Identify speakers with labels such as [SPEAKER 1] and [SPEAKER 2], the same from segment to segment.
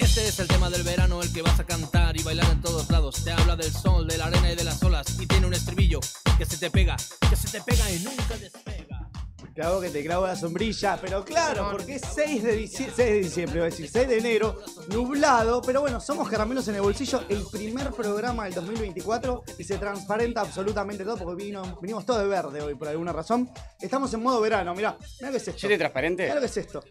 [SPEAKER 1] Este es el tema del verano, el que vas a cantar y bailar en todos lados. Te habla del sol, de la arena y de las olas. Y tiene un estribillo que se te pega, que se te pega y nunca despega.
[SPEAKER 2] Claro que te clavo la sombrilla, pero claro, porque es 6 de, dicie- 6 de diciembre, iba a decir 6 de enero, nublado, pero bueno, somos Caramelos en el Bolsillo, el primer programa del 2024 y se transparenta absolutamente todo porque vino, vinimos todo de verde hoy por alguna razón. Estamos en modo verano, mirá, mirá que es esto.
[SPEAKER 3] ¿Chile transparente?
[SPEAKER 2] Mirá lo que es esto.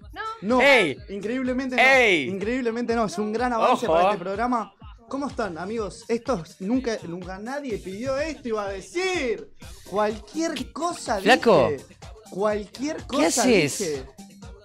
[SPEAKER 2] No,
[SPEAKER 3] ¡Ey!
[SPEAKER 2] increíblemente no.
[SPEAKER 3] ¡Ey!
[SPEAKER 2] Increíblemente no, es un gran avance
[SPEAKER 3] Ojo. eh.
[SPEAKER 2] para este programa. ¿Cómo están, amigos? Esto nunca, nunca nadie pidió esto, iba a decir. Cualquier cosa
[SPEAKER 3] Flaco.
[SPEAKER 2] dije. Cualquier cosa
[SPEAKER 3] haces?
[SPEAKER 2] dije.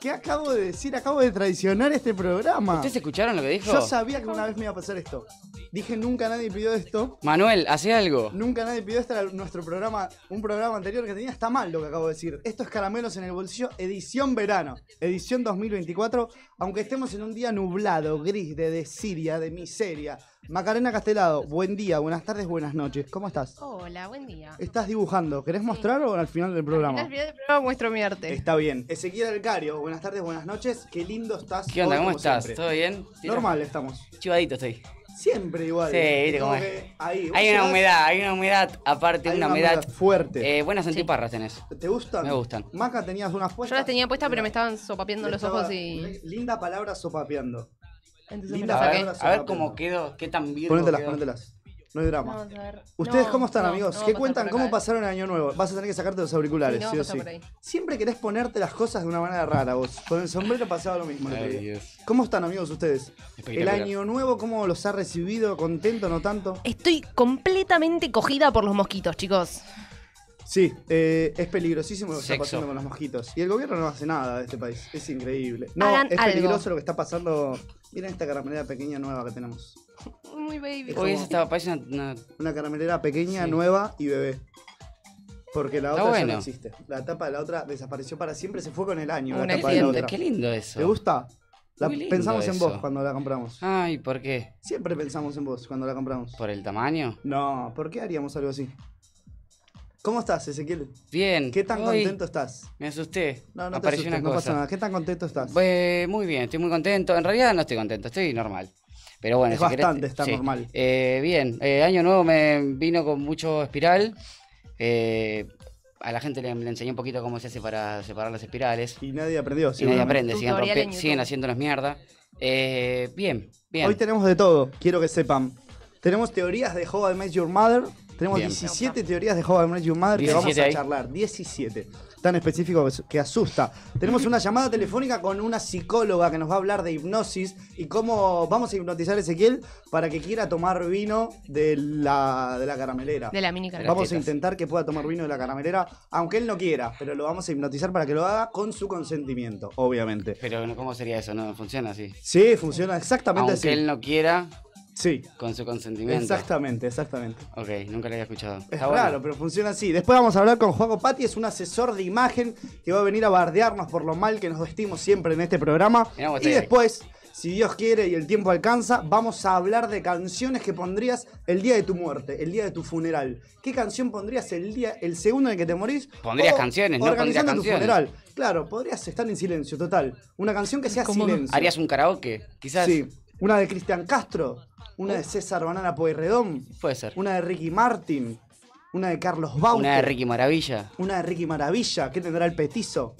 [SPEAKER 2] ¿Qué acabo de decir? Acabo de traicionar este programa.
[SPEAKER 3] ¿Ustedes escucharon lo que dijo?
[SPEAKER 2] Yo sabía que una vez me iba a pasar esto. Dije nunca nadie pidió esto.
[SPEAKER 3] Manuel, hace algo.
[SPEAKER 2] Nunca nadie pidió esto. Era nuestro programa, un programa anterior que tenía. Está mal lo que acabo de decir. Esto es Caramelos en el Bolsillo, edición verano. Edición 2024. Aunque estemos en un día nublado, gris, de desidia, de miseria. Macarena Castelado, buen día, buenas tardes, buenas noches. ¿Cómo estás?
[SPEAKER 4] Hola, buen día.
[SPEAKER 2] Estás dibujando. ¿Querés mostrar o al final del
[SPEAKER 4] Las
[SPEAKER 2] programa?
[SPEAKER 4] videos del programa muestro mi arte.
[SPEAKER 2] Está bien. Ezequiel Alcario, buenas tardes, buenas noches. Qué lindo estás.
[SPEAKER 3] ¿Qué onda?
[SPEAKER 2] hoy,
[SPEAKER 3] ¿Cómo
[SPEAKER 2] como
[SPEAKER 3] estás?
[SPEAKER 2] siempre.
[SPEAKER 3] ¿Todo bien? Tira-
[SPEAKER 2] Normal estamos.
[SPEAKER 3] Chivadito estoy.
[SPEAKER 2] Siempre igual. ¿eh?
[SPEAKER 3] Sí, viste
[SPEAKER 2] Como
[SPEAKER 3] cómo es.
[SPEAKER 2] que Ahí. Vos
[SPEAKER 3] Hay una
[SPEAKER 2] llegás,
[SPEAKER 3] humedad, hay una humedad, aparte,
[SPEAKER 2] hay
[SPEAKER 3] una humedad.
[SPEAKER 2] fuerte.
[SPEAKER 3] Eh, buenas antiparras tenés.
[SPEAKER 2] ¿Te gustan?
[SPEAKER 3] me gustan.
[SPEAKER 2] Maca, tenías unas puestas.
[SPEAKER 4] Yo las tenía puestas, pero
[SPEAKER 2] Mirá,
[SPEAKER 4] me estaban sopapeando
[SPEAKER 2] le
[SPEAKER 4] los
[SPEAKER 2] estaba-
[SPEAKER 4] ojos y.
[SPEAKER 2] Linda palabra sopapeando.
[SPEAKER 4] Entonces
[SPEAKER 2] linda
[SPEAKER 4] me
[SPEAKER 3] A
[SPEAKER 4] las
[SPEAKER 3] ver,
[SPEAKER 4] saqué.
[SPEAKER 2] palabra.
[SPEAKER 3] a ver cómo quedo, qué tan virgo
[SPEAKER 2] Ponételas,
[SPEAKER 3] quedo.
[SPEAKER 2] ponételas. No hay drama.
[SPEAKER 4] Vamos a ver.
[SPEAKER 2] ¿Ustedes
[SPEAKER 4] No,
[SPEAKER 2] cómo están,
[SPEAKER 4] no,
[SPEAKER 2] amigos?
[SPEAKER 4] no va
[SPEAKER 2] ¿Qué
[SPEAKER 4] a pasar
[SPEAKER 2] cuentan?
[SPEAKER 4] por
[SPEAKER 2] ¿Cómo
[SPEAKER 4] acá, eh?
[SPEAKER 2] pasaron el año nuevo? Vas a tener que sacarte los auriculares,
[SPEAKER 4] Sí, no
[SPEAKER 2] sí
[SPEAKER 4] va
[SPEAKER 2] o
[SPEAKER 4] a pasar
[SPEAKER 2] sí.
[SPEAKER 4] por ahí.
[SPEAKER 2] Siempre querés ponerte las cosas de una manera rara, vos. Con el sombrero pasaba lo mismo. el otro
[SPEAKER 3] Ay,
[SPEAKER 2] día.
[SPEAKER 3] Dios.
[SPEAKER 2] ¿Cómo están, amigos, ustedes? El
[SPEAKER 3] Espectacular.
[SPEAKER 2] año nuevo, ¿cómo los ha recibido? ¿Contento, no tanto?
[SPEAKER 4] Estoy completamente cogida por los mosquitos, chicos.
[SPEAKER 2] Sí, eh, es peligrosísimo lo que está
[SPEAKER 3] Sexo.
[SPEAKER 2] pasando con los mosquitos. Y el gobierno no hace nada de este país. Es increíble. No,
[SPEAKER 4] Hagan
[SPEAKER 2] es
[SPEAKER 4] algo.
[SPEAKER 2] peligroso lo que está pasando. Miren esta caramelera pequeña nueva que tenemos.
[SPEAKER 4] Muy baby.
[SPEAKER 3] Uy, esa estaba, parece una, una-
[SPEAKER 2] Una caramelera pequeña,
[SPEAKER 3] Sí.
[SPEAKER 2] nueva y bebé. Porque la
[SPEAKER 3] Está
[SPEAKER 2] otra ya
[SPEAKER 3] bueno.
[SPEAKER 2] no existe. La tapa de la otra desapareció para siempre, se fue con el año.
[SPEAKER 4] Un
[SPEAKER 2] la
[SPEAKER 3] Qué
[SPEAKER 2] tapa de la
[SPEAKER 3] lindo,
[SPEAKER 2] otra.
[SPEAKER 3] qué lindo eso.
[SPEAKER 2] ¿Te gusta? La-
[SPEAKER 3] Muy lindo
[SPEAKER 2] pensamos en vos
[SPEAKER 3] eso.
[SPEAKER 2] cuando la compramos.
[SPEAKER 3] Ay, ¿por qué?
[SPEAKER 2] Siempre pensamos en vos cuando la compramos.
[SPEAKER 3] ¿Por el tamaño?
[SPEAKER 2] No, ¿por qué haríamos algo así? ¿Cómo estás, Ezequiel?
[SPEAKER 3] Bien.
[SPEAKER 2] ¿Qué tan
[SPEAKER 3] Hoy
[SPEAKER 2] contento estás?
[SPEAKER 3] Me asusté.
[SPEAKER 2] No, no te
[SPEAKER 3] Apareció
[SPEAKER 2] asustes,
[SPEAKER 3] una
[SPEAKER 2] no
[SPEAKER 3] cosa.
[SPEAKER 2] pasa nada. ¿Qué tan contento estás?
[SPEAKER 3] Eh, muy bien, estoy muy contento. En realidad no estoy contento, estoy normal. Pero bueno,
[SPEAKER 2] Es
[SPEAKER 3] si querés-
[SPEAKER 2] bastante estar normal.
[SPEAKER 3] Eh, bien, eh, año nuevo me vino con mucho espiral. Eh, a la gente le, le enseñé un poquito cómo se hace para separar las espirales.
[SPEAKER 2] Y nadie aprendió.
[SPEAKER 3] Y nadie
[SPEAKER 2] seguramente.
[SPEAKER 3] aprende, siguen,
[SPEAKER 4] Tutorial
[SPEAKER 3] rompe-
[SPEAKER 4] en YouTube.
[SPEAKER 3] siguen haciéndonos mierda. Eh, bien, bien.
[SPEAKER 2] Hoy tenemos de todo, quiero que sepan. Tenemos teorías de How I Met Your Mother. Tenemos
[SPEAKER 3] Bien.
[SPEAKER 2] 17 teorías de How I Met Your Mother que vamos
[SPEAKER 3] 17
[SPEAKER 2] a
[SPEAKER 3] ahí.
[SPEAKER 2] charlar. 17. Tan específico que- que asusta. Tenemos una llamada telefónica con una psicóloga que nos va a hablar de hipnosis y cómo vamos a hipnotizar a Ezequiel para que quiera tomar vino de la, de la caramelera.
[SPEAKER 4] De la mini carrera.
[SPEAKER 2] Vamos a
[SPEAKER 3] tetas.
[SPEAKER 2] intentar que pueda tomar vino de la caramelera, aunque él no quiera, pero lo vamos a hipnotizar para que lo haga con su consentimiento, obviamente.
[SPEAKER 3] Pero ¿cómo sería eso? No funciona así.
[SPEAKER 2] Sí, funciona exactamente
[SPEAKER 3] Aunque
[SPEAKER 2] así.
[SPEAKER 3] él no quiera,
[SPEAKER 2] Sí,
[SPEAKER 3] con su consentimiento.
[SPEAKER 2] exactamente, exactamente.
[SPEAKER 3] Ok, nunca lo había escuchado.
[SPEAKER 2] Es
[SPEAKER 3] Está
[SPEAKER 2] raro,
[SPEAKER 3] bueno.
[SPEAKER 2] pero funciona así. Después vamos a hablar con Juaco Patti, es un asesor de imagen que va a venir a bardearnos por lo mal que nos vestimos siempre en este programa.
[SPEAKER 3] Mirá vos,
[SPEAKER 2] Y
[SPEAKER 3] Teddy.
[SPEAKER 2] después, si Dios quiere y el tiempo alcanza, vamos a hablar de canciones que pondrías el día de tu muerte, el día de tu funeral. ¿Qué canción pondrías el día, el segundo en el que te morís?
[SPEAKER 3] Pondrías canciones, no
[SPEAKER 2] organizando
[SPEAKER 3] pondrías
[SPEAKER 2] tu
[SPEAKER 3] canciones.
[SPEAKER 2] funeral. Claro, podrías estar en silencio, total. Una canción que sea
[SPEAKER 4] ¿Cómo?
[SPEAKER 2] silencio.
[SPEAKER 3] ¿Harías un karaoke? Quizás. Oh.
[SPEAKER 2] Sí. Una de Cristian Castro, una de César Banana Pueyrredón,
[SPEAKER 3] Puede ser.
[SPEAKER 2] una de Ricky Martin, una de Carlos Bauer,
[SPEAKER 3] Una de Ricky Maravilla.
[SPEAKER 2] Maravilla, que tendrá el petizo.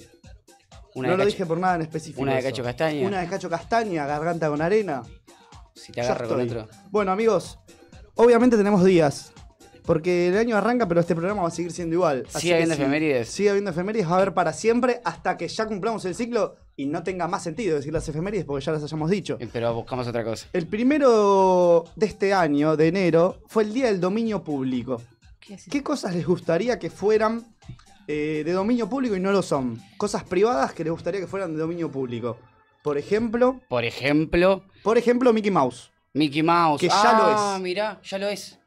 [SPEAKER 3] Una
[SPEAKER 2] no
[SPEAKER 3] de
[SPEAKER 2] lo
[SPEAKER 3] Cacho-
[SPEAKER 2] dije por nada en específico.
[SPEAKER 3] Una de
[SPEAKER 2] eso.
[SPEAKER 3] Cacho Castaña.
[SPEAKER 2] Una de Cacho Castaña, Garganta con Arena.
[SPEAKER 3] Si te
[SPEAKER 2] Ya
[SPEAKER 3] agarro con
[SPEAKER 2] estoy.
[SPEAKER 3] otro.
[SPEAKER 2] Bueno, amigos, obviamente tenemos días. Porque el año arranca, pero este programa va a seguir siendo igual.
[SPEAKER 3] Sigue
[SPEAKER 2] que
[SPEAKER 3] habiendo
[SPEAKER 2] si
[SPEAKER 3] efemérides.
[SPEAKER 2] Sigue habiendo efemérides, va a haber para siempre hasta que ya cumplamos el ciclo y no tenga más sentido decir las efemérides porque ya las hayamos dicho.
[SPEAKER 3] Eh, Pero buscamos otra cosa.
[SPEAKER 2] El primero de este año, de enero, fue el Día del Dominio Público.
[SPEAKER 4] ¿Qué es
[SPEAKER 2] ¿Qué cosas les gustaría que fueran eh, de dominio público y no lo son? Cosas privadas que les gustaría que fueran de dominio público. Por ejemplo,
[SPEAKER 3] Por ejemplo,
[SPEAKER 2] por ejemplo Mickey Mouse.
[SPEAKER 3] Mickey Mouse.
[SPEAKER 2] Que ya lo
[SPEAKER 3] Ah,
[SPEAKER 2] es.
[SPEAKER 3] mirá, ya lo es.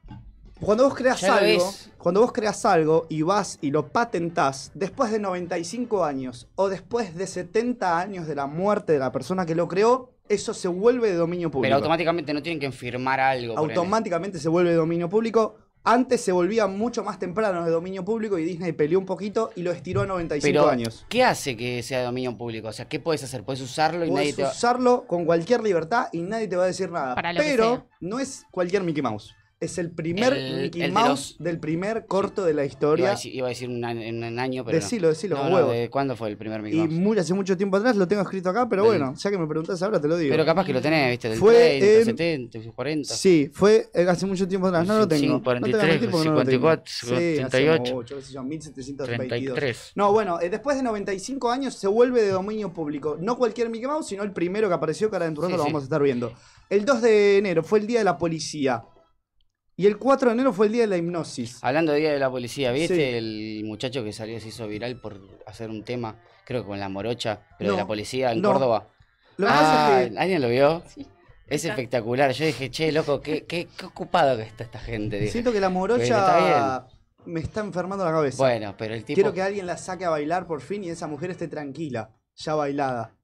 [SPEAKER 2] Cuando vos creas
[SPEAKER 3] Ya lo
[SPEAKER 2] algo,
[SPEAKER 3] es.
[SPEAKER 2] cuando vos creas algo y vas y lo patentás después de 95 años o después de 70 años de la muerte de la persona que lo creó, eso se vuelve de dominio público.
[SPEAKER 3] Pero automáticamente no tienen que firmar algo. ponele.
[SPEAKER 2] automáticamente se vuelve de dominio público. Antes se volvía mucho más temprano de dominio público y Disney peleó un poquito y lo estiró a 95
[SPEAKER 3] Pero,
[SPEAKER 2] años.
[SPEAKER 3] ¿qué hace que sea de dominio público? O sea, ¿qué puedes hacer? Puedes usarlo y nadie
[SPEAKER 2] Puedes
[SPEAKER 3] te va...
[SPEAKER 2] usarlo con cualquier libertad y nadie te va a decir nada.
[SPEAKER 4] Para lo que
[SPEAKER 2] Pero
[SPEAKER 4] sea.
[SPEAKER 2] no es cualquier Mickey Mouse. Es el primer
[SPEAKER 3] El-
[SPEAKER 2] Mickey
[SPEAKER 3] el de
[SPEAKER 2] Mouse
[SPEAKER 3] los-
[SPEAKER 2] del primer corto de la
[SPEAKER 3] Iba a
[SPEAKER 2] historia.
[SPEAKER 3] decir, iba a decir un, año- en un año, pero. no.
[SPEAKER 2] Decilo, decilo,
[SPEAKER 3] No,
[SPEAKER 2] con
[SPEAKER 3] no,
[SPEAKER 2] huevo.
[SPEAKER 3] ¿de ¿Cuándo fue el primer Mickey
[SPEAKER 2] Y
[SPEAKER 3] Mouse?
[SPEAKER 2] muy, hace mucho tiempo atrás, lo tengo escrito acá, pero
[SPEAKER 3] Del-
[SPEAKER 2] bueno, ya que me preguntás ahora te lo digo.
[SPEAKER 3] Pero capaz que lo tenés, ¿viste? Del
[SPEAKER 2] Fue
[SPEAKER 3] 30,
[SPEAKER 2] en-
[SPEAKER 3] 70, 40.
[SPEAKER 2] Sí, fue eh, hace mucho tiempo atrás, no lo tengo. no
[SPEAKER 3] 45,
[SPEAKER 2] te voy a mentir porque no lo tengo.
[SPEAKER 3] 44,
[SPEAKER 2] Sí, hace
[SPEAKER 3] 38.
[SPEAKER 2] mucho, qué sé yo, 1722.
[SPEAKER 3] 33.
[SPEAKER 2] No, bueno, eh, después de 95 años se vuelve de dominio público. No cualquier Mickey Mouse, sino el primero que apareció, que ahora dentro de un
[SPEAKER 3] Sí,
[SPEAKER 2] rato lo
[SPEAKER 3] sí.
[SPEAKER 2] vamos a estar viendo. El 2 de enero fue el día de la policía. Y el 4 de enero fue el día de la hipnosis.
[SPEAKER 3] Hablando de Día de la Policía, ¿viste
[SPEAKER 2] Sí.
[SPEAKER 3] el muchacho que salió, se hizo viral por hacer un tema, creo que con la morocha, pero
[SPEAKER 2] No,
[SPEAKER 3] de la policía en
[SPEAKER 2] no.
[SPEAKER 3] Córdoba?
[SPEAKER 2] Lo que
[SPEAKER 3] ah,
[SPEAKER 2] pasa es que
[SPEAKER 3] ¿alguien lo vio? Es
[SPEAKER 4] Está.
[SPEAKER 3] espectacular. Yo dije, che, loco, qué, qué, qué ocupado que está esta gente. dije.
[SPEAKER 2] siento que la morocha
[SPEAKER 3] está
[SPEAKER 2] me está enfermando la cabeza.
[SPEAKER 3] Bueno, pero el tipo,
[SPEAKER 2] Quiero que alguien la saque a bailar por fin y esa mujer esté tranquila, ya bailada.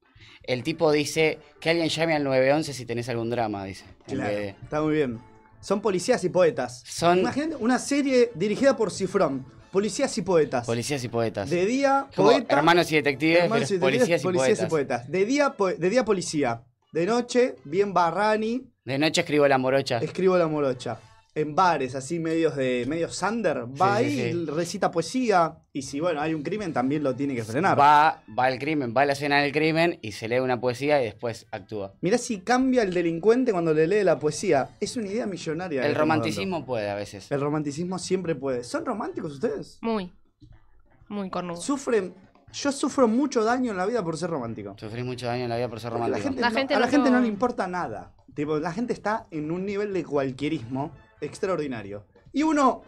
[SPEAKER 3] el tipo dice que alguien llame al 911 si tenés algún drama, dice. en
[SPEAKER 2] Claro,
[SPEAKER 3] vez de-
[SPEAKER 2] está muy bien. Son policías y poetas.
[SPEAKER 3] Son
[SPEAKER 2] Imagínate una serie dirigida por Cifrón. Policías y poetas.
[SPEAKER 3] policías y poetas.
[SPEAKER 2] De día,
[SPEAKER 3] Como
[SPEAKER 2] poeta.
[SPEAKER 3] hermanos y detectives,
[SPEAKER 2] hermanos
[SPEAKER 3] pero
[SPEAKER 2] y
[SPEAKER 3] policías,
[SPEAKER 2] detectives,
[SPEAKER 3] y, poetas.
[SPEAKER 2] De día, po- de día policía. De noche, bien barrani,
[SPEAKER 3] De noche escribo la morocha.
[SPEAKER 2] escribo la morocha. En bares, así medios de medio Sander, va
[SPEAKER 3] Sí,
[SPEAKER 2] ahí,
[SPEAKER 3] sí, sí.
[SPEAKER 2] recita poesía. Y si bueno, hay un crimen, también lo tiene que frenar.
[SPEAKER 3] Va, va al crimen, va a la escena del crimen y se lee una poesía y después actúa.
[SPEAKER 2] Mirá si cambia el delincuente cuando le lee la poesía. Es una idea millonaria. que
[SPEAKER 3] El
[SPEAKER 2] estamos dando.
[SPEAKER 3] romanticismo puede a veces.
[SPEAKER 2] El romanticismo siempre puede. ¿Son románticos ustedes?
[SPEAKER 4] Muy. Muy cornudo.
[SPEAKER 2] Sufren. Yo sufro mucho daño en la vida por ser romántico.
[SPEAKER 3] Sufrís mucho daño en la vida por ser
[SPEAKER 2] Porque La
[SPEAKER 3] romántico.
[SPEAKER 2] gente,
[SPEAKER 4] La
[SPEAKER 2] no,
[SPEAKER 4] gente
[SPEAKER 2] a la
[SPEAKER 4] no
[SPEAKER 2] gente no
[SPEAKER 4] lo-
[SPEAKER 2] le importa nada. Tipo, la gente está en un nivel de cualquierismo extraordinario. Y uno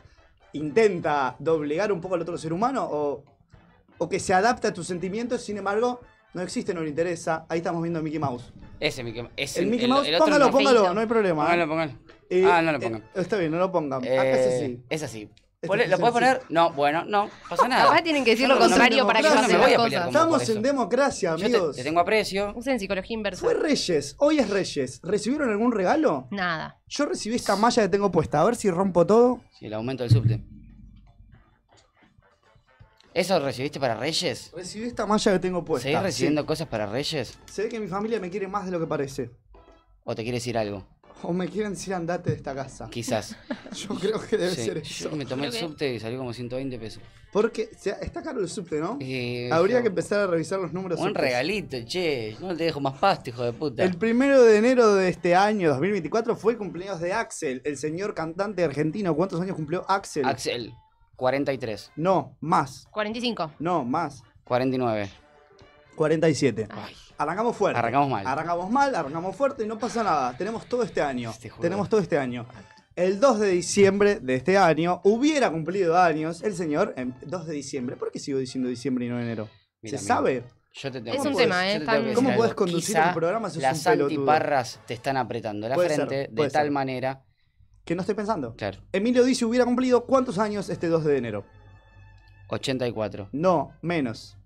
[SPEAKER 2] intenta doblegar un poco al otro ser humano o, o que se adapte a tus sentimientos, sin embargo, no existe, no le interesa. Ahí estamos viendo a Mickey Mouse.
[SPEAKER 3] Ese Mickey Mouse. ese-
[SPEAKER 2] El Mickey
[SPEAKER 3] el-
[SPEAKER 2] Mouse,
[SPEAKER 3] el otro
[SPEAKER 2] póngalo, ¿eh?
[SPEAKER 3] no.
[SPEAKER 2] póngalo,
[SPEAKER 4] feíto.
[SPEAKER 2] no hay problema.
[SPEAKER 3] Póngalo, póngalo. Ah, no lo pongan.
[SPEAKER 2] eh, está bien, no lo pongan.
[SPEAKER 3] Eh,
[SPEAKER 2] Acá es así.
[SPEAKER 3] es así.
[SPEAKER 2] Este
[SPEAKER 3] Poné-
[SPEAKER 2] es
[SPEAKER 3] ¿Lo puedes
[SPEAKER 2] así.
[SPEAKER 3] poner? No, bueno, no, pasa nada.
[SPEAKER 4] Capaz tienen que decir lo
[SPEAKER 3] Yo no- no
[SPEAKER 4] contrario
[SPEAKER 2] me
[SPEAKER 4] para
[SPEAKER 2] voy
[SPEAKER 4] que
[SPEAKER 2] a
[SPEAKER 4] pasen las
[SPEAKER 2] pelear
[SPEAKER 3] con
[SPEAKER 4] cosas.
[SPEAKER 3] vos.
[SPEAKER 2] Estamos
[SPEAKER 3] por
[SPEAKER 2] en
[SPEAKER 3] eso.
[SPEAKER 2] democracia,
[SPEAKER 3] Yo te-
[SPEAKER 2] amigos.
[SPEAKER 3] te, tengo aprecio.
[SPEAKER 4] Usen psicología
[SPEAKER 2] Fue
[SPEAKER 4] inversa.
[SPEAKER 2] Reyes, hoy es Reyes. ¿Recibieron algún regalo?
[SPEAKER 4] Nada.
[SPEAKER 2] Yo recibí esta malla que tengo puesta, a ver si rompo todo.
[SPEAKER 3] Sí, el aumento del subte. ¿Eso recibiste para Reyes?
[SPEAKER 2] Recibí esta malla que tengo puesta.
[SPEAKER 3] ¿Seguís
[SPEAKER 2] Sí.
[SPEAKER 3] recibiendo cosas para Reyes?
[SPEAKER 2] Se ve que mi familia me quiere más de lo que parece.
[SPEAKER 3] ¿O te quiere decir algo?
[SPEAKER 2] O me quieren decir andate de esta casa.
[SPEAKER 3] Quizás.
[SPEAKER 2] Yo creo que debe
[SPEAKER 3] Sí,
[SPEAKER 2] ser
[SPEAKER 3] yo
[SPEAKER 2] eso.
[SPEAKER 3] me tomé el
[SPEAKER 4] Creo que-
[SPEAKER 3] subte y salió como 120 pesos.
[SPEAKER 2] Porque o sea, está caro el subte, ¿no?
[SPEAKER 3] Eh,
[SPEAKER 2] Habría
[SPEAKER 3] yo-
[SPEAKER 2] que empezar a revisar los números.
[SPEAKER 3] Un
[SPEAKER 2] subtes.
[SPEAKER 3] regalito, che. No te dejo más pasto, hijo de puta.
[SPEAKER 2] El primero de enero de este año, 2024, fue el cumpleaños de Axel, el señor cantante argentino. ¿Cuántos años cumplió Axel?
[SPEAKER 3] Axel, 43,
[SPEAKER 2] No, más.
[SPEAKER 4] 45.
[SPEAKER 2] No, más.
[SPEAKER 3] 49.
[SPEAKER 2] 47.
[SPEAKER 4] Ay.
[SPEAKER 2] Arrancamos fuerte.
[SPEAKER 3] Arrancamos mal.
[SPEAKER 2] Arrancamos mal, arrancamos fuerte y no pasa nada. Tenemos todo este año.
[SPEAKER 3] Este juego.
[SPEAKER 2] Tenemos todo este año. El 2 de diciembre de este año hubiera cumplido años el señor en 2 de diciembre. ¿Por qué sigo diciendo diciembre y no enero?
[SPEAKER 3] Mira,
[SPEAKER 2] ¿Se
[SPEAKER 3] mira.
[SPEAKER 2] sabe?
[SPEAKER 3] Yo te tengo
[SPEAKER 4] Es
[SPEAKER 2] un
[SPEAKER 3] que decir- yo
[SPEAKER 4] tema, eh,
[SPEAKER 3] te tengo que
[SPEAKER 4] tan-
[SPEAKER 3] decir
[SPEAKER 2] ¿Cómo
[SPEAKER 3] algo.
[SPEAKER 2] podés conducir
[SPEAKER 3] Quizá
[SPEAKER 2] un programa? Sos
[SPEAKER 3] Las
[SPEAKER 2] un pelotudo.
[SPEAKER 3] antiparras te están apretando la
[SPEAKER 2] Puede ser,
[SPEAKER 3] frente de
[SPEAKER 2] puede
[SPEAKER 3] tal
[SPEAKER 2] ser.
[SPEAKER 3] manera.
[SPEAKER 2] Que no estoy pensando.
[SPEAKER 3] Claro,
[SPEAKER 2] Emilio dice hubiera cumplido cuántos años este 2 de enero.
[SPEAKER 3] 84.
[SPEAKER 2] No, menos.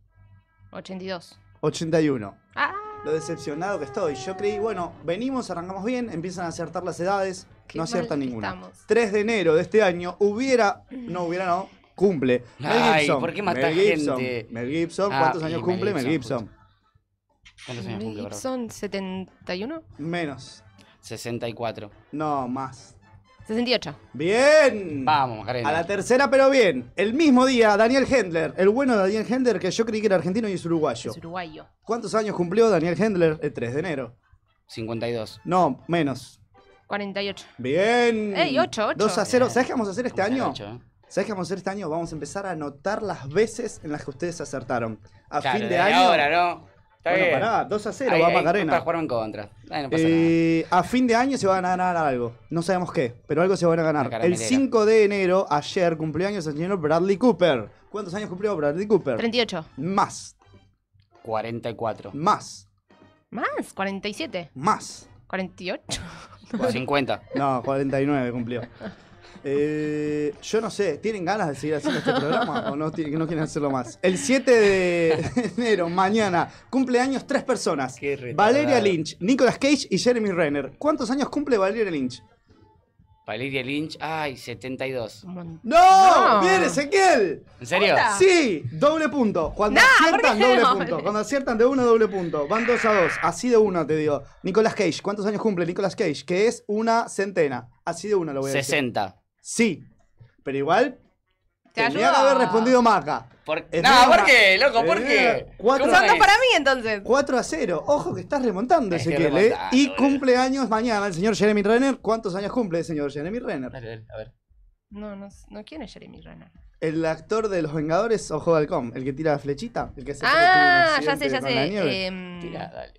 [SPEAKER 4] 82.
[SPEAKER 2] 81.
[SPEAKER 4] Ah,
[SPEAKER 2] Lo decepcionado que estoy. Yo creí, bueno, venimos, arrancamos bien, empiezan a acertar las edades,
[SPEAKER 4] Qué
[SPEAKER 2] no aciertan
[SPEAKER 4] mal que
[SPEAKER 2] ninguna.
[SPEAKER 4] estamos.
[SPEAKER 2] 3 de enero de este año hubiera, no hubiera, no, cumple. Mel
[SPEAKER 3] Ay,
[SPEAKER 2] Gibson.
[SPEAKER 3] ¿por qué
[SPEAKER 2] Mel
[SPEAKER 3] matás
[SPEAKER 2] Gibson,
[SPEAKER 3] gente?
[SPEAKER 2] Mel Gibson,
[SPEAKER 3] Ah,
[SPEAKER 2] ¿cuántos
[SPEAKER 3] y
[SPEAKER 2] años
[SPEAKER 3] Mel
[SPEAKER 2] cumple Mel
[SPEAKER 3] Gibson,
[SPEAKER 2] Gibson?
[SPEAKER 3] ¿Cuántos años cumple, Barba?
[SPEAKER 4] Gibson, 71.
[SPEAKER 2] Menos.
[SPEAKER 3] 64.
[SPEAKER 2] No, más.
[SPEAKER 4] 68.
[SPEAKER 2] Bien.
[SPEAKER 3] Vamos,
[SPEAKER 2] A
[SPEAKER 3] Macarena.
[SPEAKER 2] la tercera, pero bien. El mismo día, Daniel Hendler. El bueno de Daniel Hendler, que yo creí que era argentino y es uruguayo.
[SPEAKER 4] Es uruguayo.
[SPEAKER 2] ¿Cuántos años cumplió Daniel Hendler el 3 de enero?
[SPEAKER 3] 52.
[SPEAKER 2] No, menos.
[SPEAKER 4] 48.
[SPEAKER 2] Bien.
[SPEAKER 4] Ey, ocho, ocho.
[SPEAKER 2] 2 a 0. ¿Sabes qué vamos a hacer este año?
[SPEAKER 3] 48, ¿eh?
[SPEAKER 2] ¿Sabes qué vamos a hacer este año? Vamos a empezar a anotar las veces en las que ustedes acertaron. A
[SPEAKER 3] Claro,
[SPEAKER 2] fin de
[SPEAKER 3] desde
[SPEAKER 2] año.
[SPEAKER 3] Ahora, ¿no? Está
[SPEAKER 2] bueno,
[SPEAKER 3] bien.
[SPEAKER 2] pará, 2 a 0
[SPEAKER 3] Ahí-
[SPEAKER 2] va
[SPEAKER 3] ahí
[SPEAKER 2] Macarena.
[SPEAKER 3] Para jugar en contra. Ay, no pasa nada.
[SPEAKER 2] Eh, a fin de año se van a ganar algo. No sabemos qué, pero algo se van a ganar.
[SPEAKER 3] La
[SPEAKER 2] El
[SPEAKER 3] caramelera.
[SPEAKER 2] 5 de enero, ayer, cumpleaños el señor Bradley Cooper. ¿Cuántos años cumplió Bradley Cooper?
[SPEAKER 4] 38.
[SPEAKER 2] Más,
[SPEAKER 3] 44.
[SPEAKER 2] más,
[SPEAKER 4] Más, 47.
[SPEAKER 2] más.
[SPEAKER 4] 48.
[SPEAKER 2] Bueno,
[SPEAKER 3] 50.
[SPEAKER 2] no, 49 cumplió. Eh, yo no sé, ¿tienen ganas de seguir haciendo este programa o no, ti- no quieren hacerlo más? El 7 de enero, mañana, cumpleaños tres personas.
[SPEAKER 3] Qué retardado.
[SPEAKER 2] Valeria Lynch, Nicolas Cage y Jeremy Renner. ¿Cuántos años cumple Valeria Lynch?
[SPEAKER 3] Valeria Lynch, ay, 72.
[SPEAKER 4] Un montón.
[SPEAKER 2] ¡No!
[SPEAKER 4] No.
[SPEAKER 2] ¡Bien, Ezequiel!
[SPEAKER 3] ¿En serio?
[SPEAKER 4] Puta.
[SPEAKER 2] Sí, doble punto. Cuando
[SPEAKER 4] Nah,
[SPEAKER 2] aciertan,
[SPEAKER 4] ¿por qué
[SPEAKER 2] doble
[SPEAKER 4] no?
[SPEAKER 2] punto. Cuando aciertan de uno, doble punto. Van dos a dos. Así de uno, te digo. Nicolas Cage, ¿cuántos años cumple Nicolas Cage? Que es una centena. Así de uno lo voy a decir.
[SPEAKER 3] 60.
[SPEAKER 2] Sí. Pero igual,
[SPEAKER 4] Te
[SPEAKER 2] tendría que
[SPEAKER 4] ayuda.
[SPEAKER 2] haber respondido Maca.
[SPEAKER 3] ¿Por...
[SPEAKER 2] Es
[SPEAKER 3] No,
[SPEAKER 2] medio
[SPEAKER 3] ¿por
[SPEAKER 2] una-
[SPEAKER 3] qué, loco? ¿Por
[SPEAKER 2] Eh,
[SPEAKER 3] qué?
[SPEAKER 2] cuatro-
[SPEAKER 4] Son dos
[SPEAKER 3] es?
[SPEAKER 4] para mí entonces.
[SPEAKER 2] 4 a 0. Ojo que estás remontando,
[SPEAKER 3] Estoy
[SPEAKER 2] Ezequiel. ¿eh?
[SPEAKER 3] remontando,
[SPEAKER 2] Y
[SPEAKER 3] boludo.
[SPEAKER 2] cumpleaños mañana el señor Jeremy Renner. ¿Cuántos años cumple el señor Jeremy Renner?
[SPEAKER 3] Dale, dale, a ver.
[SPEAKER 4] No, no, sé- no quién es Jeremy Renner.
[SPEAKER 2] El actor de Los Vengadores, Ojo de Halcón. El que tira la flechita. El que se
[SPEAKER 4] Ah,
[SPEAKER 2] cree que tuvo un
[SPEAKER 4] ya sé,
[SPEAKER 2] accidente
[SPEAKER 4] ya
[SPEAKER 2] con la nieve.
[SPEAKER 4] sé. Em,
[SPEAKER 3] Tira, dale.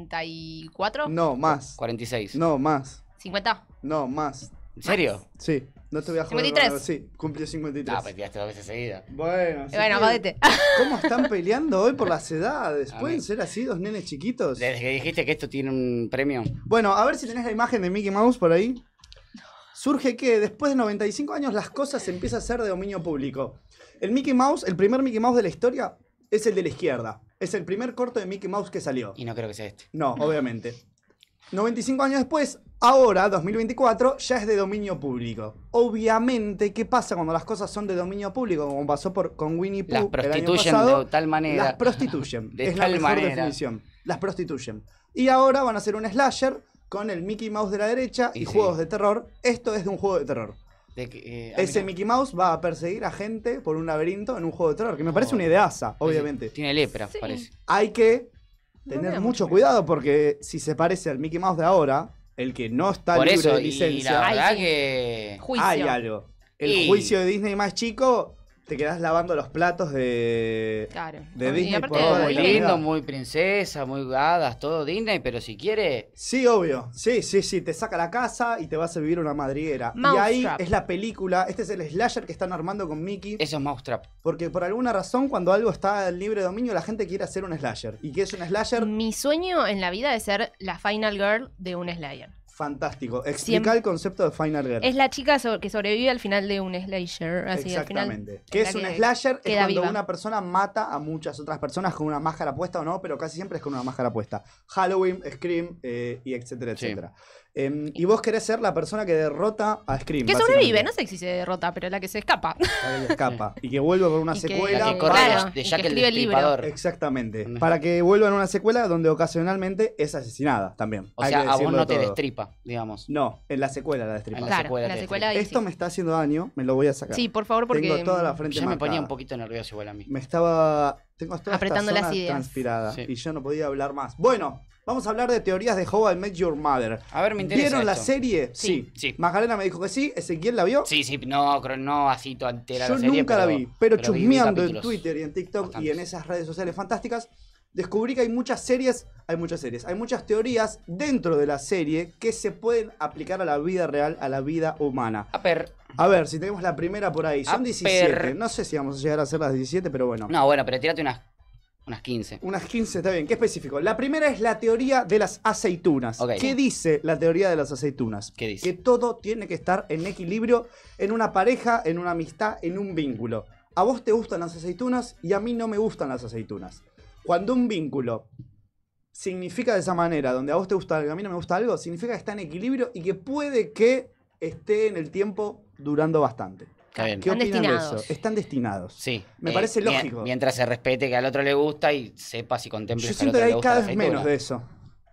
[SPEAKER 4] 44,
[SPEAKER 2] No, más.
[SPEAKER 3] 46.
[SPEAKER 2] No, más.
[SPEAKER 4] 50.
[SPEAKER 2] No, más.
[SPEAKER 3] ¿En serio?
[SPEAKER 2] Sí, no te voy a joder.
[SPEAKER 4] 53.
[SPEAKER 2] Bárbaro. Sí, cumplió 53.
[SPEAKER 3] No, pues tiraste dos veces seguida.
[SPEAKER 2] Bueno,
[SPEAKER 4] Eh, Bueno,
[SPEAKER 2] Ezequiel,
[SPEAKER 4] jodete.
[SPEAKER 2] ¿Cómo están peleando hoy por las edades?
[SPEAKER 3] A
[SPEAKER 2] ¿Pueden
[SPEAKER 3] ver.
[SPEAKER 2] ser así dos nenes chiquitos?
[SPEAKER 3] Desde que dijiste que esto tiene un premio.
[SPEAKER 2] Bueno, a ver si tenés la imagen de Mickey Mouse por ahí. Surge que después de 95 años las cosas empiezan a ser de dominio público. El Mickey Mouse, el primer Mickey Mouse de la historia, es el de la izquierda. Es el primer corto de Mickey Mouse que salió.
[SPEAKER 3] Y no creo que sea este.
[SPEAKER 2] No, obviamente. 95 años después, ahora, 2024, ya es de dominio público. Obviamente, ¿qué pasa cuando las cosas son de dominio público? Como pasó por, con Winnie Pooh
[SPEAKER 3] Las
[SPEAKER 2] Uh, el año
[SPEAKER 3] prostituyen
[SPEAKER 2] pasado.
[SPEAKER 3] de tal
[SPEAKER 2] Las
[SPEAKER 3] manera.
[SPEAKER 2] prostituyen.
[SPEAKER 3] De
[SPEAKER 2] es la
[SPEAKER 3] tal
[SPEAKER 2] mejor
[SPEAKER 3] manera.
[SPEAKER 2] definición. Las prostituyen. Y ahora van a hacer un slasher con el Mickey Mouse de la derecha y,
[SPEAKER 3] Y sí.
[SPEAKER 2] juegos de terror. Esto es de un juego de terror.
[SPEAKER 3] de que, eh, ah,
[SPEAKER 2] Ese
[SPEAKER 3] mirá.
[SPEAKER 2] Mickey Mouse va a perseguir a gente por un laberinto en un juego de terror, que me parece
[SPEAKER 3] Oh.
[SPEAKER 2] una ideaza, obviamente.
[SPEAKER 3] Tiene lepra,
[SPEAKER 4] Sí.
[SPEAKER 3] parece.
[SPEAKER 2] hay que
[SPEAKER 4] No me
[SPEAKER 2] tener
[SPEAKER 4] da
[SPEAKER 2] mucho
[SPEAKER 4] mucho
[SPEAKER 2] cuidado porque si se parece al Mickey Mouse de ahora, el que no está
[SPEAKER 3] Por
[SPEAKER 2] libre
[SPEAKER 3] eso,
[SPEAKER 2] de
[SPEAKER 3] y la
[SPEAKER 2] licencia,
[SPEAKER 4] Ay,
[SPEAKER 3] verdad
[SPEAKER 4] sí.
[SPEAKER 3] que.
[SPEAKER 4] Juicio.
[SPEAKER 2] hay algo. El
[SPEAKER 3] Y-
[SPEAKER 2] juicio de Disney más chico, te quedás lavando los platos de...
[SPEAKER 4] Claro.
[SPEAKER 2] De
[SPEAKER 4] Y
[SPEAKER 2] Disney por
[SPEAKER 4] aparte- eh,
[SPEAKER 3] Todo
[SPEAKER 2] ahora
[SPEAKER 3] muy
[SPEAKER 2] la
[SPEAKER 3] lindo,
[SPEAKER 2] verdad.
[SPEAKER 3] muy princesa, muy gadas, todo Disney, pero si quiere.
[SPEAKER 2] Sí, obvio. Sí, sí, sí. Te saca la casa y te vas a vivir una madriguera. y
[SPEAKER 4] Mousetrap.
[SPEAKER 2] ahí es la película. Este es el slasher que están armando con Mickey.
[SPEAKER 3] Eso es Mousetrap.
[SPEAKER 2] Porque por alguna razón, cuando algo está en libre dominio, la gente quiere hacer un slasher. ¿Y qué es un slasher?
[SPEAKER 4] Mi sueño en la vida es ser la final girl de un Slayer.
[SPEAKER 2] Fantástico. Explica el concepto de Final Girl.
[SPEAKER 4] Es la chica so- que sobrevive al final de un Slayer. Así, al final.
[SPEAKER 2] Exactamente. que es
[SPEAKER 4] la
[SPEAKER 2] un
[SPEAKER 4] que
[SPEAKER 2] slasher es
[SPEAKER 4] queda
[SPEAKER 2] cuando
[SPEAKER 4] viva.
[SPEAKER 2] una persona mata a muchas otras personas con una máscara puesta o no, pero casi siempre es con una máscara puesta. Halloween, Scream eh, y etcétera,
[SPEAKER 3] Sí.
[SPEAKER 2] etcétera. Em, y vos querés ser la persona que derrota a Scream.
[SPEAKER 4] Que sobrevive,
[SPEAKER 2] básicamente.
[SPEAKER 4] no sé si se derrota, pero la que se escapa.
[SPEAKER 2] La que escapa. y que vuelva por una
[SPEAKER 4] Y que-
[SPEAKER 2] secuela.
[SPEAKER 3] La
[SPEAKER 4] Claro,
[SPEAKER 3] que corre
[SPEAKER 4] claro,
[SPEAKER 3] de- de
[SPEAKER 4] y que
[SPEAKER 3] Jack el
[SPEAKER 4] escribe el libro.
[SPEAKER 3] Destripador.
[SPEAKER 2] Exactamente.
[SPEAKER 3] Mm.
[SPEAKER 2] Para que vuelva en una secuela donde ocasionalmente es asesinada también.
[SPEAKER 3] O
[SPEAKER 2] Hay
[SPEAKER 3] sea,
[SPEAKER 2] que
[SPEAKER 3] a vos
[SPEAKER 2] decirlo
[SPEAKER 3] no te
[SPEAKER 2] todo.
[SPEAKER 3] destripa, digamos.
[SPEAKER 2] No, en la secuela la
[SPEAKER 3] En
[SPEAKER 2] destripa.
[SPEAKER 3] la
[SPEAKER 4] claro,
[SPEAKER 3] secuela
[SPEAKER 4] la
[SPEAKER 3] de
[SPEAKER 4] secuela ahí
[SPEAKER 2] Esto
[SPEAKER 4] sí.
[SPEAKER 2] me está haciendo daño, me lo voy a sacar.
[SPEAKER 4] Sí, por favor, porque.
[SPEAKER 2] Tengo toda la frente
[SPEAKER 3] Ya me ponía
[SPEAKER 2] marcada.
[SPEAKER 3] un poquito nervioso igual a mí.
[SPEAKER 2] me estaba tengo toda
[SPEAKER 4] Apretando
[SPEAKER 2] esta
[SPEAKER 4] las
[SPEAKER 2] zona
[SPEAKER 4] ideas.
[SPEAKER 2] transpirada
[SPEAKER 3] Sí.
[SPEAKER 2] y yo no podía hablar más. Bueno, vamos a hablar de teorías de How I Met Your Mother.
[SPEAKER 3] A ver, me interesa.
[SPEAKER 2] ¿Vieron la
[SPEAKER 3] esto.
[SPEAKER 2] serie?
[SPEAKER 4] Sí.
[SPEAKER 3] Sí.
[SPEAKER 2] Magdalena me dijo que sí, Ezequiel la vio.
[SPEAKER 3] Sí, sí, no, cro- no así toda entera
[SPEAKER 2] yo
[SPEAKER 3] la serie,
[SPEAKER 2] nunca la
[SPEAKER 3] pero-
[SPEAKER 2] vi, pero,
[SPEAKER 3] vi
[SPEAKER 2] chusmeando en
[SPEAKER 3] capítulos.
[SPEAKER 2] Twitter y en TikTok y
[SPEAKER 3] Bastantes.
[SPEAKER 2] en esas redes sociales fantásticas, descubrí que hay muchas series, hay muchas series, hay muchas teorías dentro de la serie que se pueden aplicar a la vida real, a la vida humana.
[SPEAKER 3] A ver,
[SPEAKER 2] A ver, si tenemos la primera por ahí, son
[SPEAKER 3] Aper.
[SPEAKER 2] 17, no sé si vamos a llegar a hacer las 17, pero bueno.
[SPEAKER 3] No, bueno, pero tirate unas, unas 15.
[SPEAKER 2] Unas 15, está bien. ¿Qué específico? La primera es la teoría de las aceitunas.
[SPEAKER 3] Ok.
[SPEAKER 2] ¿Qué dice la teoría de las aceitunas?
[SPEAKER 3] ¿Qué dice?
[SPEAKER 2] Que todo tiene que estar en equilibrio en una pareja, en una amistad, en un vínculo. A vos te gustan las aceitunas y a mí no me gustan las aceitunas. Cuando un vínculo significa de esa manera, donde a vos te gusta algo y a mí no me gusta algo, significa que está en equilibrio y que puede que esté en el tiempo durando bastante.
[SPEAKER 3] Está bien.
[SPEAKER 2] ¿Qué
[SPEAKER 4] Están
[SPEAKER 2] opinan de
[SPEAKER 4] destinados.
[SPEAKER 2] eso? Están destinados.
[SPEAKER 3] Sí. eh,
[SPEAKER 2] Me parece
[SPEAKER 3] mien-
[SPEAKER 2] lógico.
[SPEAKER 3] Mientras se respete que al otro le gusta y sepas y
[SPEAKER 2] Yo
[SPEAKER 3] contemples que al
[SPEAKER 2] siento
[SPEAKER 3] otro
[SPEAKER 2] que
[SPEAKER 3] le
[SPEAKER 2] hay
[SPEAKER 3] gusta la
[SPEAKER 2] cada vez
[SPEAKER 3] aceituna.
[SPEAKER 2] menos de eso.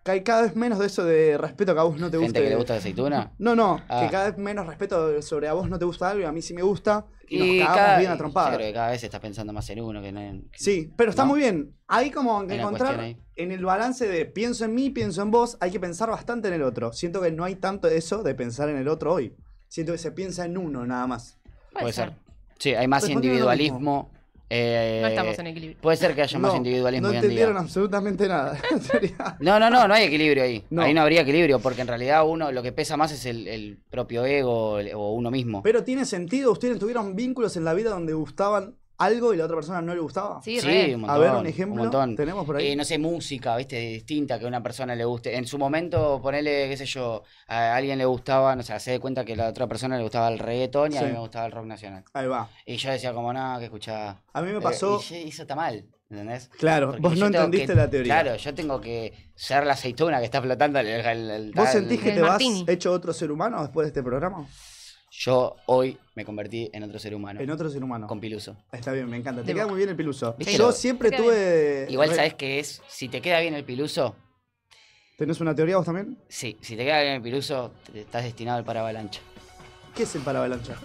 [SPEAKER 2] Que hay cada vez menos de eso de respeto que a vos no te
[SPEAKER 3] Gente
[SPEAKER 2] guste.
[SPEAKER 3] que le gusta la aceituna.
[SPEAKER 2] No, no,
[SPEAKER 3] Ah.
[SPEAKER 2] que cada vez menos respeto sobre a vos no te gusta algo y a mí sí me gusta. Y, nos cagamos
[SPEAKER 3] cada,
[SPEAKER 2] bien a
[SPEAKER 3] y
[SPEAKER 2] trompadas.
[SPEAKER 3] yo creo que cada vez estás pensando más en uno que no en...
[SPEAKER 2] Sí, pero está
[SPEAKER 3] ¿No?
[SPEAKER 2] muy bien. Ahí como que
[SPEAKER 3] Hay una
[SPEAKER 2] encontrar
[SPEAKER 3] cuestión
[SPEAKER 2] en el balance de pienso en mí, pienso en vos, hay que pensar bastante en el otro. Siento que no hay tanto eso de pensar en el otro hoy. Siento que se piensa en uno nada más.
[SPEAKER 3] Puede ser. Sí, hay más
[SPEAKER 2] Respondiendo lo
[SPEAKER 3] individualismo. eh,
[SPEAKER 4] No estamos en equilibrio.
[SPEAKER 3] Puede ser que haya más
[SPEAKER 2] No,
[SPEAKER 3] individualismo
[SPEAKER 2] No
[SPEAKER 3] hoy en
[SPEAKER 2] entendieron
[SPEAKER 3] día.
[SPEAKER 2] absolutamente nada. en realidad.
[SPEAKER 3] No, no, no, no hay equilibrio ahí.
[SPEAKER 2] No.
[SPEAKER 3] Ahí no habría equilibrio, porque en realidad uno lo que pesa más es el, el propio ego el- o uno mismo.
[SPEAKER 2] Pero tiene sentido, ustedes tuvieron vínculos en la vida donde gustaban algo y la otra persona no le gustaba?
[SPEAKER 4] Sí, re.
[SPEAKER 3] un
[SPEAKER 2] A
[SPEAKER 3] montón,
[SPEAKER 2] ver, un ejemplo.
[SPEAKER 3] montón.
[SPEAKER 2] Tenemos por ahí.
[SPEAKER 3] Eh, no sé, música, ¿viste? Distinta que a una persona le guste. En su momento, ponerle, qué sé yo, a alguien le gustaba, no sé, se de cuenta que a la otra persona le gustaba el reggaetón y a
[SPEAKER 2] Sí.
[SPEAKER 3] mí me gustaba el rock nacional.
[SPEAKER 2] Ahí va.
[SPEAKER 3] Y yo decía como, no, que escuchaba.
[SPEAKER 2] A mí me
[SPEAKER 3] Eh,
[SPEAKER 2] pasó.
[SPEAKER 3] y eso está mal, ¿entendés?
[SPEAKER 2] Claro,
[SPEAKER 3] Porque
[SPEAKER 2] vos
[SPEAKER 3] yo
[SPEAKER 2] no
[SPEAKER 3] tengo
[SPEAKER 2] entendiste
[SPEAKER 3] que-
[SPEAKER 2] la teoría.
[SPEAKER 3] Claro, yo tengo que ser la aceituna que está flotando. El, el- el-
[SPEAKER 2] ¿Vos
[SPEAKER 3] el-
[SPEAKER 2] sentís que
[SPEAKER 4] el
[SPEAKER 2] te vas
[SPEAKER 4] martini.
[SPEAKER 2] hecho otro ser humano después de este programa?
[SPEAKER 3] Yo hoy me convertí en otro ser humano.
[SPEAKER 2] En otro ser humano.
[SPEAKER 3] Con piluso.
[SPEAKER 2] Está bien, me encanta. Te
[SPEAKER 4] De
[SPEAKER 2] queda
[SPEAKER 4] boca.
[SPEAKER 2] muy bien el piluso.
[SPEAKER 3] ¿Viste?
[SPEAKER 2] Yo siempre
[SPEAKER 4] Te queda
[SPEAKER 2] tuve.
[SPEAKER 3] Igual
[SPEAKER 2] Eh, re-
[SPEAKER 3] sabés que es, si te queda bien el piluso,
[SPEAKER 2] ¿Tenés una teoría vos también?
[SPEAKER 3] sí, si te queda bien el piluso, te- estás destinado al paravalancha.
[SPEAKER 2] ¿Qué es el paravalancha?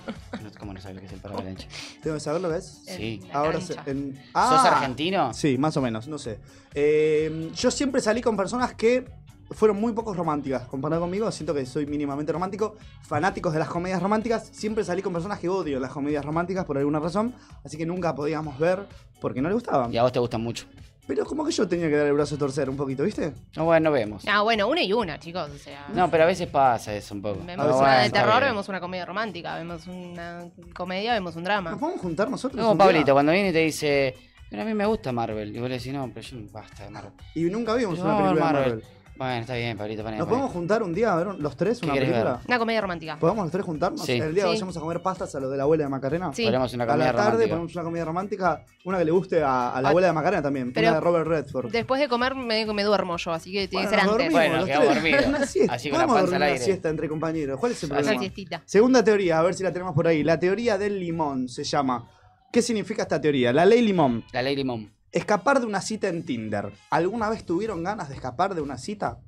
[SPEAKER 3] No, ¿Cómo no sabes lo que es el paravalancha?
[SPEAKER 2] Tengo que saber lo que es.
[SPEAKER 3] Sí.
[SPEAKER 4] Eh, La
[SPEAKER 2] Ahora
[SPEAKER 4] cancha.
[SPEAKER 2] se- en-
[SPEAKER 3] ¿Sos
[SPEAKER 2] Ah,
[SPEAKER 3] argentino?
[SPEAKER 2] Sí, más o menos, no sé. Eh, yo siempre salí con personas que fueron muy pocos románticas. Comparado conmigo, siento que soy mínimamente romántico. Fanáticos de las comedias románticas. Siempre salí con personas que odio las comedias románticas por alguna razón. Así que nunca podíamos ver porque no le gustaban.
[SPEAKER 3] Y a vos te gustan mucho.
[SPEAKER 2] Pero como que yo tenía que dar el brazo a torcer un poquito, ¿viste?
[SPEAKER 3] No, bueno, vemos.
[SPEAKER 4] Ah, bueno, una y una, chicos. O sea,
[SPEAKER 3] No, pero a veces pasa eso un poco.
[SPEAKER 4] vemos
[SPEAKER 2] Ah,
[SPEAKER 3] Pero
[SPEAKER 4] una
[SPEAKER 2] bueno,
[SPEAKER 4] de
[SPEAKER 3] está
[SPEAKER 4] terror,
[SPEAKER 3] bien.
[SPEAKER 4] vemos una comedia romántica, vemos una comedia, vemos un drama.
[SPEAKER 2] ¿Nos podemos juntar nosotros?
[SPEAKER 3] Ah. No,
[SPEAKER 2] un día?
[SPEAKER 3] Pablito, cuando viene y te dice, pero a mí me gusta Marvel. Y vos le decís, no, pero yo no- basta de Marvel.
[SPEAKER 2] Y nunca vimos
[SPEAKER 3] No,
[SPEAKER 2] una película de
[SPEAKER 3] Marvel.
[SPEAKER 2] Marvel.
[SPEAKER 3] Bueno, está bien, Pablito, poné,
[SPEAKER 2] ¿Nos
[SPEAKER 3] poné.
[SPEAKER 2] podemos juntar un día a ver un- los tres
[SPEAKER 3] ¿Qué
[SPEAKER 2] una
[SPEAKER 3] querés
[SPEAKER 2] película?
[SPEAKER 4] Una comedia romántica.
[SPEAKER 2] ¿Podemos los tres juntarnos?
[SPEAKER 3] Sí.
[SPEAKER 2] El día que
[SPEAKER 4] Sí.
[SPEAKER 2] vayamos a comer pastas a lo de la abuela de Macarena.
[SPEAKER 4] Sí.
[SPEAKER 3] Ponemos una
[SPEAKER 2] A
[SPEAKER 3] comida
[SPEAKER 2] la tarde
[SPEAKER 3] romántica.
[SPEAKER 2] ponemos una comida romántica, una que le guste a, a la
[SPEAKER 4] Ah,
[SPEAKER 2] abuela de Macarena también,
[SPEAKER 4] pero-
[SPEAKER 2] una de Robert Redford.
[SPEAKER 4] Después de comer me, me duermo yo, así que tiene
[SPEAKER 2] Bueno,
[SPEAKER 4] que ser
[SPEAKER 2] nos
[SPEAKER 4] antes.
[SPEAKER 2] dormimos
[SPEAKER 3] Bueno,
[SPEAKER 2] los
[SPEAKER 3] quedamos
[SPEAKER 2] tres.
[SPEAKER 3] dormidos.
[SPEAKER 2] Una siesta.
[SPEAKER 3] Así con la
[SPEAKER 2] Podemos
[SPEAKER 3] panza al
[SPEAKER 2] dormir
[SPEAKER 3] aire.
[SPEAKER 2] una siesta entre compañeros. ¿Cuál es el
[SPEAKER 4] Una
[SPEAKER 2] problema?
[SPEAKER 4] siestita.
[SPEAKER 2] Segunda teoría, a ver si la tenemos por ahí. La teoría del limón se llama. ¿Qué significa esta teoría? La ley limón.
[SPEAKER 3] La Lady Mom.
[SPEAKER 2] Escapar de una cita en Tinder. ¿Alguna vez tuvieron ganas de escapar de una cita?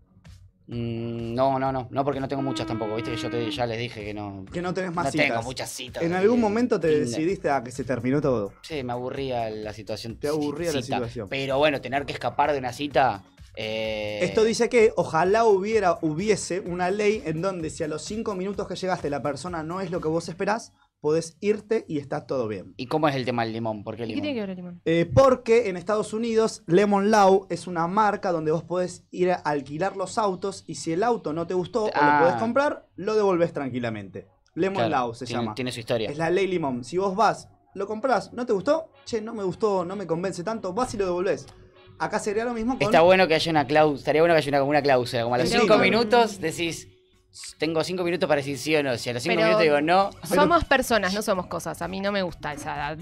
[SPEAKER 3] Mm, no, no, no. No porque no tengo muchas tampoco. Viste que yo te, ya les dije que no.
[SPEAKER 2] Que no tenés más
[SPEAKER 3] No
[SPEAKER 2] citas.
[SPEAKER 3] tengo muchas citas.
[SPEAKER 2] En
[SPEAKER 3] de-
[SPEAKER 2] algún momento te
[SPEAKER 3] Tinder.
[SPEAKER 2] decidiste a que se terminó todo.
[SPEAKER 3] Sí, me aburría la situación.
[SPEAKER 2] Te aburría la
[SPEAKER 3] cita.
[SPEAKER 2] situación.
[SPEAKER 3] Pero bueno, tener que escapar de una cita. eh,
[SPEAKER 2] Esto dice que ojalá hubiera, hubiese una ley en donde si a los cinco minutos que llegaste la persona no es lo que vos esperás, podés irte y está todo bien.
[SPEAKER 3] ¿Y cómo es el tema del limón? ¿Por qué el
[SPEAKER 4] ¿Y
[SPEAKER 3] limón?
[SPEAKER 4] qué tiene que ver el limón?
[SPEAKER 2] Eh, porque en Estados Unidos Lemon Law es una marca donde vos podés ir a alquilar los autos y si el auto no te gustó o
[SPEAKER 3] Ah.
[SPEAKER 2] lo podés comprar, lo devolvés tranquilamente. Lemon
[SPEAKER 3] Claro,
[SPEAKER 2] Law se
[SPEAKER 3] tiene,
[SPEAKER 2] llama.
[SPEAKER 3] Tiene su historia.
[SPEAKER 2] Es la ley limón. Si vos vas, lo comprás, no te gustó, che, no me gustó, no me convence tanto, vas y lo devolvés. Acá sería lo mismo con...
[SPEAKER 3] Está bueno que haya una cláusula, estaría bueno que haya una, como una cláusula, como a los
[SPEAKER 2] Sí,
[SPEAKER 3] cinco
[SPEAKER 2] sí.
[SPEAKER 3] minutos decís, tengo cinco minutos para decir sí o no, si a los cinco
[SPEAKER 4] Pero-
[SPEAKER 3] minutos digo no,
[SPEAKER 4] Somos personas, no somos cosas. A mí no me gusta esa.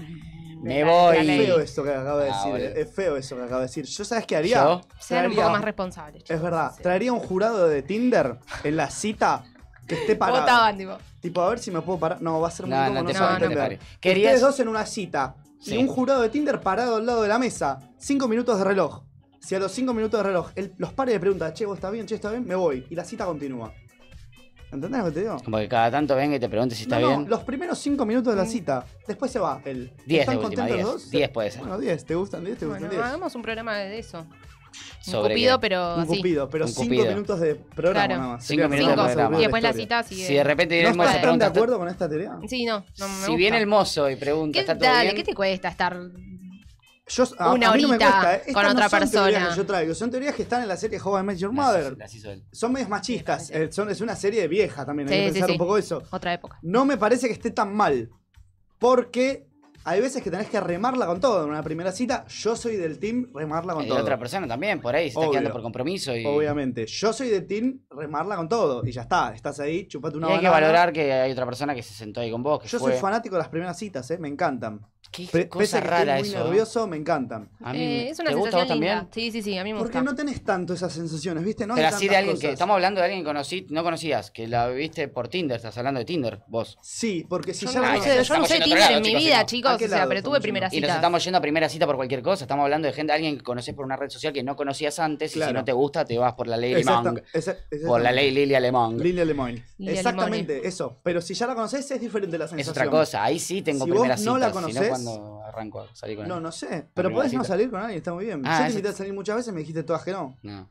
[SPEAKER 3] Me voy.
[SPEAKER 2] Es
[SPEAKER 4] ley.
[SPEAKER 2] feo esto que acaba de
[SPEAKER 3] Ah,
[SPEAKER 2] decir. eh.
[SPEAKER 3] boludo.
[SPEAKER 2] Es feo eso que acaba de decir. Yo sabes qué haría.
[SPEAKER 3] ¿Yo?
[SPEAKER 4] Sean un
[SPEAKER 2] Traería-
[SPEAKER 4] poco más responsables. chicos.
[SPEAKER 2] Es verdad.
[SPEAKER 4] Sí.
[SPEAKER 2] Traería un jurado de Tinder en la cita que esté parado.
[SPEAKER 4] Votaban, tipo.
[SPEAKER 2] Tipo, a ver si me puedo parar. No, va a ser muy
[SPEAKER 3] no,
[SPEAKER 2] incómodo,
[SPEAKER 3] no te
[SPEAKER 2] se
[SPEAKER 4] no,
[SPEAKER 2] va a
[SPEAKER 3] pares, no te
[SPEAKER 2] entender.
[SPEAKER 3] pares.
[SPEAKER 2] Ustedes
[SPEAKER 3] Querías,
[SPEAKER 2] dos en una cita
[SPEAKER 3] Sí.
[SPEAKER 2] y un jurado de Tinder parado al lado de la mesa. Cinco minutos de reloj. Si a los cinco minutos de reloj él los pares le pregunta, che, vos está bien, che, está bien, me voy. Y la cita continúa. ¿Entendés lo que te digo?
[SPEAKER 3] como que cada tanto venga y te pregunte si está
[SPEAKER 2] No, no,
[SPEAKER 3] bien,
[SPEAKER 2] los primeros cinco minutos de la cita. Después se va él.
[SPEAKER 3] diez de
[SPEAKER 2] ¿Están
[SPEAKER 3] última,
[SPEAKER 2] contentos los dos?
[SPEAKER 3] diez, diez puede ser,
[SPEAKER 2] Bueno, 10, ¿te gustan 10? ¿Te gustan
[SPEAKER 4] Bueno,
[SPEAKER 2] 10?
[SPEAKER 4] hagamos un programa de eso. Un
[SPEAKER 3] sobre
[SPEAKER 4] cupido,
[SPEAKER 3] que-
[SPEAKER 4] pero
[SPEAKER 2] un
[SPEAKER 4] así.
[SPEAKER 2] cupido, pero
[SPEAKER 3] Un
[SPEAKER 2] 5
[SPEAKER 3] cupido.
[SPEAKER 2] minutos de programa
[SPEAKER 4] Claro.
[SPEAKER 2] nada más.
[SPEAKER 3] Cinco
[SPEAKER 2] Sería
[SPEAKER 3] minutos
[SPEAKER 2] como
[SPEAKER 3] de
[SPEAKER 2] más
[SPEAKER 3] programa.
[SPEAKER 4] Y después la
[SPEAKER 2] historia.
[SPEAKER 4] cita sigue.
[SPEAKER 3] si de repente viene
[SPEAKER 2] ¿No
[SPEAKER 3] el mozo y
[SPEAKER 2] estás tan de
[SPEAKER 3] pregunta,
[SPEAKER 2] acuerdo con esta teoría?
[SPEAKER 4] Sí, no, no me
[SPEAKER 3] si viene el
[SPEAKER 4] gusta.
[SPEAKER 3] mozo y pregunta,
[SPEAKER 4] ¿Qué,
[SPEAKER 3] ¿está todo
[SPEAKER 4] dale,
[SPEAKER 3] bien?
[SPEAKER 4] ¿qué te cuesta estar?
[SPEAKER 2] Yo, a,
[SPEAKER 4] Una
[SPEAKER 2] a mí no me
[SPEAKER 4] horita
[SPEAKER 2] cuesta, ¿eh? Estas
[SPEAKER 4] con
[SPEAKER 2] no
[SPEAKER 4] otra
[SPEAKER 2] son teorías
[SPEAKER 4] persona.
[SPEAKER 2] que yo traigo, son teorías que están en la serie How I Met Your
[SPEAKER 3] Las hizo-
[SPEAKER 2] Mother.
[SPEAKER 3] las hizo él.
[SPEAKER 2] Son medios machistas, eh, son, es una serie vieja también, hay
[SPEAKER 4] Sí,
[SPEAKER 2] que
[SPEAKER 4] sí,
[SPEAKER 2] pensar
[SPEAKER 4] sí.
[SPEAKER 2] un poco eso.
[SPEAKER 4] Otra época.
[SPEAKER 2] No me parece que esté tan mal, porque hay veces que tenés que remarla con todo en una primera cita. Yo soy del team remarla con
[SPEAKER 3] Y
[SPEAKER 2] todo.
[SPEAKER 3] Eh, otra persona también, por ahí, se está
[SPEAKER 2] Obvio.
[SPEAKER 3] quedando por compromiso y,
[SPEAKER 2] Obviamente, yo soy del team remarla con todo y ya está, estás ahí, chupate
[SPEAKER 3] y
[SPEAKER 2] una
[SPEAKER 3] hay que
[SPEAKER 2] banana.
[SPEAKER 3] valorar que hay otra persona que se sentó ahí con vos, que
[SPEAKER 2] Yo
[SPEAKER 3] fue,
[SPEAKER 2] soy fanático de las primeras citas, eh, me encantan.
[SPEAKER 3] qué
[SPEAKER 2] Pe- pese
[SPEAKER 3] cosa
[SPEAKER 2] a que estoy
[SPEAKER 3] rara
[SPEAKER 2] muy
[SPEAKER 3] eso, ¿eh?
[SPEAKER 2] nervioso, me encantan.
[SPEAKER 3] A mí
[SPEAKER 4] Eh,
[SPEAKER 3] me-
[SPEAKER 4] es una
[SPEAKER 3] ¿Te gusta a
[SPEAKER 4] sensación
[SPEAKER 3] vos también?
[SPEAKER 4] linda. Sí, sí, sí, a mí me
[SPEAKER 2] Porque
[SPEAKER 4] gusta.
[SPEAKER 2] no tenés tanto esas sensaciones, ¿viste? No hay
[SPEAKER 3] Pero así
[SPEAKER 2] tantas
[SPEAKER 3] de alguien que.
[SPEAKER 2] cosas.
[SPEAKER 3] Estamos hablando de alguien que conocí, no conocías, que la viste por Tinder, estás hablando de Tinder, vos.
[SPEAKER 2] Sí, porque si
[SPEAKER 4] Yo
[SPEAKER 2] ya
[SPEAKER 4] no,
[SPEAKER 2] la
[SPEAKER 3] Ah,
[SPEAKER 4] yo-
[SPEAKER 2] conocés-
[SPEAKER 3] eso
[SPEAKER 4] yo no
[SPEAKER 3] estamos
[SPEAKER 4] usé
[SPEAKER 3] yendo a otro
[SPEAKER 4] Tinder
[SPEAKER 3] lado,
[SPEAKER 4] en mi
[SPEAKER 3] chicos,
[SPEAKER 4] vida,
[SPEAKER 3] si no.
[SPEAKER 4] chicos.
[SPEAKER 2] ¿A qué
[SPEAKER 4] O sea,
[SPEAKER 2] lado
[SPEAKER 4] pero tuve
[SPEAKER 2] estamos
[SPEAKER 4] primeras
[SPEAKER 3] Y nos
[SPEAKER 4] citas.
[SPEAKER 3] estamos yendo a primera cita por cualquier cosa. Estamos hablando de gente, alguien que conoces por una red social que no conocías antes y
[SPEAKER 2] Claro.
[SPEAKER 3] si no te gusta te vas por la ley
[SPEAKER 2] Exacta-
[SPEAKER 3] Limón.
[SPEAKER 2] esa- exacta-
[SPEAKER 3] Por la ley Lilia Lemón.
[SPEAKER 2] Lilia Lemoyne.
[SPEAKER 4] Lilia
[SPEAKER 2] Exactamente, eso. Pero si ya la conocés, es diferente la
[SPEAKER 3] Es
[SPEAKER 2] sensación.
[SPEAKER 3] otra cosa, ahí sí tengo
[SPEAKER 2] Si vos
[SPEAKER 3] primera cita.
[SPEAKER 2] no la
[SPEAKER 3] si
[SPEAKER 2] conocés-
[SPEAKER 3] no cuando arranco a salir con él.
[SPEAKER 2] No, no sé. Pero
[SPEAKER 3] primera
[SPEAKER 2] podés no
[SPEAKER 3] cita.
[SPEAKER 2] salir con alguien, está muy bien. yo
[SPEAKER 3] Ah,
[SPEAKER 2] te
[SPEAKER 3] esa-
[SPEAKER 2] invité a salir muchas veces, me dijiste todas que no.
[SPEAKER 3] No.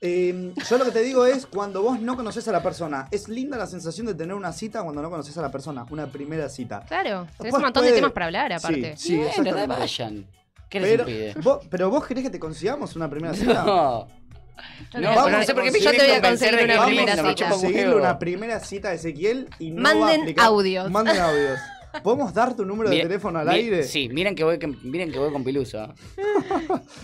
[SPEAKER 2] Eh, yo lo que te digo es, cuando vos no conoces a la persona, es linda la sensación de tener una cita cuando no conoces a la persona, una primera cita.
[SPEAKER 4] Claro, tenés
[SPEAKER 2] Después
[SPEAKER 4] un montón de
[SPEAKER 2] puede-
[SPEAKER 4] temas para hablar, aparte.
[SPEAKER 2] Sí, sí,
[SPEAKER 3] Bueno,
[SPEAKER 2] exactamente.
[SPEAKER 3] vayan. ¿Qué les
[SPEAKER 2] Pero
[SPEAKER 3] impide?
[SPEAKER 2] vos, pero vos querés que te consigamos una primera cita.
[SPEAKER 3] No. No,
[SPEAKER 4] Yo te voy a
[SPEAKER 3] pero no sé
[SPEAKER 4] conseguir-
[SPEAKER 3] por qué me
[SPEAKER 4] yo te voy a
[SPEAKER 3] hicieron pensar
[SPEAKER 4] conseguir
[SPEAKER 3] de que
[SPEAKER 4] una
[SPEAKER 2] Vamos
[SPEAKER 4] primera
[SPEAKER 3] no me
[SPEAKER 2] a
[SPEAKER 4] cita.
[SPEAKER 3] chupa un
[SPEAKER 2] conseguirle
[SPEAKER 3] huevo.
[SPEAKER 2] una primera cita a Ezequiel y no
[SPEAKER 4] Manden
[SPEAKER 2] va a aplicar-
[SPEAKER 4] audios.
[SPEAKER 2] Manden audios. ¿Podemos dar tu número de
[SPEAKER 3] Mire-
[SPEAKER 2] teléfono al
[SPEAKER 3] mi-
[SPEAKER 2] aire?
[SPEAKER 3] Sí, miren que voy, que- miren que voy con Piluso.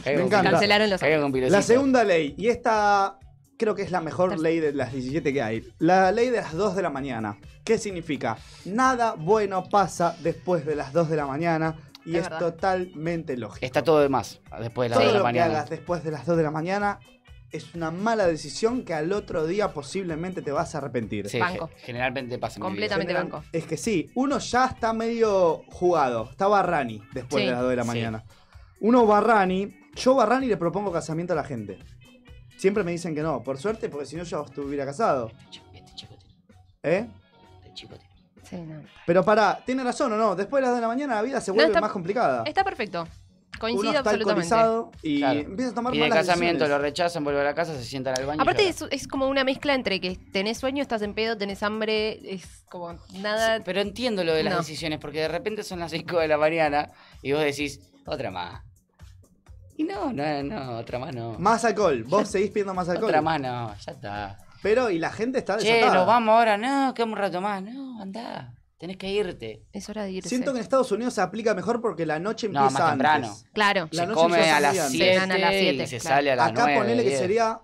[SPEAKER 2] Me encanta.
[SPEAKER 4] Cancelaron los
[SPEAKER 3] Caigo con Pilusito.
[SPEAKER 2] La segunda ley, y esta creo que es la mejor ley de las 17 que hay. La ley de las 2 de la mañana. ¿Qué significa? Nada bueno pasa después de las 2 de la mañana y
[SPEAKER 4] Es
[SPEAKER 2] es,
[SPEAKER 4] verdad.
[SPEAKER 2] totalmente lógico.
[SPEAKER 3] Está todo de más después Este de las
[SPEAKER 2] Todo
[SPEAKER 3] dos de
[SPEAKER 2] lo que
[SPEAKER 3] la mañana.
[SPEAKER 2] hagas después de las 2 de la mañana es una mala decisión que al otro día posiblemente te vas a arrepentir.
[SPEAKER 3] Sí,
[SPEAKER 4] Banco.
[SPEAKER 3] ge- generalmente pasa. en mi vida.
[SPEAKER 4] Completamente
[SPEAKER 2] General-
[SPEAKER 4] banco.
[SPEAKER 2] Es que sí, uno ya está medio jugado. Está Barrani después
[SPEAKER 4] Sí.
[SPEAKER 2] de las 2 de la
[SPEAKER 3] Sí.
[SPEAKER 2] mañana. Uno Barrani, yo Barrani le propongo casamiento a la gente. Siempre me dicen que no, por suerte, porque si no yo estuviera casado.
[SPEAKER 3] Este chico- este chico tiene-
[SPEAKER 2] ¿eh?
[SPEAKER 3] este chico tiene-
[SPEAKER 4] Sí, no.
[SPEAKER 2] Pero pará, tiene razón o no, después de las 2 de la mañana la vida se vuelve
[SPEAKER 4] está-
[SPEAKER 2] más complicada.
[SPEAKER 4] Está perfecto. Coincido
[SPEAKER 2] uno está
[SPEAKER 4] absolutamente.
[SPEAKER 2] alcoholizado y
[SPEAKER 3] Claro.
[SPEAKER 2] empieza a tomar
[SPEAKER 3] Y de
[SPEAKER 2] malas
[SPEAKER 3] casamiento lo
[SPEAKER 2] decisiones.
[SPEAKER 3] rechazan, vuelve a la casa, se sientan al baño. y
[SPEAKER 4] Aparte
[SPEAKER 3] lloran.
[SPEAKER 4] es, es como una mezcla entre que tenés sueño, estás en pedo, tenés hambre, es como nada...
[SPEAKER 3] Sí, pero entiendo lo de las
[SPEAKER 4] No.
[SPEAKER 3] decisiones, porque de repente son las 5 de la mañana y vos decís, otra más. Y no, no, no, otra más no.
[SPEAKER 2] Más alcohol, vos seguís pidiendo más alcohol.
[SPEAKER 3] otra más no, ya está.
[SPEAKER 2] Pero y la gente está
[SPEAKER 3] Che,
[SPEAKER 2] desatada.
[SPEAKER 3] nos vamos ahora, no, queda un rato más, no, andá, tenés que irte.
[SPEAKER 4] Es hora de irse.
[SPEAKER 2] Siento que en Estados Unidos se aplica mejor porque la noche
[SPEAKER 3] No,
[SPEAKER 2] empieza
[SPEAKER 3] más temprano.
[SPEAKER 2] antes.
[SPEAKER 4] Claro.
[SPEAKER 2] La
[SPEAKER 3] se
[SPEAKER 2] noche
[SPEAKER 3] come
[SPEAKER 2] empieza
[SPEAKER 3] a las
[SPEAKER 2] antes.
[SPEAKER 3] 7
[SPEAKER 4] Cenan a las
[SPEAKER 3] y
[SPEAKER 4] siete,
[SPEAKER 3] se
[SPEAKER 4] claro.
[SPEAKER 3] sale a las
[SPEAKER 2] Acá
[SPEAKER 3] 9.
[SPEAKER 2] ponele que
[SPEAKER 3] 10.
[SPEAKER 2] sería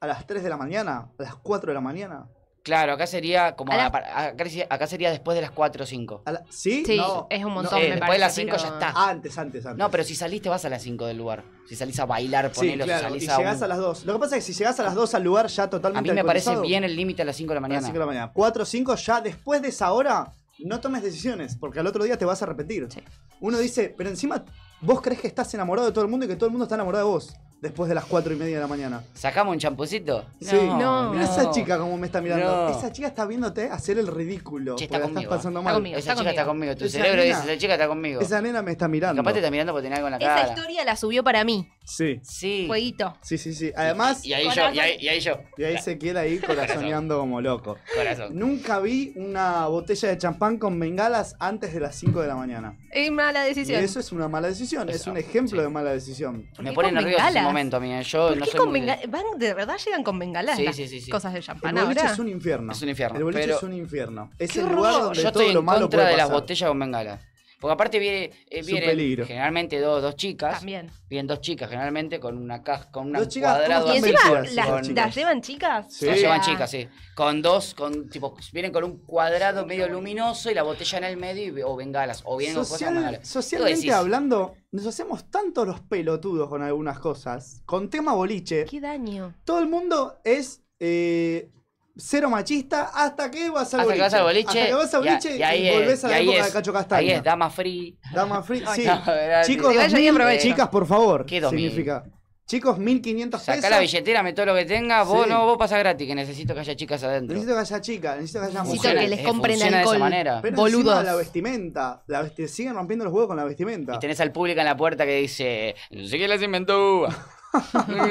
[SPEAKER 2] a las 3 de la mañana, a las 4 de la mañana.
[SPEAKER 3] Claro, acá sería como
[SPEAKER 4] A la-
[SPEAKER 3] a- acá, sería- acá sería después de las 4 o 5.
[SPEAKER 2] A la- ¿Sí?
[SPEAKER 4] Sí,
[SPEAKER 2] No.
[SPEAKER 4] es un
[SPEAKER 2] No,
[SPEAKER 4] montón,
[SPEAKER 3] eh,
[SPEAKER 4] me
[SPEAKER 3] después de
[SPEAKER 4] parece,
[SPEAKER 3] las cinco ya
[SPEAKER 4] pero-
[SPEAKER 3] está.
[SPEAKER 2] Antes, antes, antes.
[SPEAKER 3] No, pero si salís te vas a las 5 del lugar. Si salís a bailar,
[SPEAKER 2] Sí,
[SPEAKER 3] ponelo,
[SPEAKER 2] claro,
[SPEAKER 3] si
[SPEAKER 2] y
[SPEAKER 3] salís a
[SPEAKER 2] llegás
[SPEAKER 3] un-
[SPEAKER 2] a las 2. Lo que pasa es que si llegás a las 2 al lugar ya totalmente
[SPEAKER 3] A mí me parece
[SPEAKER 2] alcoholizado,
[SPEAKER 3] bien el límite a las 5 de la
[SPEAKER 2] a las
[SPEAKER 3] mañana.
[SPEAKER 2] 5 de la mañana. 4 o 5, ya después de esa hora, no tomes decisiones, porque al otro día te vas a arrepentir.
[SPEAKER 4] Sí.
[SPEAKER 2] Uno dice, pero encima vos crees que estás enamorado de todo el mundo y que todo el mundo está enamorado de vos después de las 4 y media de la mañana.
[SPEAKER 3] ¿Sacamos un champucito?
[SPEAKER 2] Sí.
[SPEAKER 4] No.
[SPEAKER 2] Mirá esa chica como me está mirando.
[SPEAKER 3] No.
[SPEAKER 2] Esa chica está viéndote hacer el ridículo.
[SPEAKER 3] Che, está
[SPEAKER 2] porque la estás
[SPEAKER 3] conmigo.
[SPEAKER 2] pasando
[SPEAKER 4] Está
[SPEAKER 2] mal.
[SPEAKER 4] conmigo.
[SPEAKER 3] Esa chica está conmigo. Tu
[SPEAKER 2] Esa
[SPEAKER 3] cerebro
[SPEAKER 2] mina-
[SPEAKER 3] dice, esa chica está conmigo.
[SPEAKER 2] Esa nena me está mirando.
[SPEAKER 3] Capaz te está mirando porque tiene algo en la cara.
[SPEAKER 4] Esa historia la subió para mí.
[SPEAKER 2] Sí.
[SPEAKER 3] Sí.
[SPEAKER 4] Jueguito.
[SPEAKER 2] Sí, sí, sí. Además,
[SPEAKER 3] Y ahí yo, y ahí, y ahí yo.
[SPEAKER 2] y ahí se queda ahí corazoneando como loco.
[SPEAKER 3] Corazón.
[SPEAKER 2] Nunca vi una botella de champán con bengalas antes de las 5 de la mañana.
[SPEAKER 4] Es mala
[SPEAKER 2] Y
[SPEAKER 4] decisión.
[SPEAKER 2] eso es una mala decisión, es
[SPEAKER 3] Eso,
[SPEAKER 2] un ejemplo
[SPEAKER 3] sí.
[SPEAKER 2] de mala decisión.
[SPEAKER 4] ¿Por
[SPEAKER 3] Me
[SPEAKER 4] qué
[SPEAKER 3] pone
[SPEAKER 4] con
[SPEAKER 3] nervioso ese
[SPEAKER 4] bengalas?
[SPEAKER 3] momento a mí. Yo
[SPEAKER 4] ¿Por
[SPEAKER 3] no
[SPEAKER 4] qué
[SPEAKER 3] soy
[SPEAKER 4] con
[SPEAKER 3] muy-
[SPEAKER 4] bengalas? Van, de verdad llegan con bengalas
[SPEAKER 3] Sí,
[SPEAKER 4] las
[SPEAKER 3] sí, sí, sí.
[SPEAKER 4] cosas de
[SPEAKER 2] El
[SPEAKER 4] champán
[SPEAKER 2] boliche
[SPEAKER 4] ahora.
[SPEAKER 2] es un infierno.
[SPEAKER 3] Ah, Es un infierno,
[SPEAKER 2] El boliche
[SPEAKER 3] pero-
[SPEAKER 2] es un infierno. Es
[SPEAKER 4] ¡Qué
[SPEAKER 2] el lugar
[SPEAKER 4] horror!
[SPEAKER 2] donde
[SPEAKER 3] Yo
[SPEAKER 2] todo
[SPEAKER 3] estoy
[SPEAKER 2] lo
[SPEAKER 3] en
[SPEAKER 2] malo
[SPEAKER 3] contra
[SPEAKER 2] puede
[SPEAKER 3] de las
[SPEAKER 2] pasar.
[SPEAKER 3] botellas con bengala. Porque aparte viene, eh,
[SPEAKER 2] Es un
[SPEAKER 3] vienen
[SPEAKER 2] peligro.
[SPEAKER 3] generalmente dos, dos chicas.
[SPEAKER 4] También.
[SPEAKER 3] Vienen dos chicas generalmente con una caja, con una
[SPEAKER 2] Dos chicas,
[SPEAKER 3] cuadrado
[SPEAKER 2] ¿cómo
[SPEAKER 4] Y
[SPEAKER 2] Son
[SPEAKER 4] encima
[SPEAKER 2] vencidas,
[SPEAKER 4] las,
[SPEAKER 2] son chicas.
[SPEAKER 4] las llevan chicas.
[SPEAKER 2] Sí.
[SPEAKER 3] Las
[SPEAKER 4] O sea,
[SPEAKER 3] llevan chicas, sí. Con dos, con tipo, vienen con un cuadrado medio luminoso y la botella en el medio, y- o bengalas, o vienen con cosas
[SPEAKER 2] Social-
[SPEAKER 3] con bengalas.
[SPEAKER 2] socialmente
[SPEAKER 3] Tú decís,
[SPEAKER 2] hablando, nos hacemos tanto los pelotudos con algunas cosas. Con tema boliche,
[SPEAKER 4] Qué daño.
[SPEAKER 2] todo el mundo es eh, cero machista hasta que vas al
[SPEAKER 3] Hasta que
[SPEAKER 2] boliche.
[SPEAKER 3] vas al boliche,
[SPEAKER 2] Hasta que vas al
[SPEAKER 3] y a-
[SPEAKER 2] boliche y,
[SPEAKER 3] y ahí es-
[SPEAKER 2] volvés a la
[SPEAKER 3] y ahí
[SPEAKER 2] época
[SPEAKER 3] es-
[SPEAKER 2] de Cacho Castaña.
[SPEAKER 3] Ahí es, dama free.
[SPEAKER 2] Dama free, sí.
[SPEAKER 3] No, ¿verdad?
[SPEAKER 2] Chicos,
[SPEAKER 4] Sí, vaya bien,
[SPEAKER 2] 2000,
[SPEAKER 4] aprovecho.
[SPEAKER 2] chicas, por favor.
[SPEAKER 3] ¿Qué 2000?
[SPEAKER 2] Significa. Chicos, 1500
[SPEAKER 3] Sacá
[SPEAKER 2] pesos.
[SPEAKER 3] la billetera, meto lo que tengas, vos
[SPEAKER 2] Sí.
[SPEAKER 3] no, vos pasás gratis, que necesito que haya chicas adentro.
[SPEAKER 2] Necesito que haya chicas, necesito que haya
[SPEAKER 4] Necesito
[SPEAKER 2] mujeres.
[SPEAKER 4] que les
[SPEAKER 3] eh,
[SPEAKER 4] compren
[SPEAKER 3] funciona
[SPEAKER 4] alcohol.
[SPEAKER 3] De esa manera.
[SPEAKER 2] Pero
[SPEAKER 4] Boludos.
[SPEAKER 2] encima la vestimenta, la vesti- siguen rompiendo los huevos con la vestimenta.
[SPEAKER 3] Y tenés al público en la puerta que dice, no sé quién las inventó.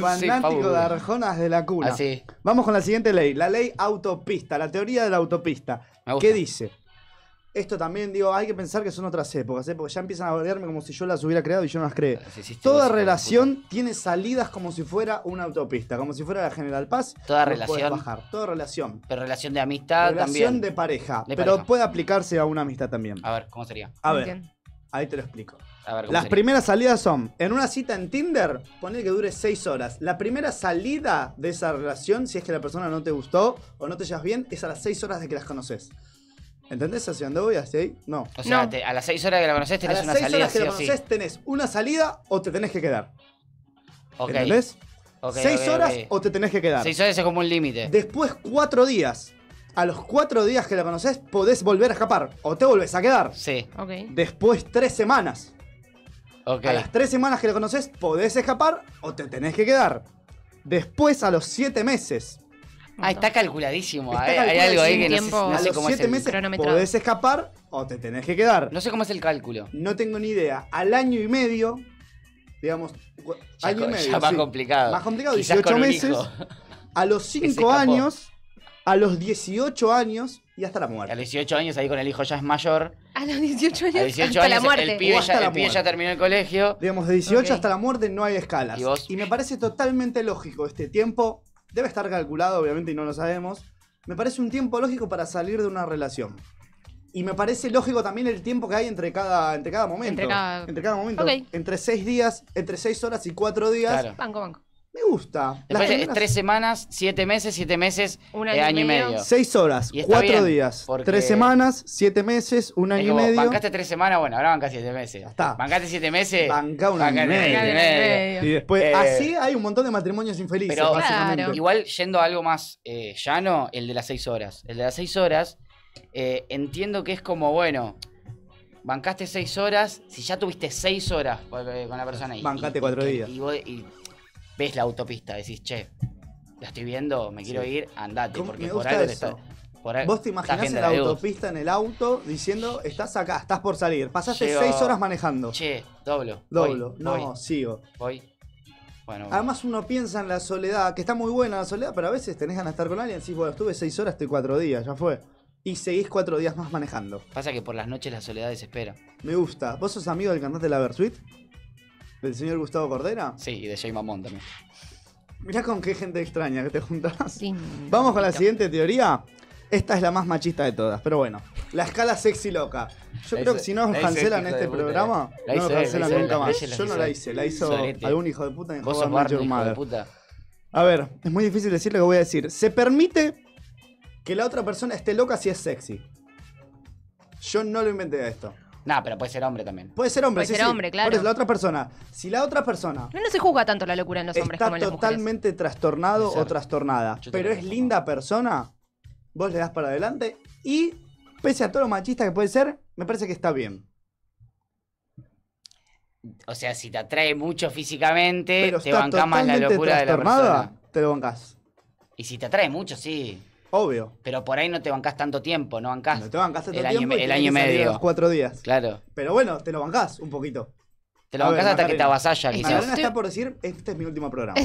[SPEAKER 2] Fanático de Arjonas de la cuna.
[SPEAKER 3] Así.
[SPEAKER 2] Vamos con la siguiente ley, la ley autopista, la teoría de la autopista.
[SPEAKER 3] Me gusta.
[SPEAKER 2] ¿Qué dice? Esto también, digo, hay que pensar que son otras épocas, ¿eh? porque ya empiezan a verme como si yo las hubiera creado y yo no las creé.
[SPEAKER 3] Las hiciste vos,
[SPEAKER 2] Toda
[SPEAKER 3] hijo de
[SPEAKER 2] relación tiene salidas como si fuera una autopista, como si fuera la General Paz.
[SPEAKER 3] Toda
[SPEAKER 2] no podés
[SPEAKER 3] relación.
[SPEAKER 2] bajar, toda relación.
[SPEAKER 3] Pero relación de amistad
[SPEAKER 2] relación
[SPEAKER 3] también.
[SPEAKER 2] de pareja,
[SPEAKER 3] De
[SPEAKER 2] pero
[SPEAKER 3] pareja. Ah.
[SPEAKER 2] puede aplicarse a una amistad también.
[SPEAKER 3] A ver, ¿cómo sería?
[SPEAKER 2] A ver,
[SPEAKER 4] Entiendo.
[SPEAKER 2] ahí te lo explico.
[SPEAKER 3] A ver, ¿cómo
[SPEAKER 2] Las
[SPEAKER 3] sería?
[SPEAKER 2] primeras salidas son, en una cita en Tinder, poner que dure 6 horas. La primera salida de esa relación, si es que la persona no te gustó o no te llevas bien, es a las 6 horas de que las conoces. ¿Entendés hacia dónde voy? ¿Hacia ahí? No.
[SPEAKER 3] O sea,
[SPEAKER 4] No.
[SPEAKER 3] te- a las 6 horas que la conocés
[SPEAKER 2] A
[SPEAKER 3] tenés
[SPEAKER 2] las
[SPEAKER 3] una
[SPEAKER 2] 6
[SPEAKER 3] salida,
[SPEAKER 2] horas que
[SPEAKER 3] sí
[SPEAKER 2] la
[SPEAKER 3] o sí.
[SPEAKER 2] conoces tenés una salida o te tenés que quedar.
[SPEAKER 3] Ok,
[SPEAKER 2] ¿Entendés?
[SPEAKER 3] ok,
[SPEAKER 2] 6
[SPEAKER 3] ok,
[SPEAKER 2] horas
[SPEAKER 3] ok.
[SPEAKER 2] o te tenés que quedar.
[SPEAKER 3] Seis horas es como un límite.
[SPEAKER 2] Después 4 días. A los 4 días que la conoces podés volver a escapar o te volvés a quedar.
[SPEAKER 3] Sí,
[SPEAKER 4] Ok.
[SPEAKER 2] Después 3 semanas.
[SPEAKER 3] ok.
[SPEAKER 2] A las tres semanas que lo conoces, podés escapar o te tenés que quedar. Después, a los siete meses.
[SPEAKER 3] Ah, está calculadísimo. ¿eh?
[SPEAKER 2] Está
[SPEAKER 3] hay, hay
[SPEAKER 2] calculado,
[SPEAKER 3] algo
[SPEAKER 2] sí,
[SPEAKER 3] ahí que no sé,
[SPEAKER 4] tiempo.
[SPEAKER 3] no
[SPEAKER 2] a
[SPEAKER 3] sé
[SPEAKER 2] los
[SPEAKER 3] cómo es
[SPEAKER 2] siete
[SPEAKER 3] el,
[SPEAKER 2] meses,
[SPEAKER 4] cronometrado.
[SPEAKER 2] podés escapar o te tenés que quedar. No,
[SPEAKER 3] No sé cómo es el cálculo.
[SPEAKER 2] tengo ni idea. Al año y medio, digamos, cu-
[SPEAKER 3] Ya,
[SPEAKER 2] año y
[SPEAKER 3] co-
[SPEAKER 2] medio.
[SPEAKER 3] ya más
[SPEAKER 2] sí.
[SPEAKER 3] complicado.
[SPEAKER 2] Más complicado,
[SPEAKER 3] Quizás
[SPEAKER 2] 18
[SPEAKER 3] con un
[SPEAKER 2] meses.
[SPEAKER 3] hijo.
[SPEAKER 2] A los
[SPEAKER 3] se
[SPEAKER 2] 5
[SPEAKER 3] escapó.
[SPEAKER 2] años, a los 18 años y hasta la
[SPEAKER 3] A los
[SPEAKER 2] muerte.
[SPEAKER 3] 18 años ahí con el hijo ya es mayor.
[SPEAKER 4] A los 18
[SPEAKER 3] A
[SPEAKER 4] años.
[SPEAKER 3] los 18
[SPEAKER 4] hasta
[SPEAKER 3] años
[SPEAKER 4] la muerte.
[SPEAKER 3] el pibe,
[SPEAKER 2] hasta
[SPEAKER 3] ya,
[SPEAKER 2] la
[SPEAKER 3] el pibe ya
[SPEAKER 2] muerte.
[SPEAKER 3] terminó el colegio.
[SPEAKER 2] Digamos, de 18
[SPEAKER 4] Ok.
[SPEAKER 2] hasta la muerte no hay escalas.
[SPEAKER 3] ¿Y vos?
[SPEAKER 2] me parece totalmente lógico este tiempo. Debe estar calculado, obviamente, y no lo sabemos. Me parece un tiempo lógico para salir de una relación. Y me parece lógico también el tiempo que hay entre cada, entre cada momento.
[SPEAKER 4] Entre cada-
[SPEAKER 2] momento.
[SPEAKER 4] Ok.
[SPEAKER 2] Entre seis días, entre seis horas y cuatro días.
[SPEAKER 3] Claro.
[SPEAKER 4] Banco, banco.
[SPEAKER 2] Me gusta. Las
[SPEAKER 3] Después es
[SPEAKER 2] primeras-
[SPEAKER 3] tres semanas, siete meses, siete meses,
[SPEAKER 4] Un
[SPEAKER 3] eh,
[SPEAKER 4] año y
[SPEAKER 3] año y
[SPEAKER 4] medio.
[SPEAKER 3] medio.
[SPEAKER 2] Seis horas,
[SPEAKER 3] Y está
[SPEAKER 2] cuatro
[SPEAKER 3] bien,
[SPEAKER 2] días,
[SPEAKER 3] porque-
[SPEAKER 2] tres semanas, siete meses, un
[SPEAKER 3] Es
[SPEAKER 2] año y
[SPEAKER 3] como,
[SPEAKER 2] medio.
[SPEAKER 3] Bancaste tres semanas, bueno, ahora bancás siete meses.
[SPEAKER 2] Ya está.
[SPEAKER 3] Bancaste siete meses.
[SPEAKER 2] Bancá un año y
[SPEAKER 3] bancate
[SPEAKER 2] medio.
[SPEAKER 3] siete
[SPEAKER 4] Bancaste un año y medio.
[SPEAKER 2] Y después,
[SPEAKER 3] Eh,
[SPEAKER 2] así hay un montón de matrimonios infelices,
[SPEAKER 3] pero-
[SPEAKER 2] básicamente.
[SPEAKER 4] Claro.
[SPEAKER 3] Igual yendo a algo más eh, llano, el de las seis horas. El de las seis horas, eh, entiendo que es como, bueno, bancaste seis horas, si ya tuviste seis horas eh, con la persona y.
[SPEAKER 2] Bancate
[SPEAKER 3] y-
[SPEAKER 2] cuatro
[SPEAKER 3] y-
[SPEAKER 2] días.
[SPEAKER 3] Y, vos- y ves la autopista, decís, che, la estoy viendo, me quiero
[SPEAKER 2] Sí.
[SPEAKER 3] ir, andate,
[SPEAKER 2] ¿Cómo?
[SPEAKER 3] porque
[SPEAKER 2] Me
[SPEAKER 3] por
[SPEAKER 2] gusta
[SPEAKER 3] algo te
[SPEAKER 2] eso.
[SPEAKER 3] está. por algo-
[SPEAKER 2] Vos te
[SPEAKER 3] estás
[SPEAKER 2] imaginás en
[SPEAKER 3] viendo
[SPEAKER 2] la
[SPEAKER 3] luz.
[SPEAKER 2] autopista, en el auto, diciendo, estás acá, estás por salir. Pasaste
[SPEAKER 3] Llego-
[SPEAKER 2] seis horas manejando.
[SPEAKER 3] Che, doblo.
[SPEAKER 2] Doblo.
[SPEAKER 3] voy,
[SPEAKER 2] no,
[SPEAKER 3] voy,
[SPEAKER 2] sigo.
[SPEAKER 3] voy. Bueno,
[SPEAKER 2] Además uno piensa en la soledad, que está muy buena la soledad, pero a veces tenés ganas de estar con alguien y decís, bueno, estuve seis horas, estoy cuatro días, ya fue. Y seguís cuatro días más manejando.
[SPEAKER 3] pasa que por las noches la soledad desespera.
[SPEAKER 2] Me gusta. ¿Vos sos amigo del cantante La Versuit? ¿Del señor Gustavo Cordera?
[SPEAKER 3] Sí, y de Jay Mamón también.
[SPEAKER 2] Mirá con qué gente extraña que te juntás.
[SPEAKER 4] Lindo.
[SPEAKER 2] Vamos con la
[SPEAKER 4] Listo.
[SPEAKER 2] siguiente teoría. Esta es la más machista de todas, pero bueno. La escala sexy loca. Yo creo
[SPEAKER 3] La hizo-
[SPEAKER 2] que si no nos
[SPEAKER 3] la hizo
[SPEAKER 2] cancelan
[SPEAKER 3] este hijo
[SPEAKER 2] este
[SPEAKER 3] de puta,
[SPEAKER 2] programa,
[SPEAKER 3] la
[SPEAKER 2] no
[SPEAKER 3] hizo
[SPEAKER 2] nos
[SPEAKER 3] él, la
[SPEAKER 2] cancelan
[SPEAKER 3] hizo él,
[SPEAKER 2] nunca
[SPEAKER 3] las
[SPEAKER 2] más.
[SPEAKER 3] leyes las
[SPEAKER 2] Yo no
[SPEAKER 3] hizo
[SPEAKER 2] la
[SPEAKER 3] él.
[SPEAKER 2] hice, la hizo
[SPEAKER 3] Sorete.
[SPEAKER 2] algún hijo de puta en
[SPEAKER 3] Vos
[SPEAKER 2] How I
[SPEAKER 3] sos
[SPEAKER 2] Met
[SPEAKER 3] Barney,
[SPEAKER 2] Your
[SPEAKER 3] hijo de
[SPEAKER 2] Mother.
[SPEAKER 3] puta.
[SPEAKER 2] A ver, es muy difícil decir lo que voy a decir. Se permite que la otra persona esté loca si es sexy. Yo no lo inventé esto.
[SPEAKER 3] Nah, pero puede ser hombre también.
[SPEAKER 2] Puede ser hombre,
[SPEAKER 4] Puede
[SPEAKER 2] sí,
[SPEAKER 4] ser
[SPEAKER 2] sí.
[SPEAKER 4] hombre, claro.
[SPEAKER 2] Por eso, la otra persona. Si la otra persona
[SPEAKER 4] No, no se juzga tanto la locura en los hombres
[SPEAKER 2] está
[SPEAKER 4] como en las mujeres.
[SPEAKER 2] totalmente trastornado
[SPEAKER 3] Puede ser.
[SPEAKER 2] o trastornada,
[SPEAKER 3] Yo te
[SPEAKER 2] pero
[SPEAKER 3] lo
[SPEAKER 2] es
[SPEAKER 3] dejo.
[SPEAKER 2] linda persona, vos le das para adelante y, pese a todo lo machista que puede ser, me parece que está bien.
[SPEAKER 3] O sea, si te atrae mucho físicamente,
[SPEAKER 2] Pero
[SPEAKER 3] Eh, te
[SPEAKER 2] está
[SPEAKER 3] bancás más la
[SPEAKER 2] totalmente
[SPEAKER 3] locura de la persona.
[SPEAKER 2] te lo bancás.
[SPEAKER 3] Y si te atrae mucho, sí.
[SPEAKER 2] Obvio.
[SPEAKER 3] Pero por ahí no te bancás tanto tiempo, no bancás.
[SPEAKER 2] No te bancaste todo
[SPEAKER 3] Ah, el
[SPEAKER 2] el
[SPEAKER 3] año
[SPEAKER 2] tiempo
[SPEAKER 3] y-
[SPEAKER 2] y
[SPEAKER 3] el
[SPEAKER 2] tenés
[SPEAKER 3] año y
[SPEAKER 2] que salir a
[SPEAKER 3] medio.
[SPEAKER 2] los cuatro días.
[SPEAKER 3] Claro.
[SPEAKER 2] Pero bueno, te lo bancás un poquito.
[SPEAKER 3] Te lo
[SPEAKER 2] A ver,
[SPEAKER 3] bancás hasta que
[SPEAKER 2] Macarena.
[SPEAKER 3] te avasalla,
[SPEAKER 4] Y
[SPEAKER 3] quizás.
[SPEAKER 2] Macarena
[SPEAKER 4] estoy-
[SPEAKER 2] está por decir, este es mi último programa.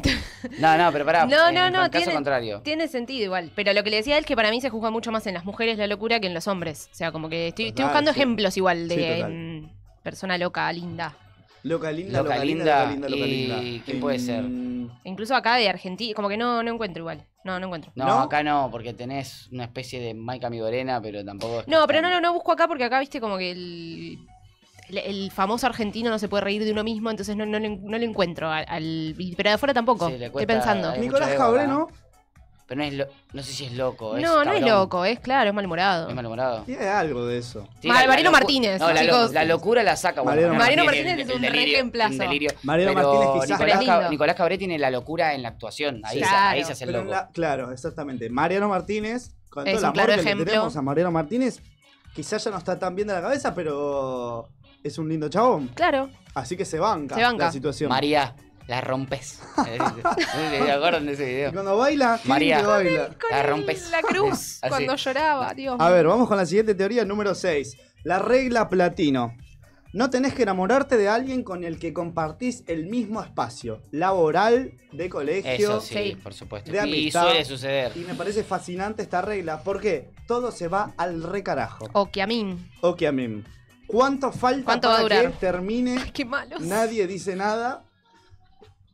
[SPEAKER 3] No, no, pero pará.
[SPEAKER 4] No,
[SPEAKER 3] en
[SPEAKER 4] no,
[SPEAKER 3] el
[SPEAKER 4] no,
[SPEAKER 3] caso
[SPEAKER 4] tiene,
[SPEAKER 3] contrario.
[SPEAKER 4] tiene sentido igual. Pero lo que le decía él es que para mí se juzga mucho más en las mujeres la locura que en los hombres. O sea, como que estoy, estoy
[SPEAKER 2] Total,
[SPEAKER 4] buscando
[SPEAKER 2] sí.
[SPEAKER 4] ejemplos igual de
[SPEAKER 2] Sí, total.
[SPEAKER 4] mm, persona loca, linda.
[SPEAKER 2] Loca linda,
[SPEAKER 3] Loca
[SPEAKER 2] loca linda, loca
[SPEAKER 3] linda,
[SPEAKER 2] linda, loca
[SPEAKER 3] y-
[SPEAKER 2] linda.
[SPEAKER 3] ¿quién puede ser?
[SPEAKER 2] Mm,
[SPEAKER 4] Incluso acá de Argentina, como que no, no encuentro igual. No, no encuentro.
[SPEAKER 3] No,
[SPEAKER 2] ¿No?
[SPEAKER 3] acá no, porque tenés una especie de Maica Migorena, pero tampoco. es que
[SPEAKER 4] No, pero no,
[SPEAKER 3] tan-
[SPEAKER 4] no, no busco acá porque acá, viste, como que el, el, el famoso argentino no se puede reír de uno mismo, entonces no, no, le- no le encuentro al, al- y- Pero de afuera tampoco.
[SPEAKER 3] Sí, le
[SPEAKER 4] Estoy
[SPEAKER 3] cuesta-
[SPEAKER 4] pensando.
[SPEAKER 3] Hay mucho
[SPEAKER 2] Nicolás
[SPEAKER 3] ego acá.
[SPEAKER 2] Cabré, ¿no?
[SPEAKER 3] Pero no es lo- no sé si es loco. Es
[SPEAKER 4] No, no es
[SPEAKER 3] cabrón,
[SPEAKER 4] loco, es claro, es malhumorado.
[SPEAKER 3] Es malhumorado.
[SPEAKER 2] Tiene algo de eso.
[SPEAKER 3] Sí,
[SPEAKER 4] Mar- Mariano
[SPEAKER 3] locu-
[SPEAKER 4] Martínez,
[SPEAKER 3] No, la, lo-
[SPEAKER 4] chicos.
[SPEAKER 3] la locura la saca.
[SPEAKER 2] Mariano
[SPEAKER 4] Mariano
[SPEAKER 3] tiene
[SPEAKER 4] Martínez es un
[SPEAKER 3] delirio-
[SPEAKER 4] reemplazo.
[SPEAKER 3] un delirio.
[SPEAKER 2] Mariano
[SPEAKER 3] Pero
[SPEAKER 2] Martínez quizás
[SPEAKER 3] Nicolás,
[SPEAKER 4] Pero es
[SPEAKER 3] Cab-
[SPEAKER 4] lindo.
[SPEAKER 3] Nicolás Cabré tiene la locura en la actuación. Ahí,
[SPEAKER 4] Sí.
[SPEAKER 3] se-
[SPEAKER 4] Claro.
[SPEAKER 3] ahí se hace el
[SPEAKER 2] Pero
[SPEAKER 3] loco.
[SPEAKER 2] en la- claro, exactamente. Mariano Martínez, con todo
[SPEAKER 4] Es
[SPEAKER 2] el
[SPEAKER 4] un
[SPEAKER 2] amor
[SPEAKER 4] claro
[SPEAKER 2] que le
[SPEAKER 4] ejemplo.
[SPEAKER 2] tenemos a Mariano Martínez, quizás ya no está tan bien de la cabeza, pero es un lindo chabón.
[SPEAKER 4] Claro.
[SPEAKER 2] Así que se banca,
[SPEAKER 4] Se banca.
[SPEAKER 2] la situación.
[SPEAKER 3] María, la rompes. ¿Se acuerdan de ese
[SPEAKER 2] Y
[SPEAKER 3] video?
[SPEAKER 2] cuando baila, qué
[SPEAKER 3] María.
[SPEAKER 2] lindo baila.
[SPEAKER 4] Con
[SPEAKER 3] La
[SPEAKER 4] el-
[SPEAKER 3] rompes.
[SPEAKER 4] La cruz,
[SPEAKER 3] Así.
[SPEAKER 4] cuando lloraba, Dios.
[SPEAKER 2] A ver, vamos con la siguiente teoría, número 6. La regla platino. No tenés que enamorarte de alguien con el que compartís el mismo espacio laboral, de colegio.
[SPEAKER 3] Eso sí,
[SPEAKER 4] Sí.
[SPEAKER 3] por supuesto.
[SPEAKER 2] De
[SPEAKER 3] y
[SPEAKER 2] amistad.
[SPEAKER 3] suele suceder.
[SPEAKER 2] Y me parece fascinante esta regla, porque todo se va al recarajo.
[SPEAKER 4] O que Oh, a mí.
[SPEAKER 2] Ok, amén. ¿Cuánto falta
[SPEAKER 4] ¿Cuánto va
[SPEAKER 2] para
[SPEAKER 4] a
[SPEAKER 2] que
[SPEAKER 4] durar?
[SPEAKER 2] termine?
[SPEAKER 4] Ay, qué malos.
[SPEAKER 2] Nadie dice nada.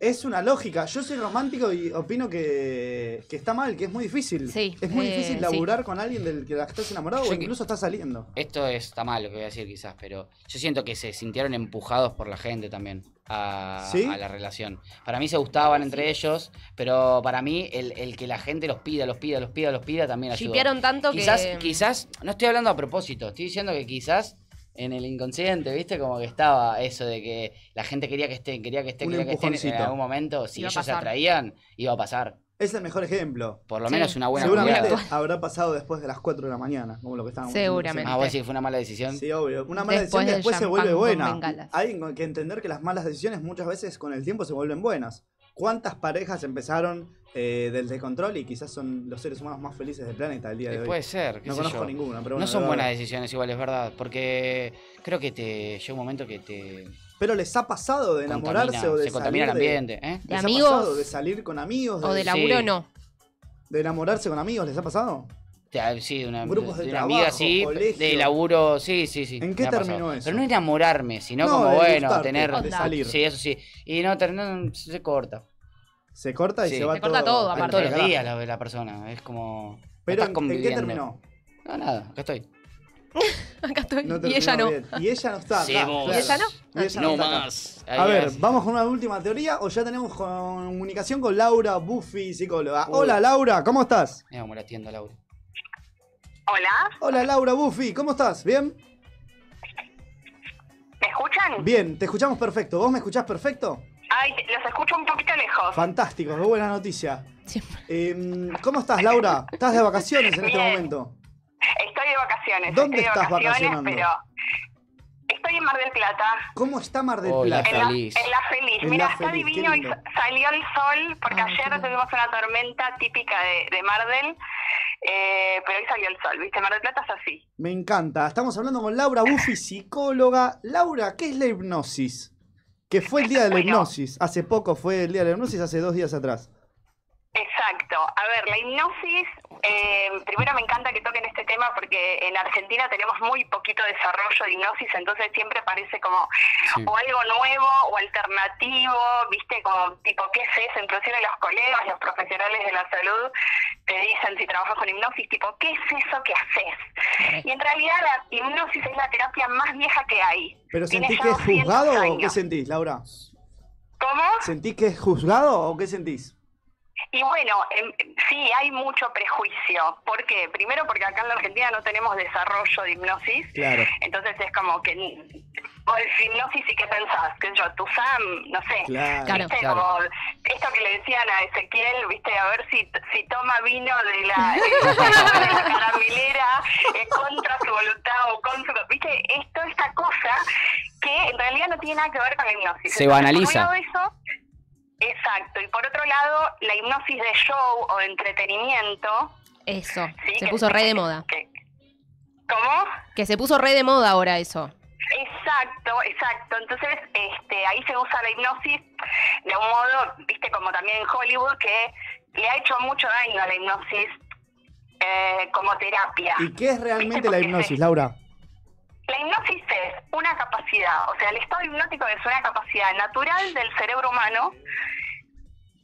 [SPEAKER 2] Es una lógica. Yo soy romántico y opino que, que está mal, que es muy difícil.
[SPEAKER 4] Sí,
[SPEAKER 2] es muy
[SPEAKER 4] eh,
[SPEAKER 2] difícil
[SPEAKER 4] sí.
[SPEAKER 2] laburar con alguien del que estás enamorado
[SPEAKER 3] Yo
[SPEAKER 2] o
[SPEAKER 3] que-
[SPEAKER 2] incluso estás saliendo.
[SPEAKER 3] Esto está mal lo que voy a decir quizás, pero yo siento que se sintieron empujados por la gente también a,
[SPEAKER 2] ¿Sí?
[SPEAKER 3] a la relación. Para mí se gustaban entre ellos, pero para mí el, el que la gente los pida, los pida, los pida, los pida también ayuda.
[SPEAKER 4] Shipearon tanto
[SPEAKER 3] quizás,
[SPEAKER 4] que. mm,
[SPEAKER 3] quizás, no estoy hablando a propósito, estoy diciendo que quizás en el inconsciente, ¿viste? Como que estaba eso de que la gente quería que estén, quería que estén,
[SPEAKER 2] Un
[SPEAKER 3] quería que estén. En
[SPEAKER 2] empujoncito.
[SPEAKER 3] algún momento, si
[SPEAKER 4] Iba a
[SPEAKER 3] ellos se
[SPEAKER 4] pasar.
[SPEAKER 3] atraían, iba a pasar.
[SPEAKER 2] Es el mejor ejemplo.
[SPEAKER 3] Por lo
[SPEAKER 4] Sí.
[SPEAKER 3] menos una buena
[SPEAKER 2] Seguramente
[SPEAKER 3] jugada.
[SPEAKER 2] habrá pasado después de las 4 de la mañana, como lo que estábamos diciendo
[SPEAKER 4] Seguramente.
[SPEAKER 3] Ah, vos decís que fue una mala decisión.
[SPEAKER 2] recién. Sí, obvio. Una mala decisión
[SPEAKER 4] Después
[SPEAKER 2] que
[SPEAKER 4] del
[SPEAKER 2] después se
[SPEAKER 4] champán
[SPEAKER 2] vuelve
[SPEAKER 4] con
[SPEAKER 2] buena.
[SPEAKER 4] bengalas.
[SPEAKER 2] Hay que entender que las malas decisiones muchas veces con el tiempo se vuelven buenas. ¿Cuántas parejas empezaron eh, del descontrol y quizás son los seres humanos más felices del planeta al día de
[SPEAKER 3] Eh,
[SPEAKER 2] hoy?
[SPEAKER 3] Puede ser, qué
[SPEAKER 2] No
[SPEAKER 3] sé
[SPEAKER 2] conozco
[SPEAKER 3] yo.
[SPEAKER 2] ninguna, pero bueno,
[SPEAKER 3] No son
[SPEAKER 2] debe
[SPEAKER 3] buenas
[SPEAKER 2] haber.
[SPEAKER 3] decisiones igual, es verdad, porque creo que te llega un momento que te
[SPEAKER 2] Pero les ha pasado de enamorarse
[SPEAKER 3] contamina,
[SPEAKER 2] o de
[SPEAKER 3] se contamina el
[SPEAKER 2] salir de-
[SPEAKER 3] ambiente, ¿eh?
[SPEAKER 4] De
[SPEAKER 2] les ha
[SPEAKER 4] amigos.
[SPEAKER 2] pasado de salir con amigos, de,
[SPEAKER 4] O de laburo,
[SPEAKER 3] Sí.
[SPEAKER 4] no.
[SPEAKER 2] de enamorarse con amigos, ¿les ha pasado?
[SPEAKER 3] Te- ah, Sí, de una,
[SPEAKER 2] Grupos
[SPEAKER 3] de
[SPEAKER 2] de
[SPEAKER 3] una
[SPEAKER 2] trabajo,
[SPEAKER 3] amiga sí,
[SPEAKER 2] colegio.
[SPEAKER 3] de laburo, sí, sí, sí.
[SPEAKER 2] ¿En
[SPEAKER 3] me
[SPEAKER 2] qué
[SPEAKER 3] ha pasado.
[SPEAKER 2] terminó eso?
[SPEAKER 3] Pero no enamorarme, sino
[SPEAKER 2] No,
[SPEAKER 3] como
[SPEAKER 2] de
[SPEAKER 3] bueno,
[SPEAKER 2] gustarte,
[SPEAKER 3] tener
[SPEAKER 2] de salir.
[SPEAKER 3] Sí, eso sí. Y no, ter- no, se corta.
[SPEAKER 2] Se corta y
[SPEAKER 3] Sí.
[SPEAKER 2] se va
[SPEAKER 4] Se corta todo,
[SPEAKER 2] al
[SPEAKER 4] aparte.
[SPEAKER 3] Todos los
[SPEAKER 2] carajo.
[SPEAKER 3] días la, la persona, es como
[SPEAKER 2] Pero ¿en,
[SPEAKER 3] estás
[SPEAKER 2] en qué
[SPEAKER 3] conviviendo.
[SPEAKER 2] terminó?
[SPEAKER 3] No, nada, acá estoy.
[SPEAKER 4] Acá estoy.
[SPEAKER 2] No
[SPEAKER 4] y ella
[SPEAKER 2] terminó
[SPEAKER 4] no.
[SPEAKER 2] bien. Y ella no está. acá,
[SPEAKER 3] Semos.
[SPEAKER 2] claro.
[SPEAKER 4] ¿Y ella no?
[SPEAKER 2] Y ella
[SPEAKER 3] No
[SPEAKER 2] está acá.
[SPEAKER 3] más.
[SPEAKER 2] A
[SPEAKER 3] Ahí
[SPEAKER 2] ver,
[SPEAKER 3] es.
[SPEAKER 2] vamos con una última teoría o ya tenemos comunicación con Laura Buffy, psicóloga.
[SPEAKER 3] Uy.
[SPEAKER 2] Hola Laura, ¿cómo estás?
[SPEAKER 3] Mira cómo la atiendo, Laura.
[SPEAKER 5] Hola,
[SPEAKER 2] Hola Laura Buffy, ¿cómo estás? ¿Bien?
[SPEAKER 5] ¿me escuchan?
[SPEAKER 2] Bien, te escuchamos perfecto. ¿Vos me escuchás perfecto?
[SPEAKER 5] Ay, te- los escucho un poquito lejos.
[SPEAKER 2] Ah. Fantástico, qué buena noticia.
[SPEAKER 4] Siempre.
[SPEAKER 2] Em, ¿Cómo estás Laura? ¿Estás de vacaciones en este
[SPEAKER 5] Bien.
[SPEAKER 2] momento?
[SPEAKER 5] Estoy de vacaciones.
[SPEAKER 2] ¿Dónde
[SPEAKER 5] estoy de
[SPEAKER 2] estás
[SPEAKER 5] vacaciones,
[SPEAKER 2] vacacionando?
[SPEAKER 5] Pero estoy en Mar del Plata.
[SPEAKER 2] ¿Cómo está Mar del
[SPEAKER 3] Hoy la
[SPEAKER 5] En
[SPEAKER 2] Plata?
[SPEAKER 5] la,
[SPEAKER 3] Feliz.
[SPEAKER 5] en la feliz.
[SPEAKER 2] En
[SPEAKER 5] Mira,
[SPEAKER 2] La
[SPEAKER 5] está
[SPEAKER 2] Feliz, qué
[SPEAKER 5] divino y
[SPEAKER 2] lindo.
[SPEAKER 5] salió el sol, porque
[SPEAKER 4] Ah, qué
[SPEAKER 5] ayer
[SPEAKER 4] lindo.
[SPEAKER 5] tuvimos una tormenta típica de, de Mar del, eh, pero hoy salió el sol, ¿viste? Mar del Plata es así.
[SPEAKER 2] Me encanta. Estamos hablando con Laura Buffy, psicóloga. Laura, ¿qué es la hipnosis? Que fue el día de la
[SPEAKER 5] Bueno.
[SPEAKER 2] hipnosis. Hace poco fue el día de la hipnosis, hace dos días atrás.
[SPEAKER 5] Exacto. A ver, la hipnosis, eh, primero me encanta que toquen este tema porque en Argentina tenemos muy poquito desarrollo de hipnosis, entonces siempre parece como
[SPEAKER 3] Sí.
[SPEAKER 5] o algo nuevo o alternativo, viste, como tipo, ¿qué es eso? Inclusive los colegas, los profesionales de la salud te dicen si trabajas con hipnosis, tipo, ¿qué es eso que haces? Y en realidad la hipnosis es la terapia más vieja que hay.
[SPEAKER 2] ¿Pero
[SPEAKER 5] Tiene
[SPEAKER 2] sentís
[SPEAKER 5] ya
[SPEAKER 2] que es
[SPEAKER 5] 200
[SPEAKER 2] juzgado o qué
[SPEAKER 5] años.
[SPEAKER 2] sentís, Laura?
[SPEAKER 5] ¿Cómo?
[SPEAKER 2] ¿Sentís que es juzgado o qué sentís?
[SPEAKER 5] Y bueno, em, sí, hay mucho prejuicio. ¿Por qué? Primero porque acá en la Argentina no tenemos desarrollo de hipnosis.
[SPEAKER 2] Claro.
[SPEAKER 5] Entonces es como que... mm, O el hipnosis y qué pensás, qué sé yo, tu Sam, no sé.
[SPEAKER 2] Claro.
[SPEAKER 4] Claro.
[SPEAKER 5] ¿Viste?
[SPEAKER 3] Claro.
[SPEAKER 5] Como esto que le decían a Ezequiel, viste, a ver si, si toma vino de la, de la caramilera eh, contra su voluntad o con su... Viste, es toda esta cosa que en realidad no tiene nada que ver con la hipnosis.
[SPEAKER 3] Se
[SPEAKER 5] Entonces, por un
[SPEAKER 3] banaliza.
[SPEAKER 5] lado eso, exacto. Y por otro lado, la hipnosis de show o de entretenimiento...
[SPEAKER 4] Eso.
[SPEAKER 5] ¿sí?
[SPEAKER 4] Se
[SPEAKER 5] que-
[SPEAKER 4] puso re de moda.
[SPEAKER 5] que- ¿Cómo?
[SPEAKER 4] Que se puso re de moda ahora eso.
[SPEAKER 5] Exacto, exacto. Entonces, este, ahí se usa la hipnosis de un modo, viste, como también en Hollywood, que le ha hecho mucho daño a la hipnosis eh, como terapia.
[SPEAKER 2] ¿Y qué es realmente la hipnosis, Laura?
[SPEAKER 5] La hipnosis es una capacidad, o sea, el estado hipnótico es una capacidad natural del cerebro humano.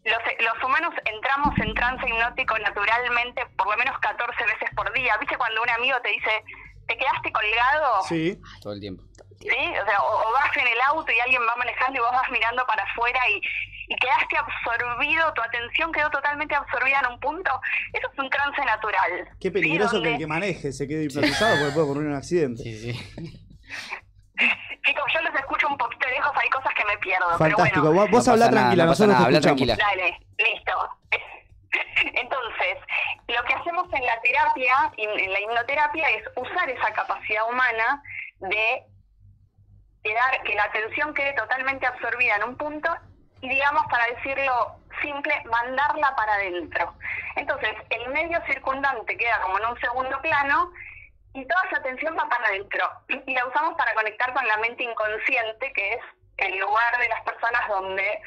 [SPEAKER 5] Los, los humanos entramos en trance hipnótico naturalmente por lo menos 14 veces por día. ¿Viste cuando un amigo te dice, te quedaste colgado?
[SPEAKER 2] Sí.
[SPEAKER 3] Todo el tiempo.
[SPEAKER 5] ¿sí? O sea, o, o vas en el auto y alguien va manejando y vos vas mirando para afuera y, y quedaste absorbido, tu atención quedó totalmente absorbida en un punto. Eso es un trance natural.
[SPEAKER 2] Qué peligroso
[SPEAKER 5] ¿sí?
[SPEAKER 2] que el
[SPEAKER 5] Donde-
[SPEAKER 2] que maneje se quede hipnotizado porque puede ocurrir un accidente.
[SPEAKER 3] Sí, sí.
[SPEAKER 5] Chicos, yo los escucho un poquito lejos, hay cosas que me pierdo,
[SPEAKER 2] Fantástico.
[SPEAKER 5] pero bueno.
[SPEAKER 2] Vos- Vos
[SPEAKER 3] No
[SPEAKER 2] habla
[SPEAKER 3] pasa nada,
[SPEAKER 2] tranquila,
[SPEAKER 3] no pasa
[SPEAKER 2] nosotros
[SPEAKER 3] nada,
[SPEAKER 2] te
[SPEAKER 3] habla
[SPEAKER 2] escuchamos.
[SPEAKER 3] tranquila.
[SPEAKER 5] Dale, listo. Entonces, lo que hacemos en la terapia, en en la hipnoterapia, es usar esa capacidad humana de quedar, que la atención quede totalmente absorbida en un punto y, digamos, para decirlo simple, mandarla para adentro. Entonces, el medio circundante queda como en un segundo plano y toda esa atención va para adentro. Y la usamos para conectar con la mente inconsciente, que es el lugar de las personas donde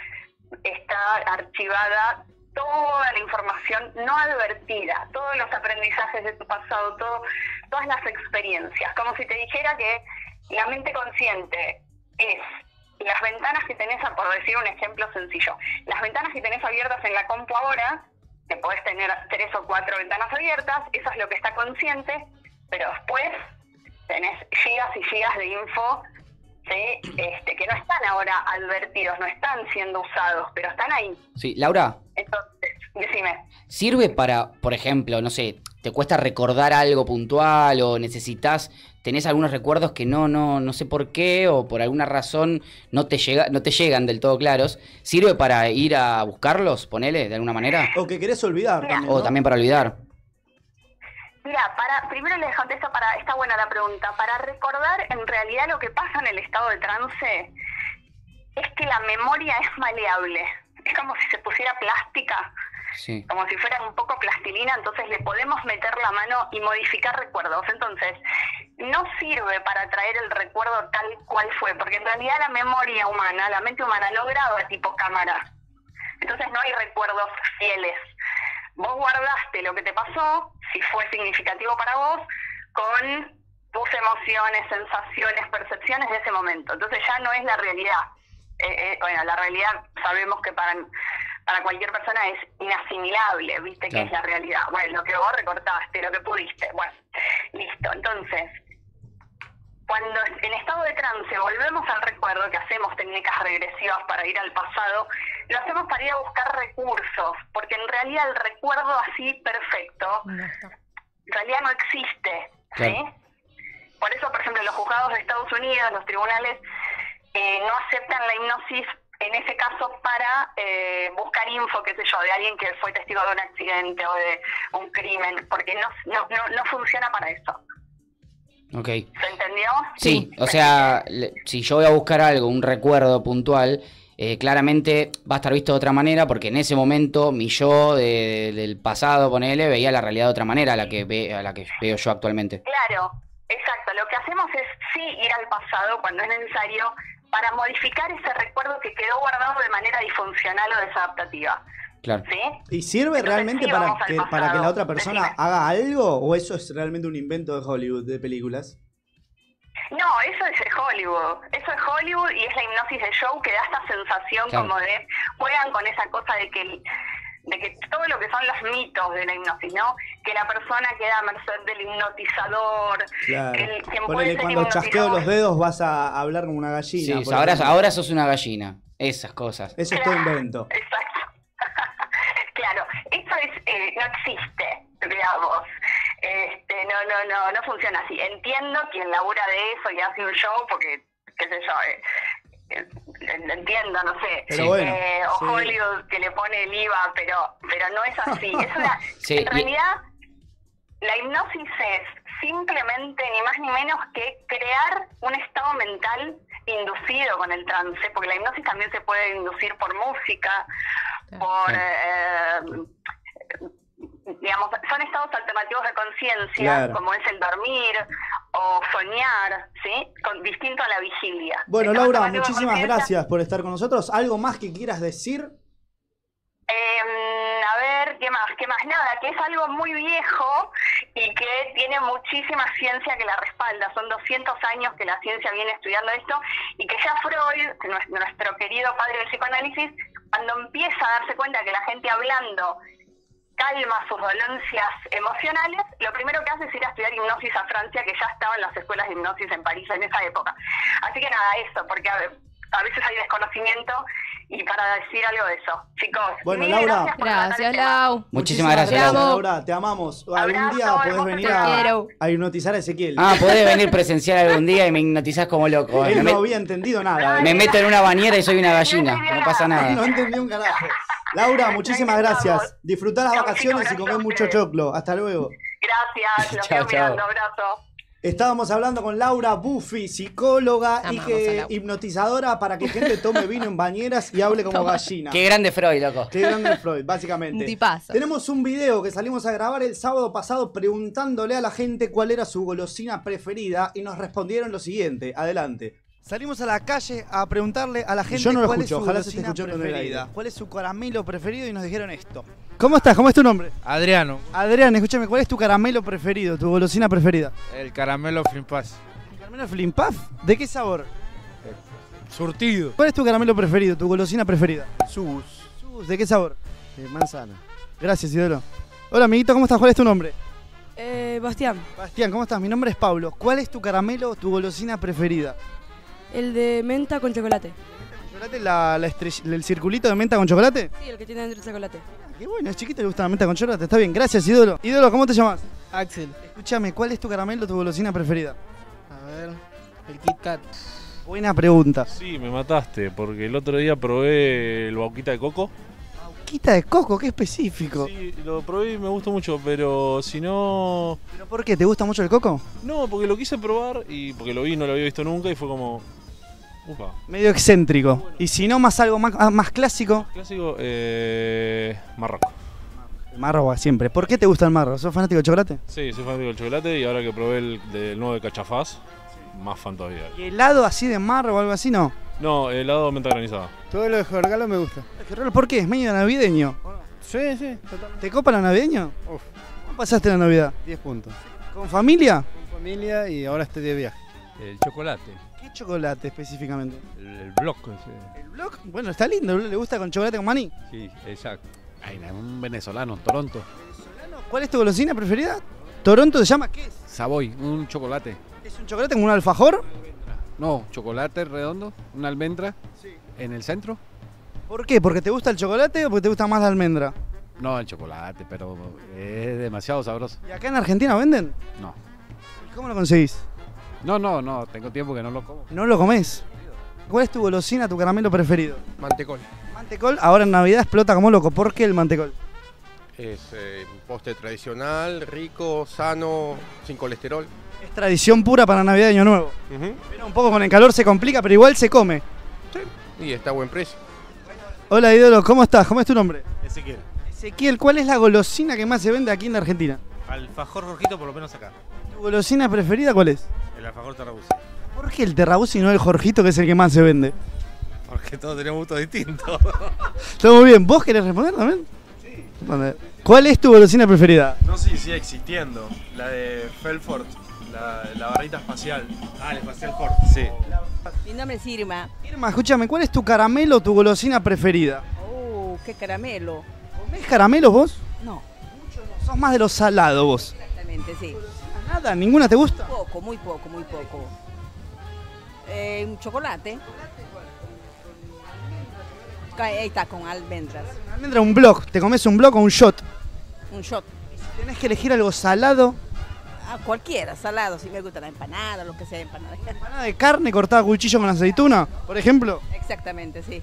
[SPEAKER 5] está archivada toda la información no advertida, todos los aprendizajes de tu pasado, todo, todas las experiencias. Como si te dijera que la mente consciente es las ventanas que tenés, por decir un ejemplo sencillo, las ventanas que tenés abiertas en la compu ahora, que podés tener tres o cuatro ventanas abiertas, eso es lo que está consciente, pero después tenés gigas y gigas de info ¿sí? este, que no están ahora advertidos, no están siendo usados, pero están ahí.
[SPEAKER 3] Sí, Laura,
[SPEAKER 5] Entonces, decime,
[SPEAKER 3] ¿sirve para, por ejemplo, no sé, te cuesta recordar algo puntual o necesitas, tenés algunos recuerdos que no, no, no sé por qué o por alguna razón no te, llega, no te llegan del todo claros? ¿Sirve para ir a buscarlos, ponele, de alguna manera?
[SPEAKER 2] O que querés olvidar
[SPEAKER 5] Mira.
[SPEAKER 2] también.
[SPEAKER 3] O
[SPEAKER 2] ¿no?
[SPEAKER 3] también para olvidar.
[SPEAKER 5] mira, para, primero les contesto para, está buena la pregunta, para recordar en realidad lo que pasa en el estado de trance es que la memoria es maleable, es como si se pusiera plástica.
[SPEAKER 3] Sí.
[SPEAKER 5] como si fuera un poco plastilina, entonces le podemos meter la mano y modificar recuerdos. Entonces, no sirve para traer el recuerdo tal cual fue, porque en realidad la memoria humana, la mente humana no graba tipo cámara. Entonces no hay recuerdos fieles. Vos guardaste lo que te pasó, si fue significativo para vos, con tus emociones, sensaciones, percepciones de ese momento. Entonces ya no es la realidad. Eh, eh, bueno, la realidad sabemos que para, para cualquier persona es inasimilable, ¿viste? Que
[SPEAKER 3] Claro.
[SPEAKER 5] es la realidad. Bueno, lo que vos recortaste, lo que pudiste. Bueno, listo. Entonces, Cuando en estado de trance volvemos al recuerdo, que hacemos técnicas regresivas para ir al pasado, lo hacemos para ir a buscar recursos, porque en realidad el recuerdo así perfecto
[SPEAKER 4] No está.
[SPEAKER 5] en realidad no existe. ¿sí?
[SPEAKER 3] Claro.
[SPEAKER 5] Por eso, por ejemplo, los juzgados de Estados Unidos, los tribunales, eh, no aceptan la hipnosis en ese caso para eh, buscar info, qué sé yo, de alguien que fue testigo de un accidente o de un crimen, porque no, no, no, no funciona para eso.
[SPEAKER 3] Ok.
[SPEAKER 5] ¿Se entendió?
[SPEAKER 3] Sí, o sea, le- si yo voy a buscar algo, un recuerdo puntual, eh, claramente va a estar visto de otra manera porque en ese momento mi yo de- del pasado, ponele, veía la realidad de otra manera a la que, ve, a la que veo yo actualmente.
[SPEAKER 5] Claro, exacto. Lo que hacemos es sí ir al pasado cuando es necesario para modificar ese recuerdo que quedó guardado de manera disfuncional o desadaptativa.
[SPEAKER 3] Claro.
[SPEAKER 5] ¿Sí?
[SPEAKER 2] ¿Y sirve
[SPEAKER 5] Entonces,
[SPEAKER 2] realmente
[SPEAKER 5] sí,
[SPEAKER 2] para
[SPEAKER 5] vamos al
[SPEAKER 2] que,
[SPEAKER 5] pasado.
[SPEAKER 2] para que la otra persona
[SPEAKER 5] Decime.
[SPEAKER 2] haga algo? ¿O eso es realmente un invento de Hollywood, de películas?
[SPEAKER 5] No, eso es de Hollywood. Eso es Hollywood y es la hipnosis de show que da esta sensación
[SPEAKER 3] Claro.
[SPEAKER 5] como de juegan con esa cosa de que el- de que todo lo que son los mitos de la hipnosis, ¿no? Que la persona queda a merced del hipnotizador.
[SPEAKER 2] Claro.
[SPEAKER 5] El- quien puede
[SPEAKER 2] Ponele,
[SPEAKER 5] ser
[SPEAKER 2] cuando chasqueo
[SPEAKER 5] hipnotizador.
[SPEAKER 2] los dedos vas a hablar como una gallina.
[SPEAKER 3] Sí,
[SPEAKER 2] por
[SPEAKER 3] ahora,
[SPEAKER 2] ejemplo.
[SPEAKER 3] ahora sos una gallina. Esas cosas.
[SPEAKER 2] Eso es todo invento.
[SPEAKER 5] Exacto. claro, esto es, eh, no existe, digamos. Este, no, no, no, no funciona así. Entiendo quien labura de eso y hace un show porque, qué sé yo, eh, eh, lo entiendo, no sé.
[SPEAKER 2] Pero bueno,
[SPEAKER 5] Eh, o
[SPEAKER 2] sí.
[SPEAKER 5] Hollywood que le pone el IVA, pero, pero no es así. Es una-
[SPEAKER 3] Sí,
[SPEAKER 5] en
[SPEAKER 3] y-
[SPEAKER 5] realidad, la hipnosis es simplemente ni más ni menos que crear un estado mental inducido con el trance, porque la hipnosis también se puede inducir por música, por... eh, digamos, son estados alternativos de conciencia,
[SPEAKER 2] Claro.
[SPEAKER 5] como es el dormir o soñar, ¿sí? Con, distinto a la vigilia.
[SPEAKER 2] Bueno,
[SPEAKER 5] Estados
[SPEAKER 2] Laura,
[SPEAKER 5] alternativos de
[SPEAKER 2] muchísimas
[SPEAKER 5] conciencia,
[SPEAKER 2] gracias por estar con nosotros. ¿Algo más que quieras decir?
[SPEAKER 5] Eh, a ver, ¿qué más? ¿Qué más? Nada, que es algo muy viejo y que tiene muchísima ciencia que la respalda. Son 200 años que la ciencia viene estudiando esto y que ya Freud, nues- nuestro querido padre del psicoanálisis, cuando empieza a darse cuenta que la gente hablando calma sus dolencias emocionales, lo primero que hace es ir a estudiar hipnosis a Francia, que ya estaban las escuelas de hipnosis en París en esa época. Así que nada, eso, porque a, ve- a veces hay desconocimiento y para decir algo de eso. Chicos,
[SPEAKER 2] Bueno,
[SPEAKER 5] mil
[SPEAKER 2] Laura.
[SPEAKER 5] gracias por tratar
[SPEAKER 4] Gracias,
[SPEAKER 5] el tema.
[SPEAKER 4] Lau.
[SPEAKER 3] Muchísimas gracias,
[SPEAKER 4] gracias.
[SPEAKER 3] Laura.
[SPEAKER 2] Laura. Te amamos. Algún
[SPEAKER 5] Abrazo,
[SPEAKER 2] día podés
[SPEAKER 5] hermoso,
[SPEAKER 2] venir
[SPEAKER 5] te
[SPEAKER 2] a,
[SPEAKER 4] quiero.
[SPEAKER 2] a hipnotizar a Ezequiel.
[SPEAKER 3] Ah, podés venir presencial algún día y me hipnotizás como loco. Bueno,
[SPEAKER 2] Él no
[SPEAKER 3] me,
[SPEAKER 2] había entendido
[SPEAKER 4] Ah,
[SPEAKER 2] nada. ¿eh?
[SPEAKER 3] me meto en una bañera y soy una gallina. No pasa
[SPEAKER 2] No
[SPEAKER 3] nada.
[SPEAKER 2] entendió un carajo. Laura, muchísimas gracias. Disfrutá las
[SPEAKER 5] Chau,
[SPEAKER 2] vacaciones
[SPEAKER 5] chicos,
[SPEAKER 2] y comé
[SPEAKER 5] gracias a
[SPEAKER 2] mucho
[SPEAKER 5] ustedes.
[SPEAKER 2] choclo. Hasta luego.
[SPEAKER 5] Gracias, los
[SPEAKER 3] Chao,
[SPEAKER 5] sigo mirando,
[SPEAKER 3] chao.
[SPEAKER 5] abrazo.
[SPEAKER 2] Estábamos hablando con Laura Buffy, psicóloga y
[SPEAKER 4] Amamos a
[SPEAKER 2] que
[SPEAKER 4] Laura.
[SPEAKER 2] hipnotizadora para que gente tome vino en bañeras y hable como gallina.
[SPEAKER 3] Qué grande Freud, loco.
[SPEAKER 2] Qué grande Freud, básicamente.
[SPEAKER 4] Un tipazo.
[SPEAKER 2] Tenemos un video que salimos a grabar el sábado pasado preguntándole a la gente cuál era su golosina preferida y nos respondieron lo siguiente. Adelante.
[SPEAKER 6] Salimos a la calle a preguntarle a la gente
[SPEAKER 2] Yo no lo
[SPEAKER 6] cuál
[SPEAKER 2] escucho,
[SPEAKER 6] es su
[SPEAKER 2] ojalá se esté
[SPEAKER 6] golosina
[SPEAKER 2] escuchando en el
[SPEAKER 6] preferida,
[SPEAKER 2] aire.
[SPEAKER 6] cuál es su caramelo preferido y nos dijeron esto. ¿Cómo estás? ¿Cómo es tu nombre?
[SPEAKER 7] Adriano,
[SPEAKER 6] Adrián, escúchame, ¿cuál es tu caramelo preferido, tu golosina preferida?
[SPEAKER 7] el caramelo Flimpas.
[SPEAKER 6] ¿Caramelo Flimpaf? ¿De qué sabor?
[SPEAKER 7] Surtido.
[SPEAKER 6] ¿Cuál es tu caramelo preferido, tu golosina preferida?
[SPEAKER 7] Sus.
[SPEAKER 6] Sus, ¿De qué sabor?
[SPEAKER 8] manzana.
[SPEAKER 6] Gracias, ídolo. Hola, amiguito, ¿cómo estás? ¿Cuál es tu nombre?
[SPEAKER 9] Eh, Bastián,
[SPEAKER 6] Bastián, ¿cómo estás? Mi nombre es Pablo. ¿Cuál es tu caramelo o tu golosina preferida?
[SPEAKER 9] el de menta con chocolate.
[SPEAKER 6] ¿Chocolate? La, la estrell- ¿El circulito de menta con chocolate?
[SPEAKER 9] Sí, el que tiene dentro el chocolate.
[SPEAKER 6] Qué bueno, es chiquito, le gusta la menta con chocolate. Está bien, gracias, ídolo. Ídolo, ¿cómo te llamas?
[SPEAKER 10] Axel,
[SPEAKER 6] Escúchame, ¿cuál es tu caramelo o tu golosina preferida?
[SPEAKER 10] a ver, el Kit Kat.
[SPEAKER 6] Buena pregunta.
[SPEAKER 11] Sí, me mataste, porque el otro día probé el bauquita de coco.
[SPEAKER 6] Quita de coco, qué específico.
[SPEAKER 11] Sí, lo probé y me gustó mucho, pero si no...
[SPEAKER 6] ¿Pero por qué? ¿Te gusta mucho el coco?
[SPEAKER 11] No, porque lo quise probar y porque lo vi, no lo había visto nunca y fue como... Upa.
[SPEAKER 6] Medio excéntrico. Y si no, más algo más, ah, más clásico.
[SPEAKER 11] Clásico, eh... Marroco.
[SPEAKER 6] El marro va siempre. ¿Por qué te gusta el marro? ¿Sos fanático del chocolate?
[SPEAKER 11] Sí, soy fanático del chocolate y ahora que probé el del nuevo de Cachafaz, más fan todavía.
[SPEAKER 6] ¿Y helado así de marro o algo así? No.
[SPEAKER 11] No, helado de menta granizada.
[SPEAKER 10] Todo lo de Jorgalo me gusta.
[SPEAKER 6] Qué raro, ¿Por qué? Es medio navideño.
[SPEAKER 10] Sí, sí,
[SPEAKER 6] ¿Te copa lo navideño?
[SPEAKER 10] Uf.
[SPEAKER 6] ¿Cómo pasaste la Navidad?
[SPEAKER 10] 10 puntos.
[SPEAKER 6] ¿Con familia?
[SPEAKER 10] Con familia y ahora estoy de viaje.
[SPEAKER 7] El chocolate.
[SPEAKER 6] ¿Qué chocolate específicamente?
[SPEAKER 7] El, bloco.
[SPEAKER 6] ¿El blog? Bueno, está lindo. ¿Le gusta con chocolate con maní?
[SPEAKER 7] Sí, exacto.
[SPEAKER 10] un venezolano, Toronto.
[SPEAKER 6] ¿Cuál es tu golosina preferida? ¿Toronto se llama qué?
[SPEAKER 10] Savoy, un chocolate.
[SPEAKER 6] ¿Es
[SPEAKER 2] ¿Es un chocolate como un alfajor?
[SPEAKER 12] No, chocolate redondo, una almendra en el centro.
[SPEAKER 2] ¿Por qué? ¿Porque te gusta el chocolate o porque te gusta más la almendra?
[SPEAKER 12] No, el chocolate, pero es demasiado sabroso.
[SPEAKER 2] ¿Y acá en Argentina venden?
[SPEAKER 12] No.
[SPEAKER 2] ¿Y cómo lo conseguís?
[SPEAKER 12] No, no, no, tengo tiempo que no lo como.
[SPEAKER 2] ¿No lo comés? ¿Cuál es tu golosina, tu caramelo preferido?
[SPEAKER 13] Mantecol.
[SPEAKER 2] Mantecol ahora en Navidad explota como loco. ¿Por qué el mantecol?
[SPEAKER 13] Es eh, un postre tradicional, rico, sano, sin colesterol.
[SPEAKER 2] Es tradición pura para Navidad y Año Nuevo. Pero un poco con el calor se complica, pero igual se come.
[SPEAKER 13] Y está a buen precio.
[SPEAKER 2] Hola ídolo, ¿cómo estás? ¿Cómo es tu nombre?
[SPEAKER 11] Ezequiel.
[SPEAKER 2] Ezequiel, ¿cuál es la golosina que más se vende aquí en la Argentina?
[SPEAKER 11] Alfajor rojito, por lo menos acá.
[SPEAKER 2] ¿Tu golosina preferida cuál es?
[SPEAKER 11] El alfajor tarrabusa.
[SPEAKER 2] ¿Por qué el terrabús y no el Jorgito, que es el que más se vende?
[SPEAKER 11] Porque todos tenemos gustos distintos.
[SPEAKER 2] Está muy bien. ¿Vos querés responder también? Sí. ¿Cuál es tu golosina preferida?
[SPEAKER 14] No sé si sigue existiendo. La de Felfort. La, la barrita espacial. Ah, la espacial Ford. Sí.
[SPEAKER 15] Mi nombre es Irma.
[SPEAKER 2] Irma, escúchame, ¿cuál es tu caramelo o tu golosina preferida?
[SPEAKER 15] Oh, qué caramelo.
[SPEAKER 2] ¿Comés caramelos vos?
[SPEAKER 15] No. Mucho
[SPEAKER 2] Sos más de lo salado vos.
[SPEAKER 15] Exactamente, sí.
[SPEAKER 2] Nada, ninguna te gusta.
[SPEAKER 15] Poco, muy poco, muy poco. Eh, un chocolate. Ca- Ahí está, con almendras.
[SPEAKER 2] Almendra, un blog. ¿Te comes un blog o un shot?
[SPEAKER 15] Un shot.
[SPEAKER 2] Tenés que elegir algo salado.
[SPEAKER 15] Ah, cualquiera, salado, si me gusta la empanada, lo que sea empanada.
[SPEAKER 2] Nada de carne cortada a cuchillo con aceituna, por ejemplo.
[SPEAKER 15] Exactamente, sí.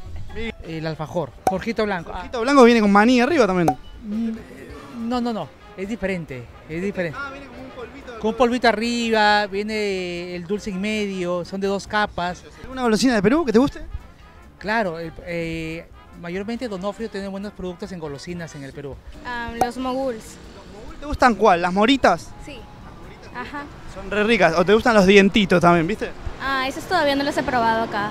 [SPEAKER 16] El alfajor. Jorgito Blanco. Ah,
[SPEAKER 2] Pito blanco viene con maní arriba también.
[SPEAKER 16] mm, no, no, no. Es diferente. Es diferente. Ah, viene con un polvito. Con un polvito arriba, viene el dulce en medio, son de dos capas.
[SPEAKER 2] ¿Alguna golosina de Perú que te guste?
[SPEAKER 16] Claro, el- eh, mayormente Donofrio tiene buenos productos en golosinas en el Perú.
[SPEAKER 5] Ah,
[SPEAKER 17] los moguls.
[SPEAKER 2] ¿Te gustan cuál? ¿Las moritas?
[SPEAKER 17] Sí. Ajá.
[SPEAKER 2] Son re ricas. ¿O te gustan los dientitos también, viste?
[SPEAKER 17] Ah, esos todavía no los he probado acá.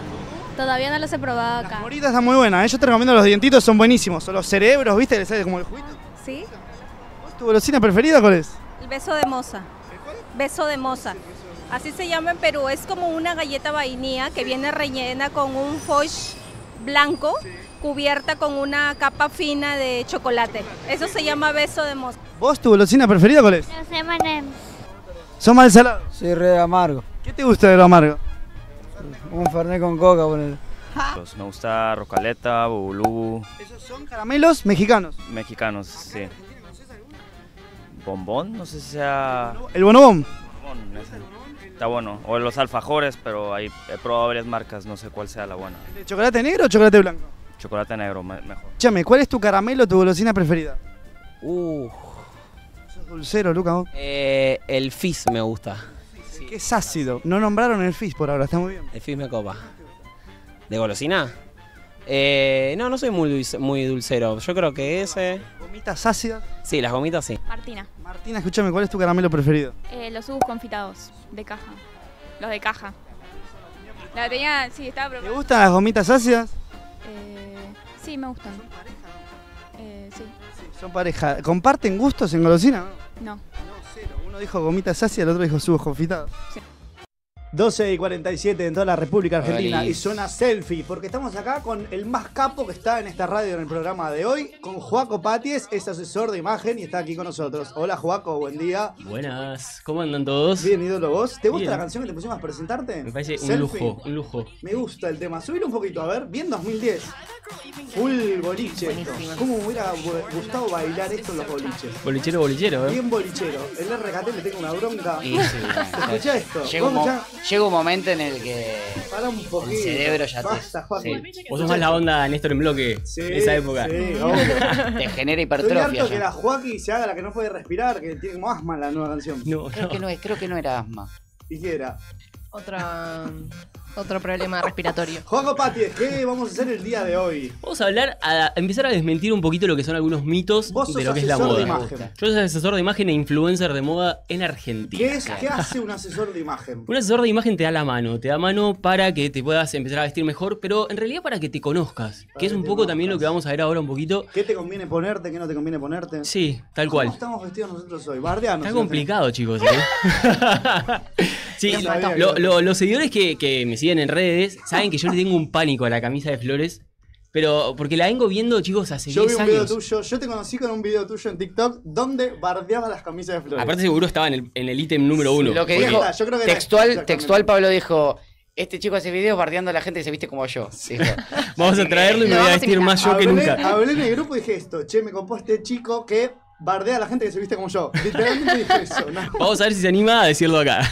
[SPEAKER 17] Todavía no los he probado acá.
[SPEAKER 2] Moritas están muy buenas, ¿eh? yo te recomiendo los dientitos, son buenísimos. O los cerebros, viste, les sale como el juguito.
[SPEAKER 17] ¿Sí?
[SPEAKER 2] ¿Tu golosina preferida cuál es?
[SPEAKER 18] El beso de moza. Beso de moza. Así se llama en Perú. Es como una galleta vainilla que viene rellena con un foch blanco cubierta con una capa fina de chocolate. Eso se llama beso de moza.
[SPEAKER 2] ¿Vos tu golosina preferida cuál es?
[SPEAKER 17] Los M&M's.
[SPEAKER 2] ¿Son más salados?
[SPEAKER 19] Soy re amargo.
[SPEAKER 2] ¿Qué te gusta de lo amargo?
[SPEAKER 19] Un fernet con coca, ponele.
[SPEAKER 20] Pues me gusta Rocaleta, Bubulú,
[SPEAKER 2] Son caramelos mexicanos.
[SPEAKER 20] mexicanos, sí. ¿Bombón? No sé si sea...
[SPEAKER 2] ¿El bonobón?
[SPEAKER 20] Bombón, ese. Está bueno. O los alfajores, pero ahí he probado varias marcas, no sé cuál sea la buena.
[SPEAKER 2] ¿De chocolate negro o chocolate blanco?
[SPEAKER 20] Chocolate negro, me- mejor.
[SPEAKER 2] Chame, ¿cuál es tu caramelo o tu golosina preferida?
[SPEAKER 21] Uh.
[SPEAKER 2] Sos dulcero, Luca. vos.
[SPEAKER 21] Eh, el Fizz me gusta.
[SPEAKER 2] Que es ácido. No nombraron el Fizz por ahora, está muy bien.
[SPEAKER 21] El Fizz me copa. ¿De golosina? Eh, no, no soy muy, dulce- muy dulcero. Yo creo que ese.
[SPEAKER 2] ¿Gomitas ácidas?
[SPEAKER 21] Sí, las gomitas sí.
[SPEAKER 17] Martina.
[SPEAKER 2] Martina, escúchame, ¿cuál es tu caramelo preferido?
[SPEAKER 17] Eh, los subos confitados de caja. Los de caja. La tenía, sí, estaba
[SPEAKER 2] ¿Te
[SPEAKER 17] probando.
[SPEAKER 2] gustan las gomitas ácidas?
[SPEAKER 17] Eh, sí, me gustan. Eh, sí.
[SPEAKER 2] Son pareja. ¿Comparten gustos en golosina?
[SPEAKER 17] No.
[SPEAKER 2] Uno dijo gomitas ácidas, el otro dijo subos confitados.
[SPEAKER 22] 12 y 47 en toda la República Argentina
[SPEAKER 2] Feliz.
[SPEAKER 22] y suena selfie, porque estamos acá con el más capo que está en esta radio en el programa de hoy, con Joaco Paties, es asesor de imagen y está aquí con nosotros. Hola Joaco, buen día.
[SPEAKER 6] Buenas, ¿cómo andan todos?
[SPEAKER 22] Bien, ídolo vos. ¿Te gusta
[SPEAKER 6] Bien.
[SPEAKER 22] la canción que te pusimos a presentarte?
[SPEAKER 6] Me parece un
[SPEAKER 22] Selfie.
[SPEAKER 6] lujo, un lujo.
[SPEAKER 22] Me gusta el tema. Subir un poquito, a ver, bien 2010. Full boliche. esto. ¿Cómo me hubiera bu- gustado bailar esto en los boliches?
[SPEAKER 6] Bolichero, bolichero, ¿eh?
[SPEAKER 22] Bien bolichero. El RKT le tengo una bronca.
[SPEAKER 3] Y sí,
[SPEAKER 22] Escucha esto.
[SPEAKER 3] Llega un,
[SPEAKER 22] Vos
[SPEAKER 3] mo-
[SPEAKER 22] escuchá.
[SPEAKER 3] llega un momento en el que
[SPEAKER 22] Para un poquito.
[SPEAKER 3] el cerebro ya te...
[SPEAKER 22] Basta, Juan.
[SPEAKER 6] Vos sos más la onda Néstor en bloque. esa época.
[SPEAKER 22] sí, obvio.
[SPEAKER 3] te
[SPEAKER 22] Estoy
[SPEAKER 3] genera hipertrofia.
[SPEAKER 22] harto que
[SPEAKER 3] ya.
[SPEAKER 22] la Joaquín se haga la que no puede respirar, que tiene como asma la nueva canción.
[SPEAKER 6] No,
[SPEAKER 3] Creo que no es, creo que no era asma.
[SPEAKER 22] ¿Y qué era?
[SPEAKER 4] Otra, mm, otro problema respiratorio.
[SPEAKER 22] Juanjo Paties, ¿qué vamos a hacer el día de hoy?
[SPEAKER 6] Vamos a hablar, a empezar a desmentir un poquito lo que son algunos mitos
[SPEAKER 22] sos
[SPEAKER 6] de lo que es la
[SPEAKER 22] asesor
[SPEAKER 6] moda.
[SPEAKER 22] de imagen.
[SPEAKER 6] Yo soy asesor de imagen e influencer de moda en Argentina.
[SPEAKER 22] ¿Qué, es, ¿Qué hace un asesor de imagen?
[SPEAKER 6] Un asesor de imagen te da la mano, te da mano para que te puedas empezar a vestir mejor, pero en realidad para que te conozcas, que es un poco también lo que vamos a ver ahora un poquito.
[SPEAKER 22] ¿Qué te conviene ponerte? ¿Qué no te conviene ponerte?
[SPEAKER 6] Sí, tal
[SPEAKER 22] ¿Cómo
[SPEAKER 6] cual.
[SPEAKER 22] estamos vestidos nosotros hoy? Bardeanos.
[SPEAKER 6] Está
[SPEAKER 22] ¿sí?
[SPEAKER 6] complicado, chicos. ¿eh? sí,
[SPEAKER 22] No sabía que-
[SPEAKER 6] lo- lo- los seguidores que, que me siguen en redes saben que yo le tengo un pánico a la camisa de flores,
[SPEAKER 21] Pero porque la vengo viendo, chicos, hace
[SPEAKER 2] Yo vi
[SPEAKER 21] 10
[SPEAKER 2] un video
[SPEAKER 21] años.
[SPEAKER 2] tuyo, yo te conocí con un video tuyo en TikTok donde bardeabas las camisas de flores.
[SPEAKER 21] Aparte seguro estaba en el, en el ítem número uno.
[SPEAKER 3] Lo que
[SPEAKER 21] Porque-
[SPEAKER 3] dijo,
[SPEAKER 2] yo creo que era
[SPEAKER 3] textual,
[SPEAKER 2] exactamente.
[SPEAKER 3] textual Pablo dijo, este chico hace videos bardeando a la gente que se viste como yo. Dijo.
[SPEAKER 21] Vamos a traerlo y me voy a vestir más yo que
[SPEAKER 2] Hablé-
[SPEAKER 21] nunca.
[SPEAKER 2] Hablé en el grupo y dije esto, che, me compó este chico que bardea a la gente que se viste como yo. Literalmente dije eso, ¿no?
[SPEAKER 21] Vamos a ver si se anima a decirlo acá.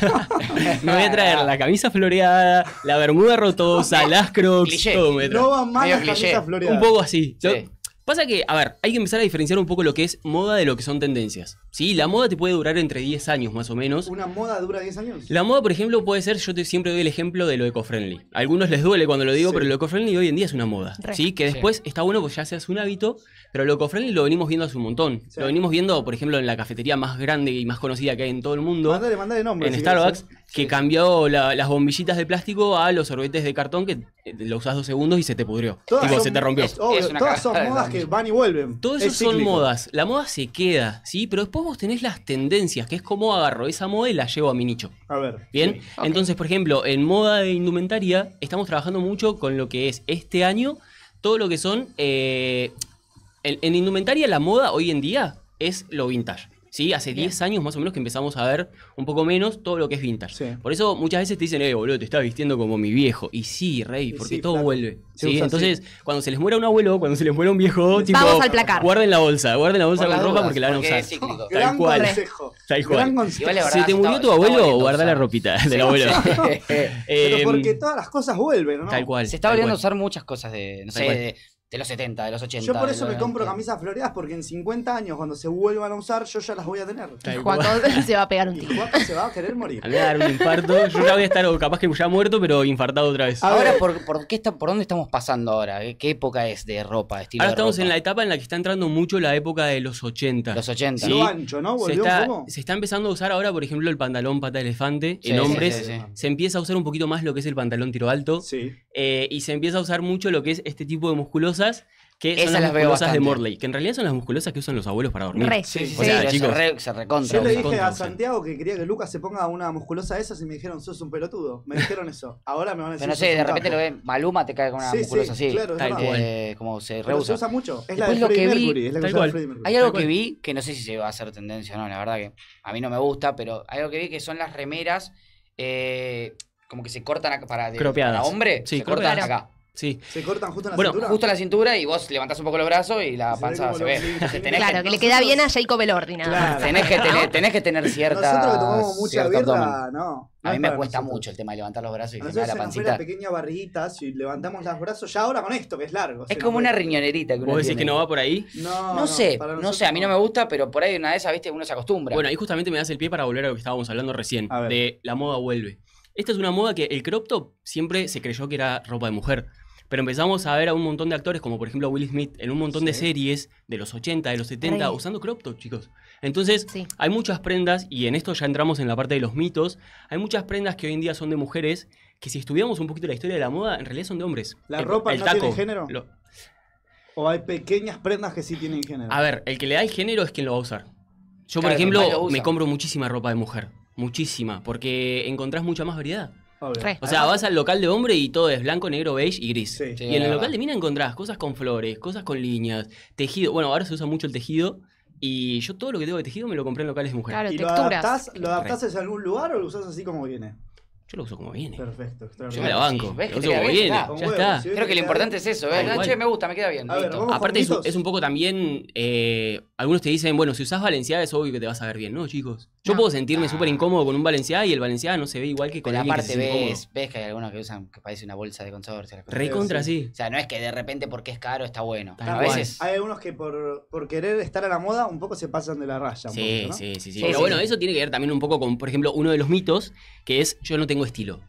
[SPEAKER 21] me voy a traer la camisa floreada, la bermuda rotosa, las crocs, todo me trae.
[SPEAKER 2] No van mal
[SPEAKER 21] Medio
[SPEAKER 2] las
[SPEAKER 21] cliché.
[SPEAKER 2] camisas floreadas.
[SPEAKER 21] Un poco así. Yo- Pasa que, a ver, hay que empezar a diferenciar un poco lo que es moda de lo que son tendencias. Sí, la moda te puede durar entre 10 años más o menos.
[SPEAKER 2] Una moda dura 10 años.
[SPEAKER 21] La moda, por ejemplo, puede ser, yo te, siempre doy el ejemplo de lo eco-friendly. A algunos les duele cuando lo digo, pero lo eco-friendly hoy en día es una moda.
[SPEAKER 2] Re.
[SPEAKER 21] ¿sí? Que
[SPEAKER 2] Sí.
[SPEAKER 21] después está bueno pues ya se hace un hábito, pero lo eco-friendly lo venimos viendo hace un montón.
[SPEAKER 2] Sí.
[SPEAKER 21] Lo venimos viendo, por ejemplo, en la cafetería más grande y más conocida que hay en todo el mundo.
[SPEAKER 2] Mandale, mandale nombre.
[SPEAKER 21] en
[SPEAKER 2] si
[SPEAKER 21] Starbucks,
[SPEAKER 2] querés,
[SPEAKER 21] que cambió la- las bombillitas de plástico a los sorbetes de cartón que eh, lo usás dos segundos y se te pudrió.
[SPEAKER 2] Todas
[SPEAKER 21] Tipo,
[SPEAKER 2] son-
[SPEAKER 21] se te rompió.
[SPEAKER 2] es obvio, todas son modas que van y vuelven.
[SPEAKER 21] Todo eso
[SPEAKER 2] Es
[SPEAKER 21] son
[SPEAKER 2] cíclico.
[SPEAKER 21] modas. La moda se queda, ¿sí? Pero después vos tenés las tendencias, que es cómo agarro esa moda y la llevo a mi nicho.
[SPEAKER 2] A ver.
[SPEAKER 21] Bien, entonces, por ejemplo, en moda de indumentaria estamos trabajando mucho con lo que es este año, todo lo que son... eh, en, en indumentaria la moda hoy en día es lo vintage. ¿Sí? Hace 10 años más o menos que empezamos a ver un poco menos todo lo que es vintage. Por eso muchas veces te dicen, eh, boludo, te estás vistiendo como mi viejo. Y sí, rey, porque
[SPEAKER 2] sí,
[SPEAKER 21] todo
[SPEAKER 2] flaco.
[SPEAKER 21] vuelve.
[SPEAKER 2] Se
[SPEAKER 21] ¿sí?
[SPEAKER 2] usa
[SPEAKER 21] Entonces, cuando se les muera un abuelo, cuando se les muera un viejo, tipo,
[SPEAKER 4] al placar.
[SPEAKER 21] guarden la bolsa, guarden la bolsa
[SPEAKER 2] Por
[SPEAKER 21] con
[SPEAKER 2] las
[SPEAKER 21] ropa
[SPEAKER 2] dudas,
[SPEAKER 21] porque la van a
[SPEAKER 2] porque
[SPEAKER 21] usar.
[SPEAKER 2] es cíclico.
[SPEAKER 21] Tal
[SPEAKER 2] Gran
[SPEAKER 21] cual.
[SPEAKER 2] consejo.
[SPEAKER 21] Tal
[SPEAKER 2] Gran
[SPEAKER 21] cual. eh,
[SPEAKER 2] consejo. Igual, la verdad,
[SPEAKER 21] Se te
[SPEAKER 2] está-
[SPEAKER 21] murió tu
[SPEAKER 2] está
[SPEAKER 21] abuelo,
[SPEAKER 2] volviendo a
[SPEAKER 21] guarda la ropita del abuelo.
[SPEAKER 2] Pero
[SPEAKER 21] Em,
[SPEAKER 2] porque todas las cosas vuelven, ¿no?
[SPEAKER 21] Tal cual.
[SPEAKER 3] Se está
[SPEAKER 21] tal
[SPEAKER 3] volviendo a
[SPEAKER 21] cual.
[SPEAKER 3] usar muchas cosas de, no sé,
[SPEAKER 21] Tal cual.
[SPEAKER 3] de, de los 70, de los 80.
[SPEAKER 2] Yo por
[SPEAKER 3] de
[SPEAKER 2] eso
[SPEAKER 3] los
[SPEAKER 2] me compro
[SPEAKER 3] 90.
[SPEAKER 2] camisas floreadas porque en 50 años, cuando se vuelvan a usar, yo ya las voy a tener.
[SPEAKER 21] Tal
[SPEAKER 4] Juan
[SPEAKER 21] cual.
[SPEAKER 4] Cod- se va a pegar un
[SPEAKER 2] Y
[SPEAKER 4] tiro.
[SPEAKER 2] Juaco se va a querer morir.
[SPEAKER 21] A mí me va a dar un infarto. Yo ya voy a estar o capaz que ya muerto, pero infartado otra vez.
[SPEAKER 3] Ahora, ¿por, por, qué está, ¿por dónde estamos pasando ahora? ¿Qué, qué época es de ropa, estilo
[SPEAKER 21] Ahora
[SPEAKER 3] de
[SPEAKER 21] estamos
[SPEAKER 3] ropa?
[SPEAKER 21] en la etapa en la que está entrando mucho la época de los 80. Los
[SPEAKER 3] 80.
[SPEAKER 2] Lo ancho, ¿no?
[SPEAKER 21] Se
[SPEAKER 2] Volvió un
[SPEAKER 21] está,
[SPEAKER 2] poco.
[SPEAKER 21] se está empezando a usar ahora, por ejemplo, el pantalón pata de elefante.
[SPEAKER 3] Sí,
[SPEAKER 21] en
[SPEAKER 3] sí,
[SPEAKER 21] hombres
[SPEAKER 3] sí, sí.
[SPEAKER 21] se empieza a usar un poquito más lo que es el pantalón tiro alto. Eh, y se empieza a usar mucho lo que es este tipo de musculosas, que
[SPEAKER 3] Esas
[SPEAKER 21] son las,
[SPEAKER 3] las veo
[SPEAKER 21] musculosas de
[SPEAKER 3] bastante.
[SPEAKER 21] Morley. Que en realidad son las musculosas que usan los abuelos para dormir.
[SPEAKER 4] Re, Sí, sí,
[SPEAKER 21] o sea,
[SPEAKER 3] sí.
[SPEAKER 21] chicos,
[SPEAKER 3] Se re- se recontra
[SPEAKER 2] Yo le dije
[SPEAKER 21] recontra
[SPEAKER 2] a
[SPEAKER 21] usan.
[SPEAKER 2] Santiago que quería que Lucas se ponga una musculosa de esas y me dijeron, sos un pelotudo. Me dijeron eso. Ahora me van a decir.
[SPEAKER 3] Pero no sé,
[SPEAKER 2] "Sos un
[SPEAKER 3] de repente
[SPEAKER 2] capo".
[SPEAKER 3] lo ve Maluma, te cae con una
[SPEAKER 2] Sí, sí,
[SPEAKER 3] musculosa así.
[SPEAKER 2] claro, es
[SPEAKER 3] tal
[SPEAKER 2] verdad.
[SPEAKER 3] cual. Eh, como se
[SPEAKER 2] Pero
[SPEAKER 3] rehúsa.
[SPEAKER 2] se usa mucho. Es la
[SPEAKER 3] Después
[SPEAKER 2] de
[SPEAKER 3] lo que
[SPEAKER 2] Freddie
[SPEAKER 3] vi-
[SPEAKER 2] Mercury, es la que
[SPEAKER 21] tal
[SPEAKER 2] usaba
[SPEAKER 21] cual.
[SPEAKER 2] Freddie Mercury.
[SPEAKER 3] Hay algo
[SPEAKER 21] Tal
[SPEAKER 3] que
[SPEAKER 21] cual.
[SPEAKER 3] vi, que no sé si se va a hacer tendencia o no, la verdad que a mí no me gusta, pero hay algo que vi que son las remeras eh, como que se cortan acá para, de,
[SPEAKER 21] Cropeadas.
[SPEAKER 3] para hombre,
[SPEAKER 21] Sí,
[SPEAKER 3] se cortan
[SPEAKER 21] cropeadas.
[SPEAKER 3] acá.
[SPEAKER 21] Sí.
[SPEAKER 2] Se cortan justo en la
[SPEAKER 21] Bueno,
[SPEAKER 2] cintura.
[SPEAKER 3] Justo la cintura y vos levantás un poco los brazos y la
[SPEAKER 2] ve
[SPEAKER 3] panza
[SPEAKER 2] como
[SPEAKER 3] se
[SPEAKER 2] lo-
[SPEAKER 3] ve.
[SPEAKER 2] sí,
[SPEAKER 3] Entonces tenés
[SPEAKER 4] Claro,
[SPEAKER 3] que-
[SPEAKER 4] que le queda bien a Jacob Elordi, nada más.
[SPEAKER 3] Tenés que tener, tenés que tener cierta.
[SPEAKER 2] Nosotros que tomamos mucha
[SPEAKER 3] cierto
[SPEAKER 2] birra,
[SPEAKER 3] abdomen.
[SPEAKER 2] no, no
[SPEAKER 3] A mí
[SPEAKER 2] es
[SPEAKER 3] me
[SPEAKER 2] para
[SPEAKER 3] cuesta
[SPEAKER 2] nosotros.
[SPEAKER 3] mucho el tema de levantar los brazos y
[SPEAKER 2] A
[SPEAKER 3] que me
[SPEAKER 2] nosotros se
[SPEAKER 3] da la
[SPEAKER 2] nos ve la
[SPEAKER 3] pancita.
[SPEAKER 2] pequeña barriguita, si levantamos los brazos, ya ahora con esto, que es largo. se
[SPEAKER 3] Es
[SPEAKER 2] nos
[SPEAKER 3] como
[SPEAKER 2] ve.
[SPEAKER 3] una riñonerita que uno
[SPEAKER 21] ¿Vos decís
[SPEAKER 3] tiene.
[SPEAKER 21] que no va por ahí?
[SPEAKER 2] No,
[SPEAKER 3] No, sé,
[SPEAKER 2] para
[SPEAKER 3] no
[SPEAKER 2] nosotros
[SPEAKER 3] sé, a mí no me gusta, pero por ahí una de esas, viste, uno se acostumbra.
[SPEAKER 21] Bueno, ahí justamente me das el pie para volver a lo que estábamos hablando recién, de la moda vuelve. Esta es una moda que el crop top siempre se creyó que era ropa de mujer. Pero empezamos a ver a un montón de actores, como por ejemplo Will Smith, en un montón de series de los 80, de los 70, Rey. usando crop top, chicos. Entonces, hay muchas prendas, y en esto ya entramos en la parte de los mitos, hay muchas prendas que hoy en día son de mujeres, que si estudiamos un poquito la historia de la moda, en realidad son de hombres.
[SPEAKER 2] ¿La
[SPEAKER 21] El-
[SPEAKER 2] ropa
[SPEAKER 21] el
[SPEAKER 2] no
[SPEAKER 21] taco,
[SPEAKER 2] tiene género?
[SPEAKER 21] lo-
[SPEAKER 2] ¿O hay pequeñas prendas que sí tienen género?
[SPEAKER 21] a ver, el que le da el género es quien lo va a usar. Yo, por
[SPEAKER 2] Claro, el que más lo
[SPEAKER 21] ejemplo,
[SPEAKER 2] usa.
[SPEAKER 21] me compro muchísima ropa de mujer. Muchísima, porque encontrás mucha más variedad.
[SPEAKER 2] Obvio.
[SPEAKER 4] Re.
[SPEAKER 21] O sea, vas al local de hombre y todo es blanco, negro, beige y gris.
[SPEAKER 3] Sí,
[SPEAKER 21] y en
[SPEAKER 3] la
[SPEAKER 21] el
[SPEAKER 3] verdad.
[SPEAKER 21] local de mina encontrás cosas con flores, cosas con líneas, tejido. Bueno, ahora se usa mucho el tejido. Y yo todo lo que tengo de tejido me lo compré en locales de mujer.
[SPEAKER 2] ¿Y lo adaptás, lo adaptás hacia algún lugar o lo usás así como viene?
[SPEAKER 21] Yo lo uso como viene.
[SPEAKER 2] Perfecto.
[SPEAKER 21] Yo me la banco.
[SPEAKER 3] ¿Ves que
[SPEAKER 21] lo
[SPEAKER 3] te
[SPEAKER 21] uso
[SPEAKER 3] queda
[SPEAKER 21] como
[SPEAKER 3] bien?
[SPEAKER 21] viene.
[SPEAKER 3] Está.
[SPEAKER 21] Ya está.
[SPEAKER 3] Creo que lo importante es eso, ¿ves?
[SPEAKER 21] Tal
[SPEAKER 3] Ah,
[SPEAKER 21] cual.
[SPEAKER 3] Che, me gusta, me queda bien.
[SPEAKER 2] A ver,
[SPEAKER 3] listo.
[SPEAKER 2] vamos con
[SPEAKER 21] Aparte es, un-
[SPEAKER 2] mitos.
[SPEAKER 21] es un poco también, eh, algunos te dicen, bueno, si usás Valenciaga es obvio que te vas a ver bien, ¿no, chicos? Yo puedo sentirme súper incómodo con un Valenciaga y el Valenciaga no se ve igual que con
[SPEAKER 3] Pero
[SPEAKER 21] alguien que se
[SPEAKER 3] aparte
[SPEAKER 21] siente incómodo.
[SPEAKER 3] ves, ves que hay algunos que usan que parece una bolsa de consorcio. las cosas.
[SPEAKER 21] Recontra, sí.
[SPEAKER 3] O sea, no es que de repente porque es caro está bueno.
[SPEAKER 21] Tal
[SPEAKER 3] a
[SPEAKER 21] cual.
[SPEAKER 3] veces.
[SPEAKER 2] Hay algunos que por, por querer estar a la moda un poco se pasan de la raya. un
[SPEAKER 21] Sí,
[SPEAKER 2] poquito, ¿no?
[SPEAKER 21] sí, sí, sí.
[SPEAKER 2] Sí,
[SPEAKER 21] Pero
[SPEAKER 2] sí,
[SPEAKER 21] bueno,
[SPEAKER 2] sí.
[SPEAKER 21] eso tiene que ver también un poco con, por ejemplo, uno de los mitos, que es yo no tengo estilo.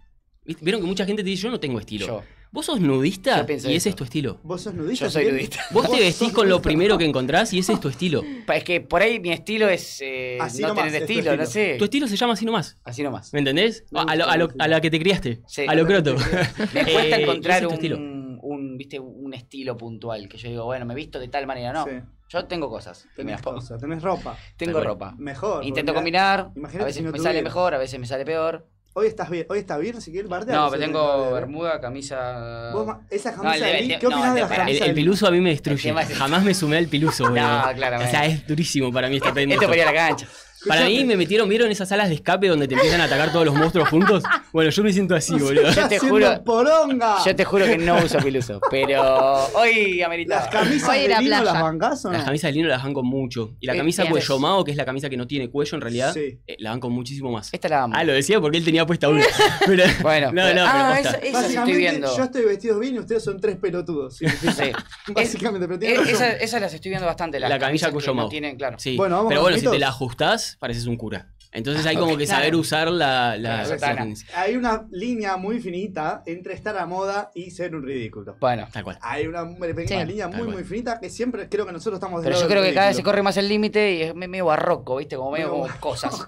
[SPEAKER 21] ¿Viste? Vieron que mucha gente te dice yo no tengo estilo.
[SPEAKER 3] Yo.
[SPEAKER 21] Vos sos nudista
[SPEAKER 3] Yo pienso
[SPEAKER 21] y ese
[SPEAKER 3] eso.
[SPEAKER 21] es tu estilo.
[SPEAKER 2] Vos sos nudista.
[SPEAKER 3] Yo soy
[SPEAKER 2] Miguel?
[SPEAKER 3] nudista.
[SPEAKER 21] Vos te
[SPEAKER 3] Vos
[SPEAKER 21] vestís
[SPEAKER 3] sos
[SPEAKER 21] con lo
[SPEAKER 3] nudista.
[SPEAKER 21] primero que encontrás y ese es tu estilo.
[SPEAKER 3] Pa- Es que por ahí mi estilo es eh,
[SPEAKER 21] Así
[SPEAKER 3] no
[SPEAKER 21] nomás,
[SPEAKER 3] tener
[SPEAKER 21] es tu
[SPEAKER 3] estilo, no
[SPEAKER 21] estilo.
[SPEAKER 3] sé.
[SPEAKER 21] Tu estilo se llama así nomás.
[SPEAKER 3] Así nomás.
[SPEAKER 21] ¿Me entendés? A, a lo- a lo- a la que te criaste.
[SPEAKER 3] Sí.
[SPEAKER 21] a lo croto.
[SPEAKER 3] Me cuesta
[SPEAKER 21] Eh, ese
[SPEAKER 3] encontrar
[SPEAKER 21] es tu estilo.
[SPEAKER 3] un, un, ¿viste? un estilo puntual. Que yo digo, bueno, me visto de tal manera. No.
[SPEAKER 2] Sí.
[SPEAKER 3] Yo tengo cosas. y me las
[SPEAKER 2] Tenés,
[SPEAKER 3] pongo.
[SPEAKER 2] cosa, tenés ropa.
[SPEAKER 3] Tengo ropa.
[SPEAKER 2] Mejor.
[SPEAKER 3] Intento
[SPEAKER 2] porque mirá,
[SPEAKER 3] combinar. A
[SPEAKER 2] Imagínate
[SPEAKER 3] veces
[SPEAKER 2] si no
[SPEAKER 3] me sale
[SPEAKER 2] tuviera.
[SPEAKER 3] mejor, a veces me sale peor.
[SPEAKER 2] Hoy estás bien, hoy está bien, si quieres, Marte.
[SPEAKER 3] No, pero tengo bermuda, camisa.
[SPEAKER 2] ¿eh? Vos ma- esa
[SPEAKER 3] No,
[SPEAKER 2] camisa
[SPEAKER 3] el-
[SPEAKER 2] de
[SPEAKER 3] el-
[SPEAKER 2] Lee, ¿qué
[SPEAKER 3] no,
[SPEAKER 2] opinás de las
[SPEAKER 3] espera,
[SPEAKER 2] camisas
[SPEAKER 3] el-
[SPEAKER 2] de
[SPEAKER 21] El
[SPEAKER 2] Lee?
[SPEAKER 21] piluso a mí me destruye.
[SPEAKER 3] tema es-
[SPEAKER 21] Jamás me sumé al piluso, boludo.
[SPEAKER 3] claramente.
[SPEAKER 21] O sea, es durísimo para mí esta pendeja.
[SPEAKER 3] Esto para ir a la cancha.
[SPEAKER 21] Para mí me metieron, ¿vieron esas salas de escape donde te empiezan a atacar todos los monstruos juntos? Bueno, yo me siento así, boludo.
[SPEAKER 3] Yo te juro.
[SPEAKER 2] Poronga.
[SPEAKER 3] Yo te juro que no uso piluso, pero hoy ameritaba.
[SPEAKER 2] Las camisas
[SPEAKER 21] Hoy
[SPEAKER 2] de
[SPEAKER 21] era
[SPEAKER 2] lino
[SPEAKER 21] playa.
[SPEAKER 2] las bancás o no?
[SPEAKER 21] Las camisas de lino las banco mucho. Y la
[SPEAKER 2] Eh,
[SPEAKER 21] camisa
[SPEAKER 2] bien.
[SPEAKER 21] cuellomao, que es la camisa que no tiene cuello en realidad,
[SPEAKER 2] Sí.
[SPEAKER 21] eh, la banco muchísimo más.
[SPEAKER 3] Esta la
[SPEAKER 21] Ah, lo decía porque él tenía puesta una. Pero, bueno. No, no, pero
[SPEAKER 2] ah,
[SPEAKER 21] posta.
[SPEAKER 2] esa, esa sí estoy viendo. Yo estoy vestido bien y ustedes son tres pelotudos. Básicamente, pero tienen
[SPEAKER 3] Eh,
[SPEAKER 2] razón.
[SPEAKER 3] Esas esas las estoy viendo bastante. Las
[SPEAKER 21] la camisa
[SPEAKER 3] camisas que
[SPEAKER 21] cuello
[SPEAKER 3] no
[SPEAKER 21] mao.
[SPEAKER 3] tienen, claro.
[SPEAKER 21] Sí.
[SPEAKER 2] Bueno, vamos
[SPEAKER 21] pero
[SPEAKER 2] con
[SPEAKER 21] bueno,
[SPEAKER 2] los
[SPEAKER 21] si te
[SPEAKER 2] mitos.
[SPEAKER 21] la ajustás, pareces un cura. Entonces hay como que
[SPEAKER 2] Claro.
[SPEAKER 21] saber usar la. la-
[SPEAKER 3] Ah, Claro,
[SPEAKER 21] la-
[SPEAKER 3] Satana.
[SPEAKER 21] la-
[SPEAKER 2] Hay una línea muy finita entre estar a moda y ser un ridículo.
[SPEAKER 3] Bueno,
[SPEAKER 21] tal cual.
[SPEAKER 2] Hay una pequeña
[SPEAKER 3] Sí.
[SPEAKER 2] línea
[SPEAKER 3] Tal
[SPEAKER 2] muy,
[SPEAKER 3] cual.
[SPEAKER 2] muy finita que siempre creo que nosotros estamos del
[SPEAKER 3] Pero yo
[SPEAKER 2] lado del
[SPEAKER 3] creo que cada vez se
[SPEAKER 2] ridículo.
[SPEAKER 3] corre más el límite y es me- medio barroco, ¿viste? Como medio
[SPEAKER 2] Medio
[SPEAKER 3] como cosas.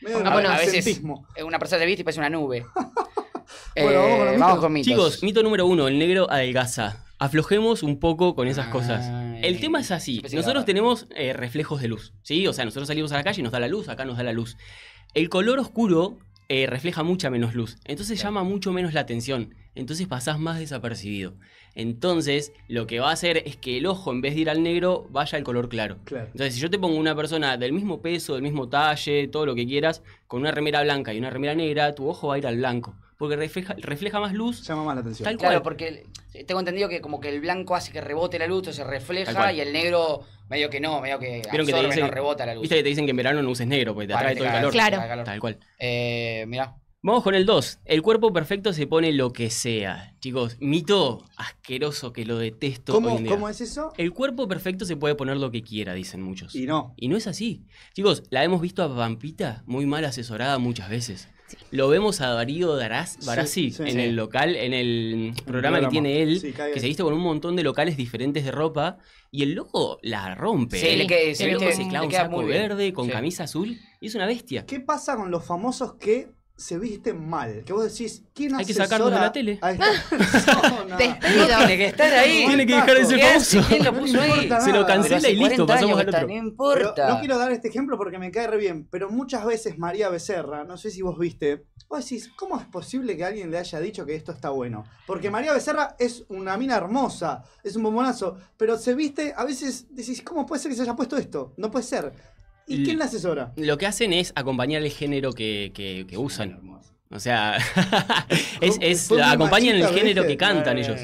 [SPEAKER 2] Medio
[SPEAKER 3] a, a veces
[SPEAKER 2] renacentismo.
[SPEAKER 3] eh, una persona te viste y parece una nube.
[SPEAKER 2] Bueno, vamos con los
[SPEAKER 3] Eh,
[SPEAKER 2] mitos.
[SPEAKER 3] vamos con mitos.
[SPEAKER 21] Chicos, mito número uno: el negro adelgaza. Aflojemos un poco con esas cosas. El tema es así:
[SPEAKER 3] pensé que
[SPEAKER 21] nosotros
[SPEAKER 3] era-
[SPEAKER 21] tenemos eh, reflejos de luz, ¿sí? O sea, nosotros salimos a la calle y nos da la luz, acá nos da la luz. El color oscuro eh, refleja mucha menos luz, entonces llama mucho menos la atención, entonces pasás más desapercibido. Entonces, lo que va a hacer es que el ojo, en vez de ir al negro, vaya al color claro.
[SPEAKER 2] Claro.
[SPEAKER 21] Entonces, si yo te pongo una persona del mismo peso, del mismo talle, todo lo que quieras, con una remera blanca y una remera negra, tu ojo va a ir al blanco. Porque refleja, refleja más luz.
[SPEAKER 2] Llama más la atención.
[SPEAKER 21] Tal
[SPEAKER 3] Claro,
[SPEAKER 21] cual.
[SPEAKER 3] porque el- tengo entendido que como que el blanco hace que rebote la luz o se
[SPEAKER 21] Tal
[SPEAKER 3] refleja
[SPEAKER 21] cual.
[SPEAKER 3] y el negro medio que no, medio que
[SPEAKER 21] Vieron que te
[SPEAKER 3] absorbe,
[SPEAKER 21] dicen-
[SPEAKER 3] no rebota la luz.
[SPEAKER 21] Viste que te dicen que en verano no uses negro porque te
[SPEAKER 3] Para
[SPEAKER 21] atrae
[SPEAKER 3] que
[SPEAKER 21] todo el
[SPEAKER 3] te
[SPEAKER 21] calor.
[SPEAKER 3] cagas, Claro.
[SPEAKER 21] Tal cual.
[SPEAKER 3] Eh, mirá.
[SPEAKER 21] Vamos con el 2. El cuerpo perfecto se pone lo que sea. Chicos, mito asqueroso que lo detesto hoy
[SPEAKER 2] ¿Cómo,
[SPEAKER 21] en día.
[SPEAKER 2] ¿Cómo es eso?
[SPEAKER 21] El cuerpo perfecto se puede poner lo que quiera, dicen muchos.
[SPEAKER 2] Y no.
[SPEAKER 21] Y no es así. Chicos, la hemos visto a Vampita muy mal asesorada muchas veces. Lo vemos a Darío Daraz,
[SPEAKER 2] Sí,
[SPEAKER 21] Barassi
[SPEAKER 2] sí,
[SPEAKER 21] en
[SPEAKER 2] sí.
[SPEAKER 21] el local, en el mm, programa,
[SPEAKER 2] programa.
[SPEAKER 21] que tiene él,
[SPEAKER 2] Sí, cae
[SPEAKER 21] que se
[SPEAKER 2] ahí.
[SPEAKER 21] viste con un montón de locales diferentes de ropa y el loco la rompe.
[SPEAKER 3] Sí, le que- se
[SPEAKER 21] el loco
[SPEAKER 3] viste-
[SPEAKER 21] se
[SPEAKER 3] le
[SPEAKER 21] clava Ah, un
[SPEAKER 3] queda
[SPEAKER 21] saco
[SPEAKER 3] muy bien.
[SPEAKER 21] verde con
[SPEAKER 3] Sí.
[SPEAKER 21] camisa azul y es una bestia.
[SPEAKER 2] ¿Qué pasa con los famosos que se visten mal? Que vos decís, ¿quién
[SPEAKER 21] Hay que
[SPEAKER 2] asesora
[SPEAKER 21] sacarlos de la tele.
[SPEAKER 2] a esta persona?
[SPEAKER 3] No tiene que estar ahí.
[SPEAKER 21] Tiene que dejar ese
[SPEAKER 3] ¿Qué hace?
[SPEAKER 21] famoso.
[SPEAKER 3] ¿Quién lo puso
[SPEAKER 2] No
[SPEAKER 3] ahí?
[SPEAKER 2] importa
[SPEAKER 21] Se lo
[SPEAKER 2] nada.
[SPEAKER 21] cancela y listo,
[SPEAKER 3] 40
[SPEAKER 21] pasamos
[SPEAKER 3] años
[SPEAKER 21] al
[SPEAKER 3] que
[SPEAKER 21] otro.
[SPEAKER 3] está, No importa.
[SPEAKER 2] Pero no quiero dar este ejemplo porque me cae re bien, pero muchas veces María Becerra, no sé si vos viste, vos decís, ¿cómo es posible que alguien le haya dicho que esto está bueno? Porque María Becerra es una mina hermosa, es un bombonazo, pero se viste, a veces decís, ¿cómo puede ser que se haya puesto esto? No puede ser. ¿Y
[SPEAKER 21] L-
[SPEAKER 2] quién la asesora?
[SPEAKER 21] Lo que hacen es acompañar el género que, que- que usan. O sea, es, es- Fue muy acompañan el machista, género ¿viste? que cantan Eh. ellos.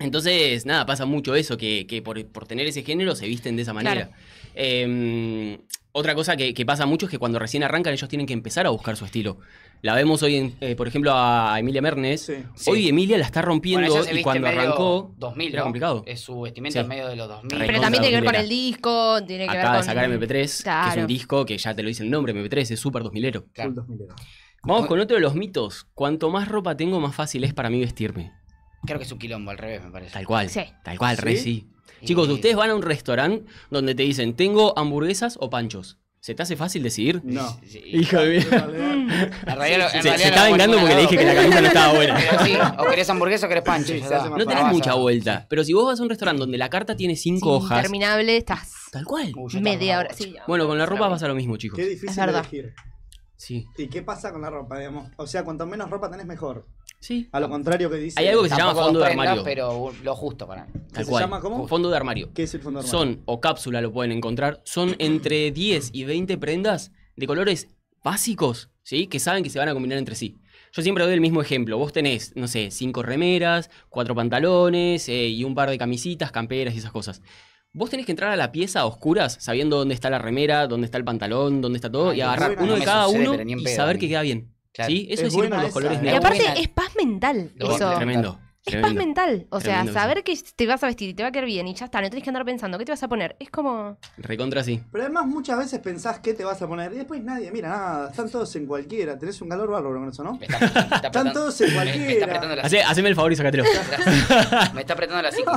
[SPEAKER 21] Entonces, nada, pasa mucho eso, que, que por, por tener ese género se visten de esa manera. Eh, otra cosa que, que pasa mucho es que cuando recién arrancan ellos tienen que empezar a buscar su estilo. La vemos hoy, en, eh, por ejemplo, a Emilia Mernes. Hoy
[SPEAKER 3] Sí.
[SPEAKER 21] Emilia la está rompiendo
[SPEAKER 3] Bueno, ella se
[SPEAKER 21] y
[SPEAKER 3] viste
[SPEAKER 21] cuando
[SPEAKER 3] medio
[SPEAKER 21] arrancó
[SPEAKER 3] 2000,
[SPEAKER 21] era
[SPEAKER 3] ¿no?
[SPEAKER 21] complicado.
[SPEAKER 3] Es su vestimenta
[SPEAKER 21] Sí.
[SPEAKER 3] en medio de los 2000.
[SPEAKER 21] Pero
[SPEAKER 4] Pero también tiene que ver con el disco, tiene que
[SPEAKER 21] Acaba de
[SPEAKER 4] ver con.
[SPEAKER 21] sacar MP3, que es
[SPEAKER 4] Claro.
[SPEAKER 21] un disco que ya te lo dice el nombre, MP3, es súper 2000ero.
[SPEAKER 2] Full 2000 era.
[SPEAKER 21] Vamos con otro de los mitos. Cuanto más ropa tengo, más fácil es para mí vestirme.
[SPEAKER 3] Creo que es un quilombo al revés, me parece.
[SPEAKER 21] Tal cual.
[SPEAKER 3] Sí. Eh.
[SPEAKER 21] Tal cual, re
[SPEAKER 3] ¿Sí?
[SPEAKER 21] sí. Chicos, ustedes van a un restaurante donde te dicen, tengo hamburguesas o panchos. ¿Se te hace fácil decidir?
[SPEAKER 2] No.
[SPEAKER 21] Hijo de mía.
[SPEAKER 3] En realidad lo- en
[SPEAKER 21] Se- se,
[SPEAKER 3] realidad lo
[SPEAKER 21] está
[SPEAKER 3] hago
[SPEAKER 21] vengando porque le dije que la camisa no estaba buena.
[SPEAKER 3] Pero sí, o querés hamburguesa o querés pancho. ya está.
[SPEAKER 21] No tenés mucha vuelta. Pero si vos vas a un restaurante donde la carta tiene cinco hojas,
[SPEAKER 4] Interminable, estás.
[SPEAKER 21] Tal cual.
[SPEAKER 4] Media hora. Sí, ya.
[SPEAKER 21] bueno, con la ropa pasa lo mismo, chicos.
[SPEAKER 2] Qué difícil
[SPEAKER 4] Es verdad.
[SPEAKER 2] elegir.
[SPEAKER 21] Sí.
[SPEAKER 2] ¿Y qué pasa con la ropa, digamos? O sea, cuanto menos ropa tenés, mejor.
[SPEAKER 21] Sí.
[SPEAKER 2] A lo contrario que dice...
[SPEAKER 21] Hay algo que se llama
[SPEAKER 3] Tampoco
[SPEAKER 21] fondo de
[SPEAKER 3] prendas,
[SPEAKER 21] armario.
[SPEAKER 3] Pero lo justo para mí.
[SPEAKER 21] Tal
[SPEAKER 2] Ah, se
[SPEAKER 21] cual.
[SPEAKER 2] llama cómo?
[SPEAKER 21] Fondo de armario.
[SPEAKER 2] ¿Qué es el fondo armario?
[SPEAKER 21] Son, o cápsula lo pueden encontrar, son entre 10 y 20 prendas de colores básicos, ¿sí? Que saben que se van a combinar entre sí. Yo siempre doy el mismo ejemplo. Vos tenés, no sé, cinco remeras, cuatro pantalones eh, y un par de camisitas, camperas y esas cosas. Vos tenés que entrar a la pieza a oscuras, sabiendo dónde está la remera, dónde está el pantalón, dónde está todo,
[SPEAKER 3] Ay,
[SPEAKER 21] y
[SPEAKER 3] qué
[SPEAKER 21] agarrar
[SPEAKER 3] buena.
[SPEAKER 21] uno
[SPEAKER 3] No
[SPEAKER 21] de
[SPEAKER 3] me
[SPEAKER 21] cada
[SPEAKER 3] sucede,
[SPEAKER 21] uno
[SPEAKER 3] pero ni en
[SPEAKER 21] y
[SPEAKER 3] pedo a
[SPEAKER 21] saber
[SPEAKER 3] mí.
[SPEAKER 21] que queda bien.
[SPEAKER 3] Claro.
[SPEAKER 21] ¿Sí? Eso
[SPEAKER 3] Es
[SPEAKER 21] es, ir con
[SPEAKER 3] buena
[SPEAKER 21] los
[SPEAKER 3] esa,
[SPEAKER 21] colores
[SPEAKER 3] ¿eh?
[SPEAKER 4] Y
[SPEAKER 21] neutros.
[SPEAKER 4] aparte, es paz mental.
[SPEAKER 21] Lo-
[SPEAKER 4] eso.
[SPEAKER 21] Tremendo.
[SPEAKER 4] Es paz
[SPEAKER 21] tremendo.
[SPEAKER 4] mental. O sea,
[SPEAKER 21] Tremendo que
[SPEAKER 4] saber que te vas a vestir y te va a quedar bien y ya está. No tenés que andar pensando qué te vas a poner. Es como.
[SPEAKER 21] Recontra sí.
[SPEAKER 2] Pero además muchas veces pensás qué te vas a poner y después nadie mira nada, están todos en cualquiera, tenés un calor bárbaro con eso, ¿no?
[SPEAKER 21] ¿Eh?
[SPEAKER 2] están todos en
[SPEAKER 3] Me está apretando
[SPEAKER 2] cualquiera.
[SPEAKER 3] la
[SPEAKER 21] Hacé- haceme el favor y sácatelo.
[SPEAKER 3] Me está apretando la cinco.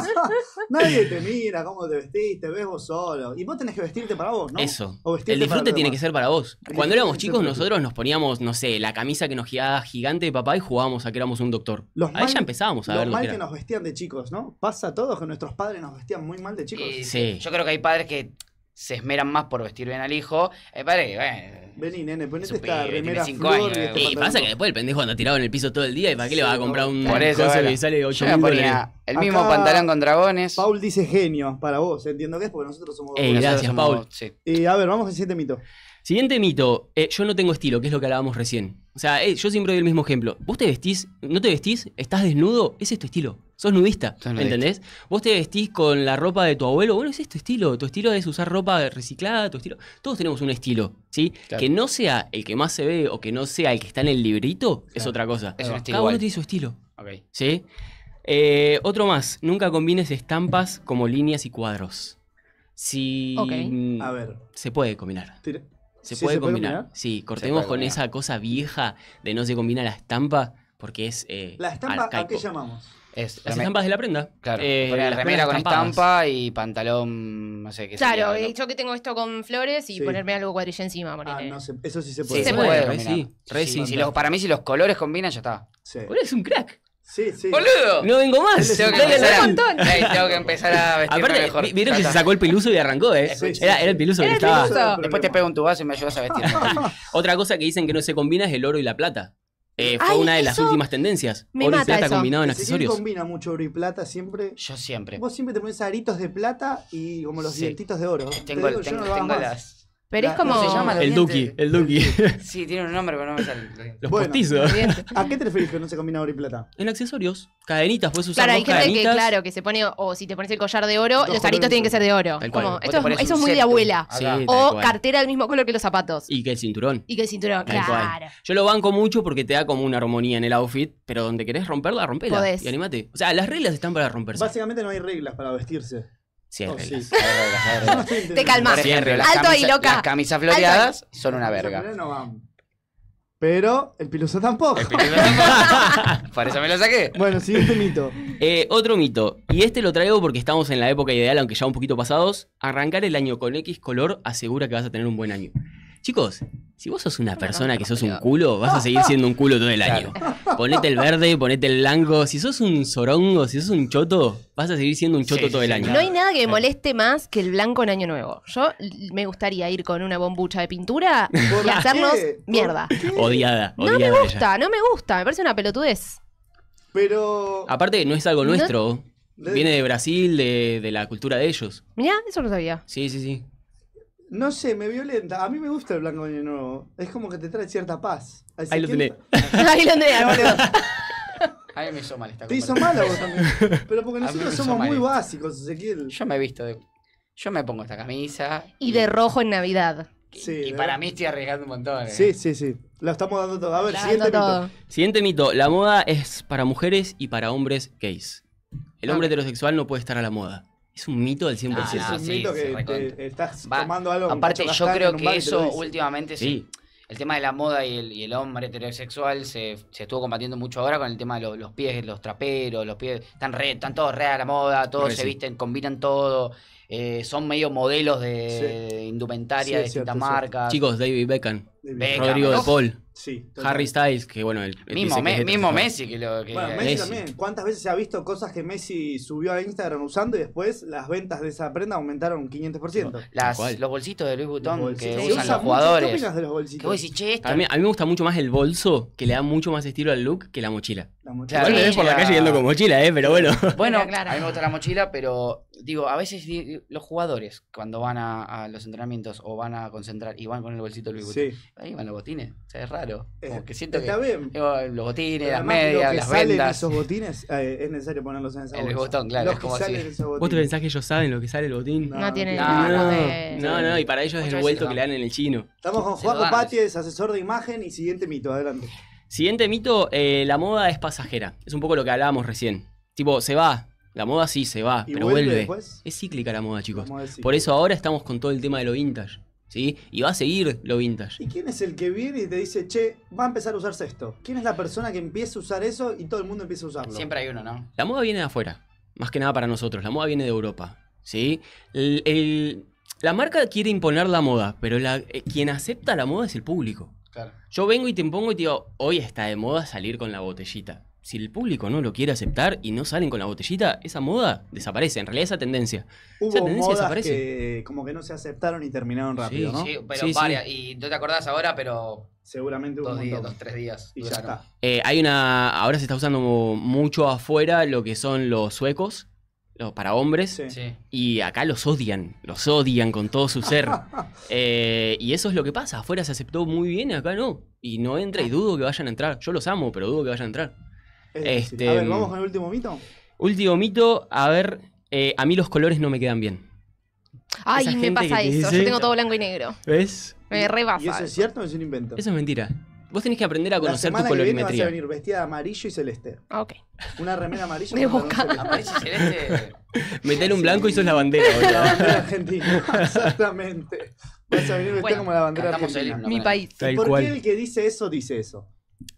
[SPEAKER 2] nadie te mira cómo te vestiste, ves vos solo. Y vos tenés que vestirte para vos, ¿no?
[SPEAKER 21] Eso.
[SPEAKER 2] O
[SPEAKER 21] El
[SPEAKER 2] vestirte para
[SPEAKER 21] disfrute
[SPEAKER 2] los
[SPEAKER 21] tiene que
[SPEAKER 2] demás.
[SPEAKER 21] ser para vos.
[SPEAKER 2] El disfrute
[SPEAKER 21] Cuando éramos
[SPEAKER 2] tiene
[SPEAKER 21] chicos,
[SPEAKER 2] que ser para ti.
[SPEAKER 21] nosotros nos poníamos, no sé, la camisa que nos giraba gigante de papá y jugábamos a que éramos un doctor.
[SPEAKER 2] Los
[SPEAKER 21] Ahí
[SPEAKER 2] mal-
[SPEAKER 21] ya empezábamos a
[SPEAKER 2] lo
[SPEAKER 21] ver lo
[SPEAKER 2] mal
[SPEAKER 21] que
[SPEAKER 2] que,
[SPEAKER 21] era. Eh,
[SPEAKER 2] nos vestían de chicos, ¿no? Pasa a todos que nuestros padres nos vestían muy mal de chicos.
[SPEAKER 3] Y
[SPEAKER 21] Sí.
[SPEAKER 3] Yo creo que hay padres que se esmeran más por vestir bien al hijo. Eh, pará que, bueno,
[SPEAKER 2] Vení, nene,
[SPEAKER 3] es
[SPEAKER 2] ponete
[SPEAKER 3] un
[SPEAKER 2] esta
[SPEAKER 3] pibe, tiene
[SPEAKER 2] remera
[SPEAKER 3] 5
[SPEAKER 2] flor
[SPEAKER 3] años.
[SPEAKER 2] y este
[SPEAKER 3] eh.
[SPEAKER 2] pantalón.
[SPEAKER 21] Y pasa que después el pendejo anda tirado en el piso todo el día y para qué le va a comprar un
[SPEAKER 3] Por eso,
[SPEAKER 21] coso
[SPEAKER 3] bueno.
[SPEAKER 21] que sale 8
[SPEAKER 3] Yo me
[SPEAKER 21] mil
[SPEAKER 3] ponía
[SPEAKER 21] dólares.
[SPEAKER 3] el mismo pantalón con dragones.
[SPEAKER 2] Paul dice genio, para vos, entiendo que es porque nosotros somos...
[SPEAKER 21] Ey,
[SPEAKER 2] nosotros
[SPEAKER 21] Eh, gracias,
[SPEAKER 2] somos-
[SPEAKER 21] Paul.
[SPEAKER 2] Y a ver, vamos al siguiente mito.
[SPEAKER 21] Siguiente mito, eh, yo no tengo estilo, que es lo que hablábamos recién. O sea, eh, yo siempre doy el mismo ejemplo. Vos te vestís, no te vestís, estás desnudo, ese es tu estilo. Sos nudista,
[SPEAKER 3] nudista.
[SPEAKER 21] ¿entendés? Vos te vestís con la ropa de tu abuelo, bueno, ese es tu estilo. Tu estilo es usar ropa reciclada, tu estilo. Todos tenemos un estilo, ¿sí?
[SPEAKER 3] Claro.
[SPEAKER 21] Que no sea el que más se ve o que no sea el que está en el librito, es otra cosa.
[SPEAKER 3] Es un estilo
[SPEAKER 21] Cada uno
[SPEAKER 3] igual.
[SPEAKER 21] tiene su estilo,
[SPEAKER 3] Ok.
[SPEAKER 21] ¿sí? Eh, otro más, nunca combines estampas como líneas y cuadros. Si
[SPEAKER 2] Ok.
[SPEAKER 21] mm,
[SPEAKER 2] A ver.
[SPEAKER 21] se puede combinar.
[SPEAKER 2] Tira-
[SPEAKER 21] Se
[SPEAKER 2] ¿Sí
[SPEAKER 21] puede
[SPEAKER 2] se puede
[SPEAKER 21] combinar.
[SPEAKER 2] combinar?
[SPEAKER 21] Sí,
[SPEAKER 2] Se
[SPEAKER 21] cortemos
[SPEAKER 2] puede
[SPEAKER 21] con
[SPEAKER 2] combinar.
[SPEAKER 21] esa cosa vieja de no se combina la estampa porque es. eh,
[SPEAKER 2] La estampa, ¿a
[SPEAKER 21] arcaico.
[SPEAKER 2] qué llamamos?
[SPEAKER 3] Es
[SPEAKER 21] Las
[SPEAKER 3] reme-
[SPEAKER 21] estampas de la prenda.
[SPEAKER 3] Claro.
[SPEAKER 21] Eh,
[SPEAKER 3] ponía
[SPEAKER 21] las prendas
[SPEAKER 3] remera con
[SPEAKER 21] estampadas.
[SPEAKER 3] estampa y pantalón, no sé qué
[SPEAKER 4] Claro,
[SPEAKER 3] sería,
[SPEAKER 4] eh, yo que tengo esto con flores y
[SPEAKER 3] Sí. Ah,
[SPEAKER 4] ponerme algo cuadrilla encima. ponele.
[SPEAKER 2] Ah, Eso sí se
[SPEAKER 3] Sí,
[SPEAKER 2] puede.
[SPEAKER 3] se puede,
[SPEAKER 21] re
[SPEAKER 3] combinar.
[SPEAKER 21] sí, re
[SPEAKER 3] Sí,
[SPEAKER 21] sí.
[SPEAKER 3] si los- para mí, si los colores combinan, ya está.
[SPEAKER 21] Boludo, es un crack.
[SPEAKER 2] Sí, sí.
[SPEAKER 3] ¡Boludo!
[SPEAKER 21] No vengo más.
[SPEAKER 3] Tengo que
[SPEAKER 21] Dale,
[SPEAKER 3] empezar a,
[SPEAKER 21] dale.
[SPEAKER 3] Ey, tengo que empezar a vestirme
[SPEAKER 21] Aparte,
[SPEAKER 3] mejor.
[SPEAKER 21] vi- vieron
[SPEAKER 3] Ya
[SPEAKER 21] que se
[SPEAKER 3] está.
[SPEAKER 21] sacó el peluso y arrancó, ¿eh?
[SPEAKER 3] Sí, sí,
[SPEAKER 21] era,
[SPEAKER 3] sí.
[SPEAKER 21] era el peluso
[SPEAKER 3] Era
[SPEAKER 21] que
[SPEAKER 3] el
[SPEAKER 21] estaba.
[SPEAKER 3] peluso. Después te pego un tubazo y me ayudas a vestir.
[SPEAKER 21] Otra cosa que dicen que no se combina es el oro y la plata. Eh, fue
[SPEAKER 2] Ay,
[SPEAKER 21] una de las
[SPEAKER 2] eso
[SPEAKER 21] últimas tendencias.
[SPEAKER 2] Me
[SPEAKER 21] Oro y
[SPEAKER 2] mata
[SPEAKER 21] plata
[SPEAKER 2] eso.
[SPEAKER 21] combinado en
[SPEAKER 2] Ezequiel
[SPEAKER 21] accesorios.
[SPEAKER 2] combina mucho oro y plata siempre?
[SPEAKER 3] Yo siempre.
[SPEAKER 2] Vos siempre te pones aritos de plata y como los
[SPEAKER 3] Sí.
[SPEAKER 2] dientitos de oro.
[SPEAKER 3] Tengo,
[SPEAKER 2] Te digo, yo
[SPEAKER 3] tengo,
[SPEAKER 2] no lo hago
[SPEAKER 3] tengo
[SPEAKER 2] más.
[SPEAKER 3] las.
[SPEAKER 4] Pero es como-
[SPEAKER 3] ¿cómo se llama los
[SPEAKER 21] El
[SPEAKER 3] dientes?
[SPEAKER 21] Duki, el Duki.
[SPEAKER 3] Sí, tiene un nombre, pero no me sale.
[SPEAKER 21] Los
[SPEAKER 2] Bueno,
[SPEAKER 21] postizos.
[SPEAKER 2] ¿A qué te referís que no se combina oro y plata?
[SPEAKER 21] En accesorios. Cadenitas, puedes usar
[SPEAKER 4] Claro, hay
[SPEAKER 21] dos
[SPEAKER 4] gente que,
[SPEAKER 21] cadenitas.
[SPEAKER 4] claro, que se pone, o si te pones el collar de oro,
[SPEAKER 21] Dos
[SPEAKER 4] los aritos
[SPEAKER 21] colores.
[SPEAKER 4] tienen que ser de oro.
[SPEAKER 21] Tal cual.
[SPEAKER 4] Como,
[SPEAKER 21] Vos te
[SPEAKER 4] esto es,
[SPEAKER 21] pones
[SPEAKER 4] eso
[SPEAKER 21] un
[SPEAKER 4] es muy de
[SPEAKER 21] septum.
[SPEAKER 4] abuela.
[SPEAKER 21] Sí, tal
[SPEAKER 4] o
[SPEAKER 21] cual.
[SPEAKER 4] cartera del mismo color que los zapatos.
[SPEAKER 21] Y que el cinturón.
[SPEAKER 4] Y que el cinturón,
[SPEAKER 21] Tal
[SPEAKER 4] claro.
[SPEAKER 21] cual. Yo lo banco mucho porque te da como una armonía en el outfit, pero donde querés romperla, rompela.
[SPEAKER 2] Podés.
[SPEAKER 21] Y animate. O sea, las reglas están para romperse.
[SPEAKER 2] Básicamente no hay reglas para vestirse.
[SPEAKER 21] Sí, hay
[SPEAKER 2] Oh,
[SPEAKER 21] reglas.
[SPEAKER 2] sí. Yo no estoy entendiendo.
[SPEAKER 4] Te calmás.
[SPEAKER 3] Por ejemplo, las
[SPEAKER 4] Alto ahí,
[SPEAKER 3] camisas-
[SPEAKER 4] loca.
[SPEAKER 3] Las camisas
[SPEAKER 4] Alto ahí.
[SPEAKER 3] floreadas son
[SPEAKER 2] Las
[SPEAKER 3] una verga.
[SPEAKER 2] primeras no van. Pero el piluso tampoco.
[SPEAKER 21] Para eso me lo saqué.
[SPEAKER 2] Bueno, siguiente mito.
[SPEAKER 21] Eh, otro mito. Y este lo traigo porque estamos en la época ideal, aunque ya un poquito pasados. Arrancar el año con X color asegura que vas a tener un buen año. Chicos, si vos sos una persona que sos un culo, vas a seguir siendo un culo todo el año. Ponete el verde, ponete el blanco. Si sos un sorongo, si sos un choto, vas a seguir siendo un choto todo el año.
[SPEAKER 4] No hay nada que me moleste más que el blanco en Año Nuevo. Yo l- me gustaría ir con una bombucha de pintura y
[SPEAKER 21] qué?
[SPEAKER 4] hacernos
[SPEAKER 21] ¿Por
[SPEAKER 4] mierda.
[SPEAKER 21] Odiada, odiada.
[SPEAKER 4] No me
[SPEAKER 21] ella.
[SPEAKER 4] gusta, no me gusta. Me parece una pelotudez.
[SPEAKER 2] Pero.
[SPEAKER 21] Aparte, no es algo
[SPEAKER 4] No-
[SPEAKER 21] nuestro. Viene de Brasil, de, de la cultura de ellos.
[SPEAKER 4] Mirá, eso no sabía.
[SPEAKER 21] Sí, sí, sí.
[SPEAKER 2] No sé, me violenta. A mí me gusta el blanco de año nuevo. Es como que te trae cierta paz. Así
[SPEAKER 21] Ahí lo
[SPEAKER 2] que-
[SPEAKER 21] tenés.
[SPEAKER 4] Ahí lo tenés.
[SPEAKER 3] Ay, me hizo mal esta
[SPEAKER 2] Te hizo mal
[SPEAKER 3] comparación.
[SPEAKER 2] a vos también. Pero porque
[SPEAKER 3] A mí me
[SPEAKER 2] nosotros
[SPEAKER 3] hizo
[SPEAKER 2] somos
[SPEAKER 3] mal
[SPEAKER 2] muy
[SPEAKER 3] esto.
[SPEAKER 2] básicos, Ezequiel.
[SPEAKER 3] Yo me he visto de. Yo me pongo esta camisa.
[SPEAKER 4] Y de rojo en Navidad.
[SPEAKER 3] y para mí estoy arriesgando un montón. eh.
[SPEAKER 2] Sí, sí, sí. Lo estamos dando todo. A ver,
[SPEAKER 4] Claro,
[SPEAKER 2] siguiente
[SPEAKER 4] todo.
[SPEAKER 2] mito.
[SPEAKER 21] Siguiente mito. La moda es para mujeres y para hombres gays. El hombre
[SPEAKER 2] Ok.
[SPEAKER 21] heterosexual no puede estar a la moda. Es un mito del 100%.
[SPEAKER 3] Ah, no,
[SPEAKER 2] es un mito que te- estás tomando algo. con
[SPEAKER 3] Aparte,
[SPEAKER 2] Cacho
[SPEAKER 3] yo
[SPEAKER 2] Castaño en
[SPEAKER 3] creo
[SPEAKER 2] un
[SPEAKER 3] que
[SPEAKER 2] bar y te lo
[SPEAKER 3] eso
[SPEAKER 2] dice.
[SPEAKER 3] últimamente se-
[SPEAKER 21] Sí.
[SPEAKER 3] el tema de la moda y el, y el hombre heterosexual se, se estuvo combatiendo mucho ahora con el tema de los, los pies, los traperos, los pies. Están, re, están todos re a la moda, todos
[SPEAKER 21] Re,
[SPEAKER 3] se
[SPEAKER 21] sí.
[SPEAKER 3] visten, combinan todo. eh, son medio modelos de, de indumentaria
[SPEAKER 21] Sí,
[SPEAKER 3] de
[SPEAKER 21] es cierto,
[SPEAKER 3] distintas
[SPEAKER 21] es cierto.
[SPEAKER 3] marcas.
[SPEAKER 21] Chicos, David Beckham.
[SPEAKER 3] Beckham,
[SPEAKER 21] Rodrigo de
[SPEAKER 3] uf.
[SPEAKER 21] Paul.
[SPEAKER 2] Sí, total.
[SPEAKER 21] Harry Styles, que bueno, el, el
[SPEAKER 3] Eh, Mismo
[SPEAKER 21] dice que es
[SPEAKER 3] Me- mismo
[SPEAKER 21] heterosexual.
[SPEAKER 3] Messi que lo que
[SPEAKER 2] Bueno, Messi, también. ¿Cuántas veces se ha visto cosas que Messi subió a Instagram usando y después las ventas de esa prenda aumentaron un 500%?
[SPEAKER 3] Las- los bolsitos de Louis Vuitton
[SPEAKER 2] bolsitos.
[SPEAKER 3] que
[SPEAKER 2] Se
[SPEAKER 3] usan
[SPEAKER 2] usa
[SPEAKER 3] los
[SPEAKER 2] mucho. ¿Qué
[SPEAKER 3] jugadores.
[SPEAKER 2] opinas de los bolsitos?
[SPEAKER 3] Que vos decís, che, esto-
[SPEAKER 21] A mí, a mí me gusta mucho más el bolso, que le da mucho más estilo al look que la mochila.
[SPEAKER 2] La
[SPEAKER 3] mochila.
[SPEAKER 21] Igual me ves por la calle yendo con mochila, eh, pero bueno.
[SPEAKER 3] Bueno, a mí me gusta la mochila, pero digo, a veces di- los jugadores cuando van a, a los entrenamientos o van a concentrar y van con el bolsito de Louis Vuitton,
[SPEAKER 2] Sí.
[SPEAKER 3] ahí van los botines, o sea, es raro. Como
[SPEAKER 2] Eh,
[SPEAKER 3] que siento
[SPEAKER 2] está
[SPEAKER 3] que
[SPEAKER 2] bien.
[SPEAKER 3] digo, los botines,
[SPEAKER 2] Pero
[SPEAKER 3] las
[SPEAKER 2] además, lo
[SPEAKER 3] medias,
[SPEAKER 2] que
[SPEAKER 3] las
[SPEAKER 2] salen
[SPEAKER 3] vendas.
[SPEAKER 2] esos botines, eh, es necesario ponerlos en esa
[SPEAKER 3] En el
[SPEAKER 2] bolsa.
[SPEAKER 3] botón, claro,
[SPEAKER 2] Los
[SPEAKER 3] es
[SPEAKER 2] que
[SPEAKER 3] como
[SPEAKER 2] salen
[SPEAKER 3] si-
[SPEAKER 2] en esos
[SPEAKER 21] ¿Vos te
[SPEAKER 2] botines.
[SPEAKER 21] pensás que ellos saben lo que sale el botín?
[SPEAKER 2] No, No tienen
[SPEAKER 21] no,
[SPEAKER 2] idea.
[SPEAKER 21] no,
[SPEAKER 2] Eh,
[SPEAKER 21] no, no, y para ellos es
[SPEAKER 3] Muchas
[SPEAKER 21] el
[SPEAKER 3] veces
[SPEAKER 21] vuelto
[SPEAKER 3] no.
[SPEAKER 21] que le dan en el chino.
[SPEAKER 2] Estamos con
[SPEAKER 3] Se
[SPEAKER 2] Juaco
[SPEAKER 3] lo dan.
[SPEAKER 2] Paties, asesor de imagen y siguiente mito, adelante.
[SPEAKER 21] Siguiente mito, eh, la moda es pasajera. Es un poco lo que hablábamos recién. Tipo, se va. La moda sí se va,
[SPEAKER 2] ¿Y
[SPEAKER 21] pero
[SPEAKER 2] vuelve
[SPEAKER 21] vuelve.
[SPEAKER 2] después?
[SPEAKER 21] Es cíclica la moda, chicos.
[SPEAKER 2] Vamos a decir.
[SPEAKER 21] Por eso ahora estamos con todo el tema de lo vintage. ¿Sí? Y va a seguir lo vintage.
[SPEAKER 2] ¿Y quién es el que viene y te dice, che, va a empezar a usarse esto? ¿Quién es la persona que empieza a usar eso y todo el mundo empieza a usarlo?
[SPEAKER 3] Siempre hay uno, ¿no?
[SPEAKER 21] La moda viene de afuera, más que nada para nosotros. La moda viene de Europa, ¿sí? El- el- la marca quiere imponer la moda, pero la- eh, quien acepta la moda es el público.
[SPEAKER 3] Claro.
[SPEAKER 21] Yo vengo y te impongo y te digo, hoy está de moda salir con la botellita. si el público no lo quiere aceptar y no salen con la botellita, esa moda desaparece. En realidad, esa tendencia. esa
[SPEAKER 2] Hubo
[SPEAKER 21] tendencia
[SPEAKER 2] modas
[SPEAKER 21] desaparece.
[SPEAKER 2] que eh, como que no se aceptaron y terminaron rápido, ¿no?
[SPEAKER 3] Sí, pero varias. Y no te acordás ahora, pero.
[SPEAKER 2] Seguramente
[SPEAKER 3] dos días, dos, tres días.
[SPEAKER 2] Y ya
[SPEAKER 3] duraron.
[SPEAKER 2] está.
[SPEAKER 21] Eh, hay una. Ahora se está usando mo- mucho afuera lo que son los suecos. los- Para hombres.
[SPEAKER 3] Sí.
[SPEAKER 21] Y acá los odian. Los odian con todo su ser. Eh, y eso es lo que pasa. Afuera se aceptó muy bien, acá no. Y no entra y dudo que vayan a entrar. Yo los amo, pero dudo que vayan a entrar.
[SPEAKER 2] Es difícil.
[SPEAKER 21] Este,
[SPEAKER 2] a ver, vamos con el último mito.
[SPEAKER 21] Último mito, a ver, eh, a mí los colores no me quedan bien.
[SPEAKER 4] Ay,
[SPEAKER 21] Esa
[SPEAKER 4] me
[SPEAKER 21] gente que
[SPEAKER 4] pasa
[SPEAKER 21] te
[SPEAKER 4] eso.
[SPEAKER 21] dice-
[SPEAKER 4] Yo tengo todo blanco y negro.
[SPEAKER 21] ¿Ves?
[SPEAKER 4] Me rebasa.
[SPEAKER 2] ¿Y eso es cierto o es un invento?
[SPEAKER 21] Eso es mentira. Vos tenés que aprender a
[SPEAKER 2] La
[SPEAKER 21] conocer tu
[SPEAKER 2] semana que viene vas a
[SPEAKER 21] colorimetría.
[SPEAKER 2] venir vestida de amarillo y celeste.
[SPEAKER 4] Ah, ok.
[SPEAKER 2] Una remera amarilla.
[SPEAKER 4] De
[SPEAKER 2] boca.
[SPEAKER 3] Amarillo y celeste.
[SPEAKER 21] Meter un blanco y sos la bandera.
[SPEAKER 2] La
[SPEAKER 21] boludo.
[SPEAKER 2] bandera argentina. Exactamente. Vas a venir vestida como la bandera
[SPEAKER 3] cantamos el
[SPEAKER 2] argentina.
[SPEAKER 3] himno Mi con él. país.
[SPEAKER 2] ¿Y
[SPEAKER 21] Tal
[SPEAKER 2] ¿Por
[SPEAKER 21] cual.
[SPEAKER 2] qué el que dice eso dice eso?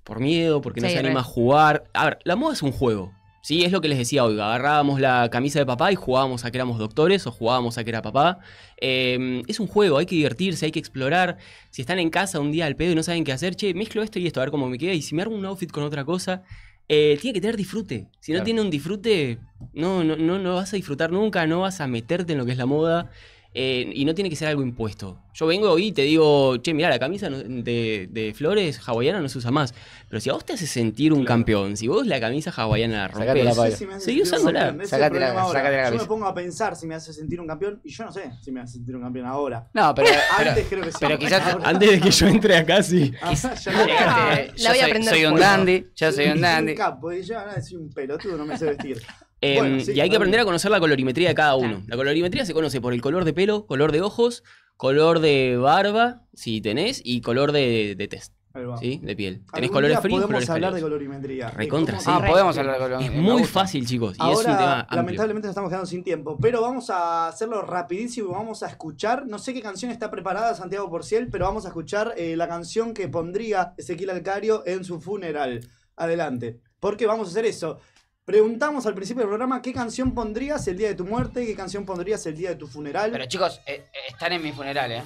[SPEAKER 21] Por miedo, porque no
[SPEAKER 2] Sí,
[SPEAKER 21] se anima
[SPEAKER 2] re.
[SPEAKER 21] a jugar. A ver, la moda es un juego. Sí, es lo que les decía hoy. Agarrábamos la camisa de papá y jugábamos a que éramos doctores o jugábamos a que era papá. Eh, es un juego, hay que divertirse, hay que explorar. Si están en casa un día al pedo y no saben qué hacer, che, mezclo esto y esto, a ver cómo me queda. Y si me armo un outfit con otra cosa, eh, tiene que tener disfrute. Si no Claro. tiene un disfrute, no, no, no, no vas a disfrutar nunca, no vas a meterte en lo que es la moda. eh, y no tiene que ser algo impuesto. Yo vengo hoy y te digo, che, mirá, la camisa no- de, de flores hawaiana no se usa más. Pero si a vos te hace sentir un campeón, si vos la camisa hawaiana la rompes,
[SPEAKER 2] No sé si me hace
[SPEAKER 21] seguí
[SPEAKER 2] sentir un
[SPEAKER 21] usándola.
[SPEAKER 2] campeón, ese es el problema ahora. Yo me pongo a pensar si me hace sentir un campeón y yo no sé si me hace sentir un campeón ahora.
[SPEAKER 3] No, pero-
[SPEAKER 2] antes
[SPEAKER 3] pero-
[SPEAKER 2] creo que sí.
[SPEAKER 3] pero quizás-
[SPEAKER 2] Ahora-
[SPEAKER 21] Antes de que yo entre acá, sí.
[SPEAKER 2] Ahora ya
[SPEAKER 3] Ah,
[SPEAKER 2] no-
[SPEAKER 3] la yo voy a soy- aprender soy un por- dandy, yo soy un dandy.
[SPEAKER 2] un capo, y yo ahora soy un pelotudo, no me sé vestir.
[SPEAKER 21] Eh,
[SPEAKER 2] Bueno,
[SPEAKER 21] y
[SPEAKER 2] sí,
[SPEAKER 21] hay que
[SPEAKER 2] perdón.
[SPEAKER 21] aprender a conocer la colorimetría de cada uno. La colorimetría se conoce por el color de pelo, color de ojos, color de barba, si tenés, y color de, de test.
[SPEAKER 2] Ahí va.
[SPEAKER 21] ¿sí? De piel. Tenés
[SPEAKER 2] Algún
[SPEAKER 21] colores
[SPEAKER 2] día
[SPEAKER 21] fríos,
[SPEAKER 2] podemos
[SPEAKER 21] colores
[SPEAKER 2] hablar de
[SPEAKER 21] cálidos.
[SPEAKER 2] colorimetría. Eh,
[SPEAKER 21] Recontra,
[SPEAKER 2] Es
[SPEAKER 21] sí.
[SPEAKER 3] Ah,
[SPEAKER 2] como-
[SPEAKER 21] Es muy fácil, chicos. Y es un tema
[SPEAKER 2] Ahora,
[SPEAKER 21] amplio.
[SPEAKER 2] lamentablemente nos estamos quedando sin tiempo, pero vamos a hacerlo rapidísimo, vamos a escuchar, no sé qué canción está preparada Santiago Porciel, pero vamos a escuchar eh, la canción que pondría Ezequiel Alcario en su funeral. Adelante, porque vamos a hacer eso. Preguntamos al principio del programa qué canción pondrías el día de tu muerte y qué canción pondrías el día de tu funeral.
[SPEAKER 3] Pero chicos, eh, eh, están en mi funeral, ¿eh?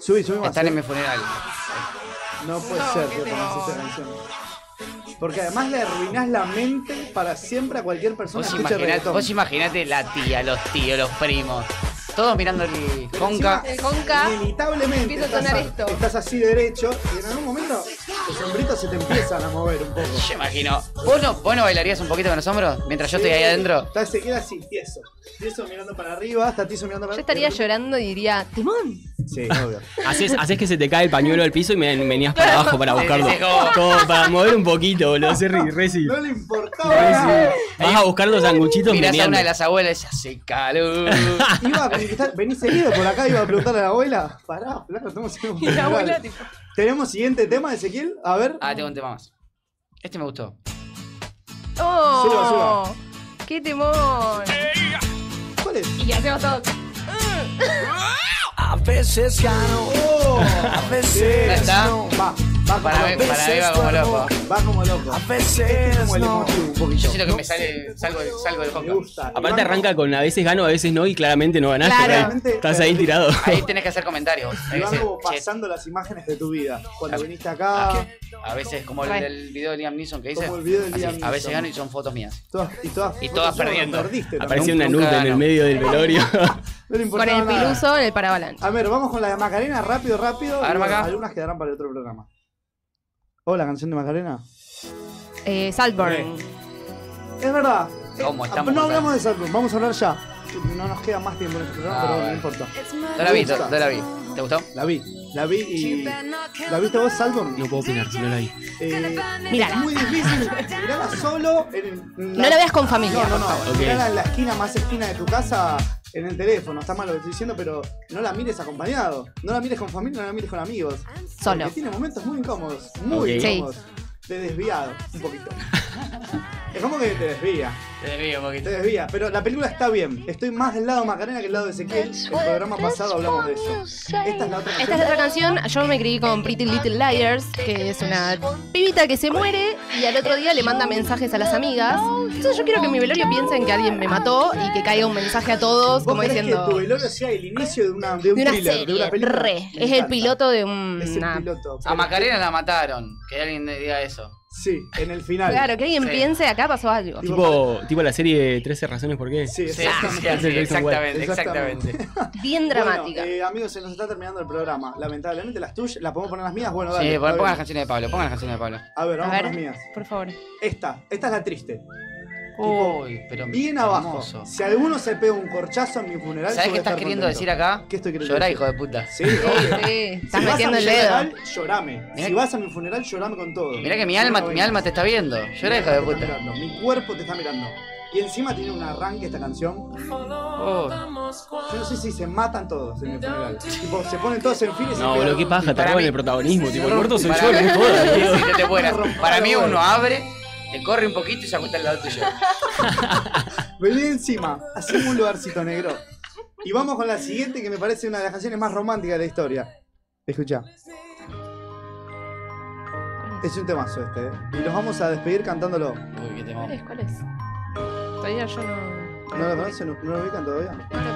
[SPEAKER 2] Subí, subí más,
[SPEAKER 3] Están
[SPEAKER 2] eh.
[SPEAKER 3] en mi funeral.
[SPEAKER 2] No puede ser que pongas esa canción. Porque además le arruinás la mente para siempre a cualquier persona
[SPEAKER 3] Vos
[SPEAKER 2] que escuche
[SPEAKER 3] imaginate,
[SPEAKER 2] reggaetón.
[SPEAKER 3] vos imaginate la tía, los tíos, los primos. Todos mirando el conca.
[SPEAKER 4] El conca.
[SPEAKER 2] Inevitablemente
[SPEAKER 4] Empieza a
[SPEAKER 2] estás,
[SPEAKER 4] sonar
[SPEAKER 2] a-
[SPEAKER 4] esto.
[SPEAKER 2] estás así derecho y en algún momento los hombritos se te empiezan a mover un poco.
[SPEAKER 3] Yo imagino. ¿Vos no, vos no bailarías un poquito con los hombros mientras yo estoy ahí adentro?
[SPEAKER 2] Estás, se queda así, tieso. Tieso mirando para arriba, hasta tieso mirando para
[SPEAKER 4] Yo estaría llorando y diría, Timón.
[SPEAKER 2] Sí, obvio.
[SPEAKER 21] Haces, haces que se te cae el pañuelo al piso y me- venías para abajo para
[SPEAKER 2] Sí, sí,
[SPEAKER 21] buscarlo.
[SPEAKER 2] sí, como-
[SPEAKER 21] Como para mover un poquito, boludo. Haces ri- re sí.
[SPEAKER 2] No le importaba.
[SPEAKER 21] Re sí. Vas a buscar los sanguchitos
[SPEAKER 3] Mirás a
[SPEAKER 21] meneando.
[SPEAKER 3] una de las abuelas y hace calor.
[SPEAKER 2] Iba a preguntar, venís seguido por acá, iba a preguntarle a la abuela. Pará, claro, estamos en un
[SPEAKER 3] Y la abuela,
[SPEAKER 2] funeral. ¿Tenemos siguiente tema, Ezequiel? A ver.
[SPEAKER 3] Ah, tengo un tema más. Este me gustó.
[SPEAKER 4] ¡Oh!
[SPEAKER 3] Suba, suba.
[SPEAKER 4] ¡Qué temor!
[SPEAKER 2] ¿Cuál es?
[SPEAKER 4] Y hacemos todos.
[SPEAKER 1] A veces gano, a
[SPEAKER 2] Ya
[SPEAKER 1] veces
[SPEAKER 2] está.
[SPEAKER 1] no.
[SPEAKER 2] Va, va
[SPEAKER 1] Para
[SPEAKER 2] como
[SPEAKER 1] mí-
[SPEAKER 2] loco.
[SPEAKER 1] para mí va como loco.
[SPEAKER 2] Va como loco.
[SPEAKER 1] A veces
[SPEAKER 2] como el
[SPEAKER 1] no.
[SPEAKER 2] emoji, un
[SPEAKER 3] Yo
[SPEAKER 2] poquillo.
[SPEAKER 3] siento que me sale, salgo, salgo del conca.
[SPEAKER 21] Aparte arranca con a veces gano, a veces no, y claramente no ganaste.
[SPEAKER 2] Claro.
[SPEAKER 21] Ray. Estás ahí tirado.
[SPEAKER 3] Ahí tenés que hacer comentarios. Ahí
[SPEAKER 2] Y van
[SPEAKER 3] dice,
[SPEAKER 2] como pasando las imágenes de tu vida. Cuando viniste
[SPEAKER 3] Ah.
[SPEAKER 2] acá,
[SPEAKER 3] a veces, como el,
[SPEAKER 2] Ray.
[SPEAKER 3] el video de Liam Neeson que dice,
[SPEAKER 2] Como el video de
[SPEAKER 3] así,
[SPEAKER 2] Liam
[SPEAKER 3] a veces
[SPEAKER 2] Neeson.
[SPEAKER 3] gano y son fotos mías.
[SPEAKER 2] todas, y todas,
[SPEAKER 3] Y todas
[SPEAKER 2] vos
[SPEAKER 3] perdiendo. Ah.
[SPEAKER 2] perdiste también.
[SPEAKER 21] Apareció una
[SPEAKER 2] Nunca
[SPEAKER 21] nube en
[SPEAKER 2] ganó.
[SPEAKER 21] el medio del velorio.
[SPEAKER 2] No le
[SPEAKER 4] Con
[SPEAKER 2] importaba
[SPEAKER 4] el
[SPEAKER 2] nada.
[SPEAKER 4] piluso en el parabalán.
[SPEAKER 2] A ver, vamos con la de Macarena, rápido, rápido.
[SPEAKER 4] A ver,
[SPEAKER 2] y bueno,
[SPEAKER 4] Maca.
[SPEAKER 2] algunas quedarán para el otro programa. Hola, canción de Macarena.
[SPEAKER 4] Eh, Saltburn.
[SPEAKER 2] Es verdad.
[SPEAKER 3] ¿Cómo
[SPEAKER 2] Eh,
[SPEAKER 3] estamos
[SPEAKER 2] No
[SPEAKER 3] con
[SPEAKER 2] hablamos de Saltburn, vamos a hablar ya. No nos queda más tiempo en este programa,
[SPEAKER 3] Ah,
[SPEAKER 2] pero no
[SPEAKER 3] vale.
[SPEAKER 2] importa.
[SPEAKER 3] No la vi, no no la vi. ¿Te gustó?
[SPEAKER 2] La vi, la vi y. ¿La viste vos, Saltburn?
[SPEAKER 21] No puedo opinar, no la vi.
[SPEAKER 2] Eh,
[SPEAKER 4] Mírala.
[SPEAKER 2] Es muy difícil. Mirala solo. En
[SPEAKER 4] No la veas con
[SPEAKER 2] No,
[SPEAKER 4] familia,
[SPEAKER 2] no,
[SPEAKER 4] por
[SPEAKER 2] no.
[SPEAKER 4] favor.
[SPEAKER 2] Mirala
[SPEAKER 21] Ok.
[SPEAKER 2] en la esquina más esquina de tu casa en el teléfono. Está mal lo que estoy diciendo, pero no la mires acompañado. No la mires con familia, no la mires con amigos.
[SPEAKER 4] Solo.
[SPEAKER 2] Porque tiene momentos muy incómodos. Muy
[SPEAKER 21] Ok. Sí.
[SPEAKER 2] incómodos. De desviado, un poquito. es como que te desvía.
[SPEAKER 3] Te desvío un
[SPEAKER 2] Te
[SPEAKER 3] poquito.
[SPEAKER 2] desvía. Pero la película está bien. Estoy más del lado de Macarena que del lado de Ezequiel. El programa pasado hablamos de eso. Esta es la otra
[SPEAKER 4] Esta es otra canción, yo me crié con Pretty Little Liars, que es una pibita que se muere y al otro día le manda mensajes a las amigas. Entonces yo quiero que en mi velorio piensen que alguien me mató y que caiga un mensaje a todos, como
[SPEAKER 2] ¿Vos querés
[SPEAKER 4] diciendo...
[SPEAKER 2] que tu velorio sea el inicio de, una, de un
[SPEAKER 4] De una
[SPEAKER 2] thriller, de una
[SPEAKER 4] serie,
[SPEAKER 2] película?
[SPEAKER 4] re.
[SPEAKER 2] Me
[SPEAKER 4] Es el
[SPEAKER 2] encanta.
[SPEAKER 4] piloto de un...
[SPEAKER 2] Es el piloto.
[SPEAKER 3] A Macarena la mataron. Que alguien diga eso.
[SPEAKER 2] Sí, en el final.
[SPEAKER 4] Claro, que alguien piense, acá pasó algo.
[SPEAKER 21] Tipo, tipo la serie 13 razones por qué.
[SPEAKER 2] Sí,
[SPEAKER 3] Ah,
[SPEAKER 4] Bien dramática.
[SPEAKER 2] Bueno, eh, amigos, se nos está terminando el programa. Lamentablemente, las tuyas, las podemos poner las mías. Bueno,
[SPEAKER 3] Sí,
[SPEAKER 2] dale.
[SPEAKER 3] pon- pongan las
[SPEAKER 2] Gabriel.
[SPEAKER 3] canciones de Pablo, pongan las canciones de Pablo.
[SPEAKER 2] A ver, eh, vamos con
[SPEAKER 3] A ver.
[SPEAKER 2] las mías.
[SPEAKER 4] Por favor.
[SPEAKER 2] Esta, esta es la triste.
[SPEAKER 3] Uy, pero
[SPEAKER 2] Bien abajo. Si alguno se pega un corchazo en mi funeral, yo voy
[SPEAKER 3] ¿Sabés qué
[SPEAKER 2] a
[SPEAKER 3] estás
[SPEAKER 2] estar
[SPEAKER 3] queriendo
[SPEAKER 2] contento.
[SPEAKER 3] decir acá?
[SPEAKER 2] ¿Qué estoy queriendo
[SPEAKER 3] Llorá,
[SPEAKER 2] decir?
[SPEAKER 3] hijo de puta.
[SPEAKER 2] Sí, obvio.
[SPEAKER 4] Sí,
[SPEAKER 2] Si
[SPEAKER 4] estás
[SPEAKER 2] vas a
[SPEAKER 4] metiendo
[SPEAKER 2] mi
[SPEAKER 4] el dedo.
[SPEAKER 2] funeral, Llorame.
[SPEAKER 3] Mirá
[SPEAKER 2] si vas a mi funeral, llorame con todo.
[SPEAKER 3] Mirá que mi
[SPEAKER 2] Yo
[SPEAKER 3] alma,
[SPEAKER 2] no
[SPEAKER 3] mi
[SPEAKER 2] vengo.
[SPEAKER 3] alma te está viendo. Llorá, hijo de puta.
[SPEAKER 2] Mi cuerpo te está mirando. Y encima tiene un arranque esta canción.
[SPEAKER 3] Oh.
[SPEAKER 2] Yo no sé si se matan todos en el funeral. Tipo, se ponen todos en fila y se
[SPEAKER 21] No,
[SPEAKER 2] pegan.
[SPEAKER 21] boludo, qué paja, te
[SPEAKER 2] Para
[SPEAKER 21] roban
[SPEAKER 2] mí-
[SPEAKER 21] el protagonismo. Tipo, el muerto soy
[SPEAKER 3] Para-
[SPEAKER 21] yo, no me jodas,
[SPEAKER 3] Sí,
[SPEAKER 21] boludo.
[SPEAKER 3] sí, no te mueras. Para mí
[SPEAKER 2] Rompa
[SPEAKER 3] uno
[SPEAKER 2] los
[SPEAKER 3] abre, te corre un poquito y se acuesta al lado tuyo.
[SPEAKER 2] Vení encima, hacemos un lugarcito negro. Y vamos con la siguiente que me parece una de las canciones más románticas de la historia. Escucha. Es un temazo este, ¿eh? Y nos vamos a despedir cantándolo.
[SPEAKER 3] Uy, qué
[SPEAKER 4] ¿Cuál es? ¿Cuál es? Todavía yo no.
[SPEAKER 2] ¿No lo conocen? ¿No, no lo ubican todavía?
[SPEAKER 4] No lo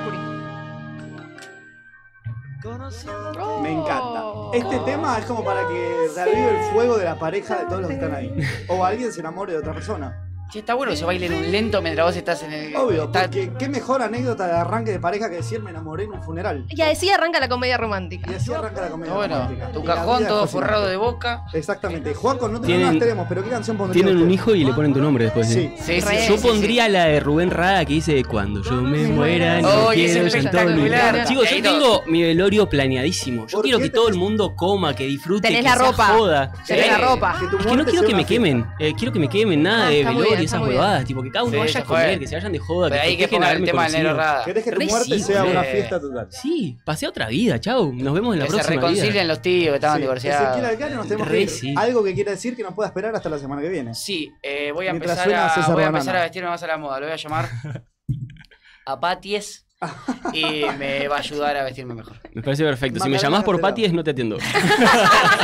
[SPEAKER 4] descubrí.
[SPEAKER 2] Me encanta.
[SPEAKER 4] Oh.
[SPEAKER 2] Este tema es como para que reavive el fuego de la pareja de todos los que están ahí. O alguien se enamore de otra persona.
[SPEAKER 3] Che, está bueno que se baile en un lento mientras vos estás en el.
[SPEAKER 2] Obvio,
[SPEAKER 3] está-
[SPEAKER 2] porque qué mejor anécdota de arranque de pareja que decir me enamoré en un funeral.
[SPEAKER 4] Y así arranca la comedia romántica.
[SPEAKER 2] Y así arranca la comedia.
[SPEAKER 3] Está bueno.
[SPEAKER 2] romántica.
[SPEAKER 3] Tu
[SPEAKER 2] Y la
[SPEAKER 3] cajón
[SPEAKER 2] vida
[SPEAKER 3] todo
[SPEAKER 2] es fascinante.
[SPEAKER 3] forrado de boca.
[SPEAKER 2] Exactamente. Juanco, no tenemos
[SPEAKER 21] Tienen-
[SPEAKER 2] más tenemos, pero ¿qué canción pondría
[SPEAKER 21] Tienen un
[SPEAKER 2] usted?
[SPEAKER 21] hijo y le ponen tu nombre después. ¿eh?
[SPEAKER 3] Sí, sí,
[SPEAKER 21] Yo
[SPEAKER 3] sí,
[SPEAKER 21] pondría la de Rubén Rada que dice Cuando yo me muera, no
[SPEAKER 3] Oy, es
[SPEAKER 21] quiero llantar ni
[SPEAKER 3] espectacular.
[SPEAKER 21] llorar". Chicos, yo
[SPEAKER 3] Ahí no.
[SPEAKER 21] tengo mi velorio planeadísimo. Yo quiero que todo el mundo coma, que disfute, que
[SPEAKER 4] Tenés la
[SPEAKER 21] se
[SPEAKER 4] ropa.
[SPEAKER 21] joda.
[SPEAKER 4] Tenés
[SPEAKER 21] Sí.
[SPEAKER 4] la ropa.
[SPEAKER 2] Que
[SPEAKER 21] Es que
[SPEAKER 2] tu
[SPEAKER 21] no quiero
[SPEAKER 2] muerte
[SPEAKER 21] que
[SPEAKER 2] sea una
[SPEAKER 21] me quemen, eh, quiero que me quemen nada
[SPEAKER 4] Ah,
[SPEAKER 21] de
[SPEAKER 4] está muy
[SPEAKER 21] velorio
[SPEAKER 4] bien,
[SPEAKER 21] y
[SPEAKER 4] está
[SPEAKER 21] esas
[SPEAKER 4] muy bien.
[SPEAKER 21] huevadas, tipo que cada uno
[SPEAKER 3] Sí,
[SPEAKER 21] vaya a
[SPEAKER 3] está joder.
[SPEAKER 21] comer, que se vayan de joda,
[SPEAKER 3] Pero
[SPEAKER 21] que
[SPEAKER 3] hay que
[SPEAKER 21] festejen
[SPEAKER 3] poner el
[SPEAKER 21] haberme
[SPEAKER 3] tema del
[SPEAKER 21] conocido.
[SPEAKER 3] Nero Rada.
[SPEAKER 2] ¿Querés que tu
[SPEAKER 21] Re
[SPEAKER 2] muerte
[SPEAKER 21] sí,
[SPEAKER 2] sea una
[SPEAKER 21] boludo.
[SPEAKER 2] fiesta total?
[SPEAKER 21] Sí, pasé a otra vida, chau. Nos vemos en la
[SPEAKER 3] Que se
[SPEAKER 21] próxima.
[SPEAKER 3] reconcilien
[SPEAKER 21] vida.
[SPEAKER 3] los tíos que estaban
[SPEAKER 2] Sí,
[SPEAKER 3] divorciados.
[SPEAKER 2] Ezequiel Alcalde, nos tenemos que
[SPEAKER 21] Re
[SPEAKER 2] ir.
[SPEAKER 21] sí.
[SPEAKER 2] Algo que quiera decir que nos pueda esperar hasta la semana que viene.
[SPEAKER 3] Sí, eh, voy, a
[SPEAKER 2] Mientras
[SPEAKER 3] empezar
[SPEAKER 2] suena
[SPEAKER 3] a,
[SPEAKER 2] César
[SPEAKER 3] voy a
[SPEAKER 2] Banana.
[SPEAKER 3] empezar a vestirme más a la moda. Lo voy a llamar a Paties y me va a ayudar a vestirme mejor.
[SPEAKER 21] Me parece perfecto. Si me
[SPEAKER 3] Macarena
[SPEAKER 21] llamás por
[SPEAKER 3] Castelo.
[SPEAKER 21] Paties, no te atiendo.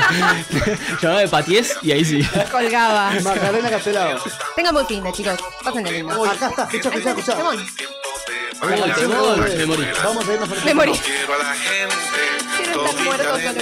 [SPEAKER 21] Llamame Paties y ahí sí.
[SPEAKER 4] Colgaba.
[SPEAKER 2] Macarena Castelao.
[SPEAKER 4] Tenga muy linda, chicos. Pasen el lindo.
[SPEAKER 2] Acá está, escuchá, escuchá, escuchá.
[SPEAKER 21] Ay, te morí, me morí.
[SPEAKER 2] Vamos a irnos por
[SPEAKER 4] Me morí.
[SPEAKER 5] Quiero estar muerto,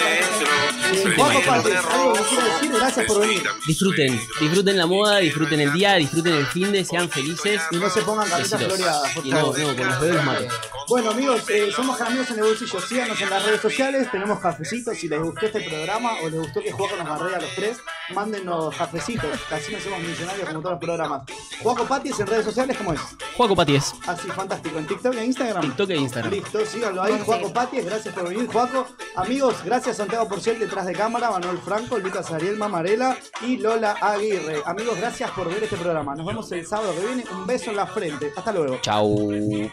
[SPEAKER 2] Eh, Juanjo Pati, algo que quiera decir, gracias por venir.
[SPEAKER 21] Disfruten, disfruten la moda, disfruten el día, disfruten el fin de, sean felices.
[SPEAKER 2] Y no se pongan camisetas
[SPEAKER 21] Besitos.
[SPEAKER 2] floreadas, por
[SPEAKER 21] Y no,
[SPEAKER 2] favor.
[SPEAKER 21] no, con los dedos los mato.
[SPEAKER 2] Bueno amigos, eh, somos amigos en el bolsillo, síganos en las redes sociales, tenemos cafecitos, si les gustó este programa o les gustó que Juaco nos barrera a los tres, mándenos cafecitos, así nos hacemos millonarios como todos los programas. Juaco Patis en redes sociales, ¿cómo es?
[SPEAKER 21] Juaco Paties.
[SPEAKER 2] Así, fantástico, en TikTok y en Instagram.
[SPEAKER 21] TikTok e Instagram.
[SPEAKER 2] Listo, síganlo ahí, Juaco Paties, gracias por venir, Juaco. Amigos, gracias Santiago Porciel detrás de cámara, Manuel Franco, Lucas Ariel Mamarela y Lola Aguirre. Amigos, gracias por ver este programa. Nos vemos el sábado que viene. Un beso en la frente. Hasta luego.
[SPEAKER 3] Chau.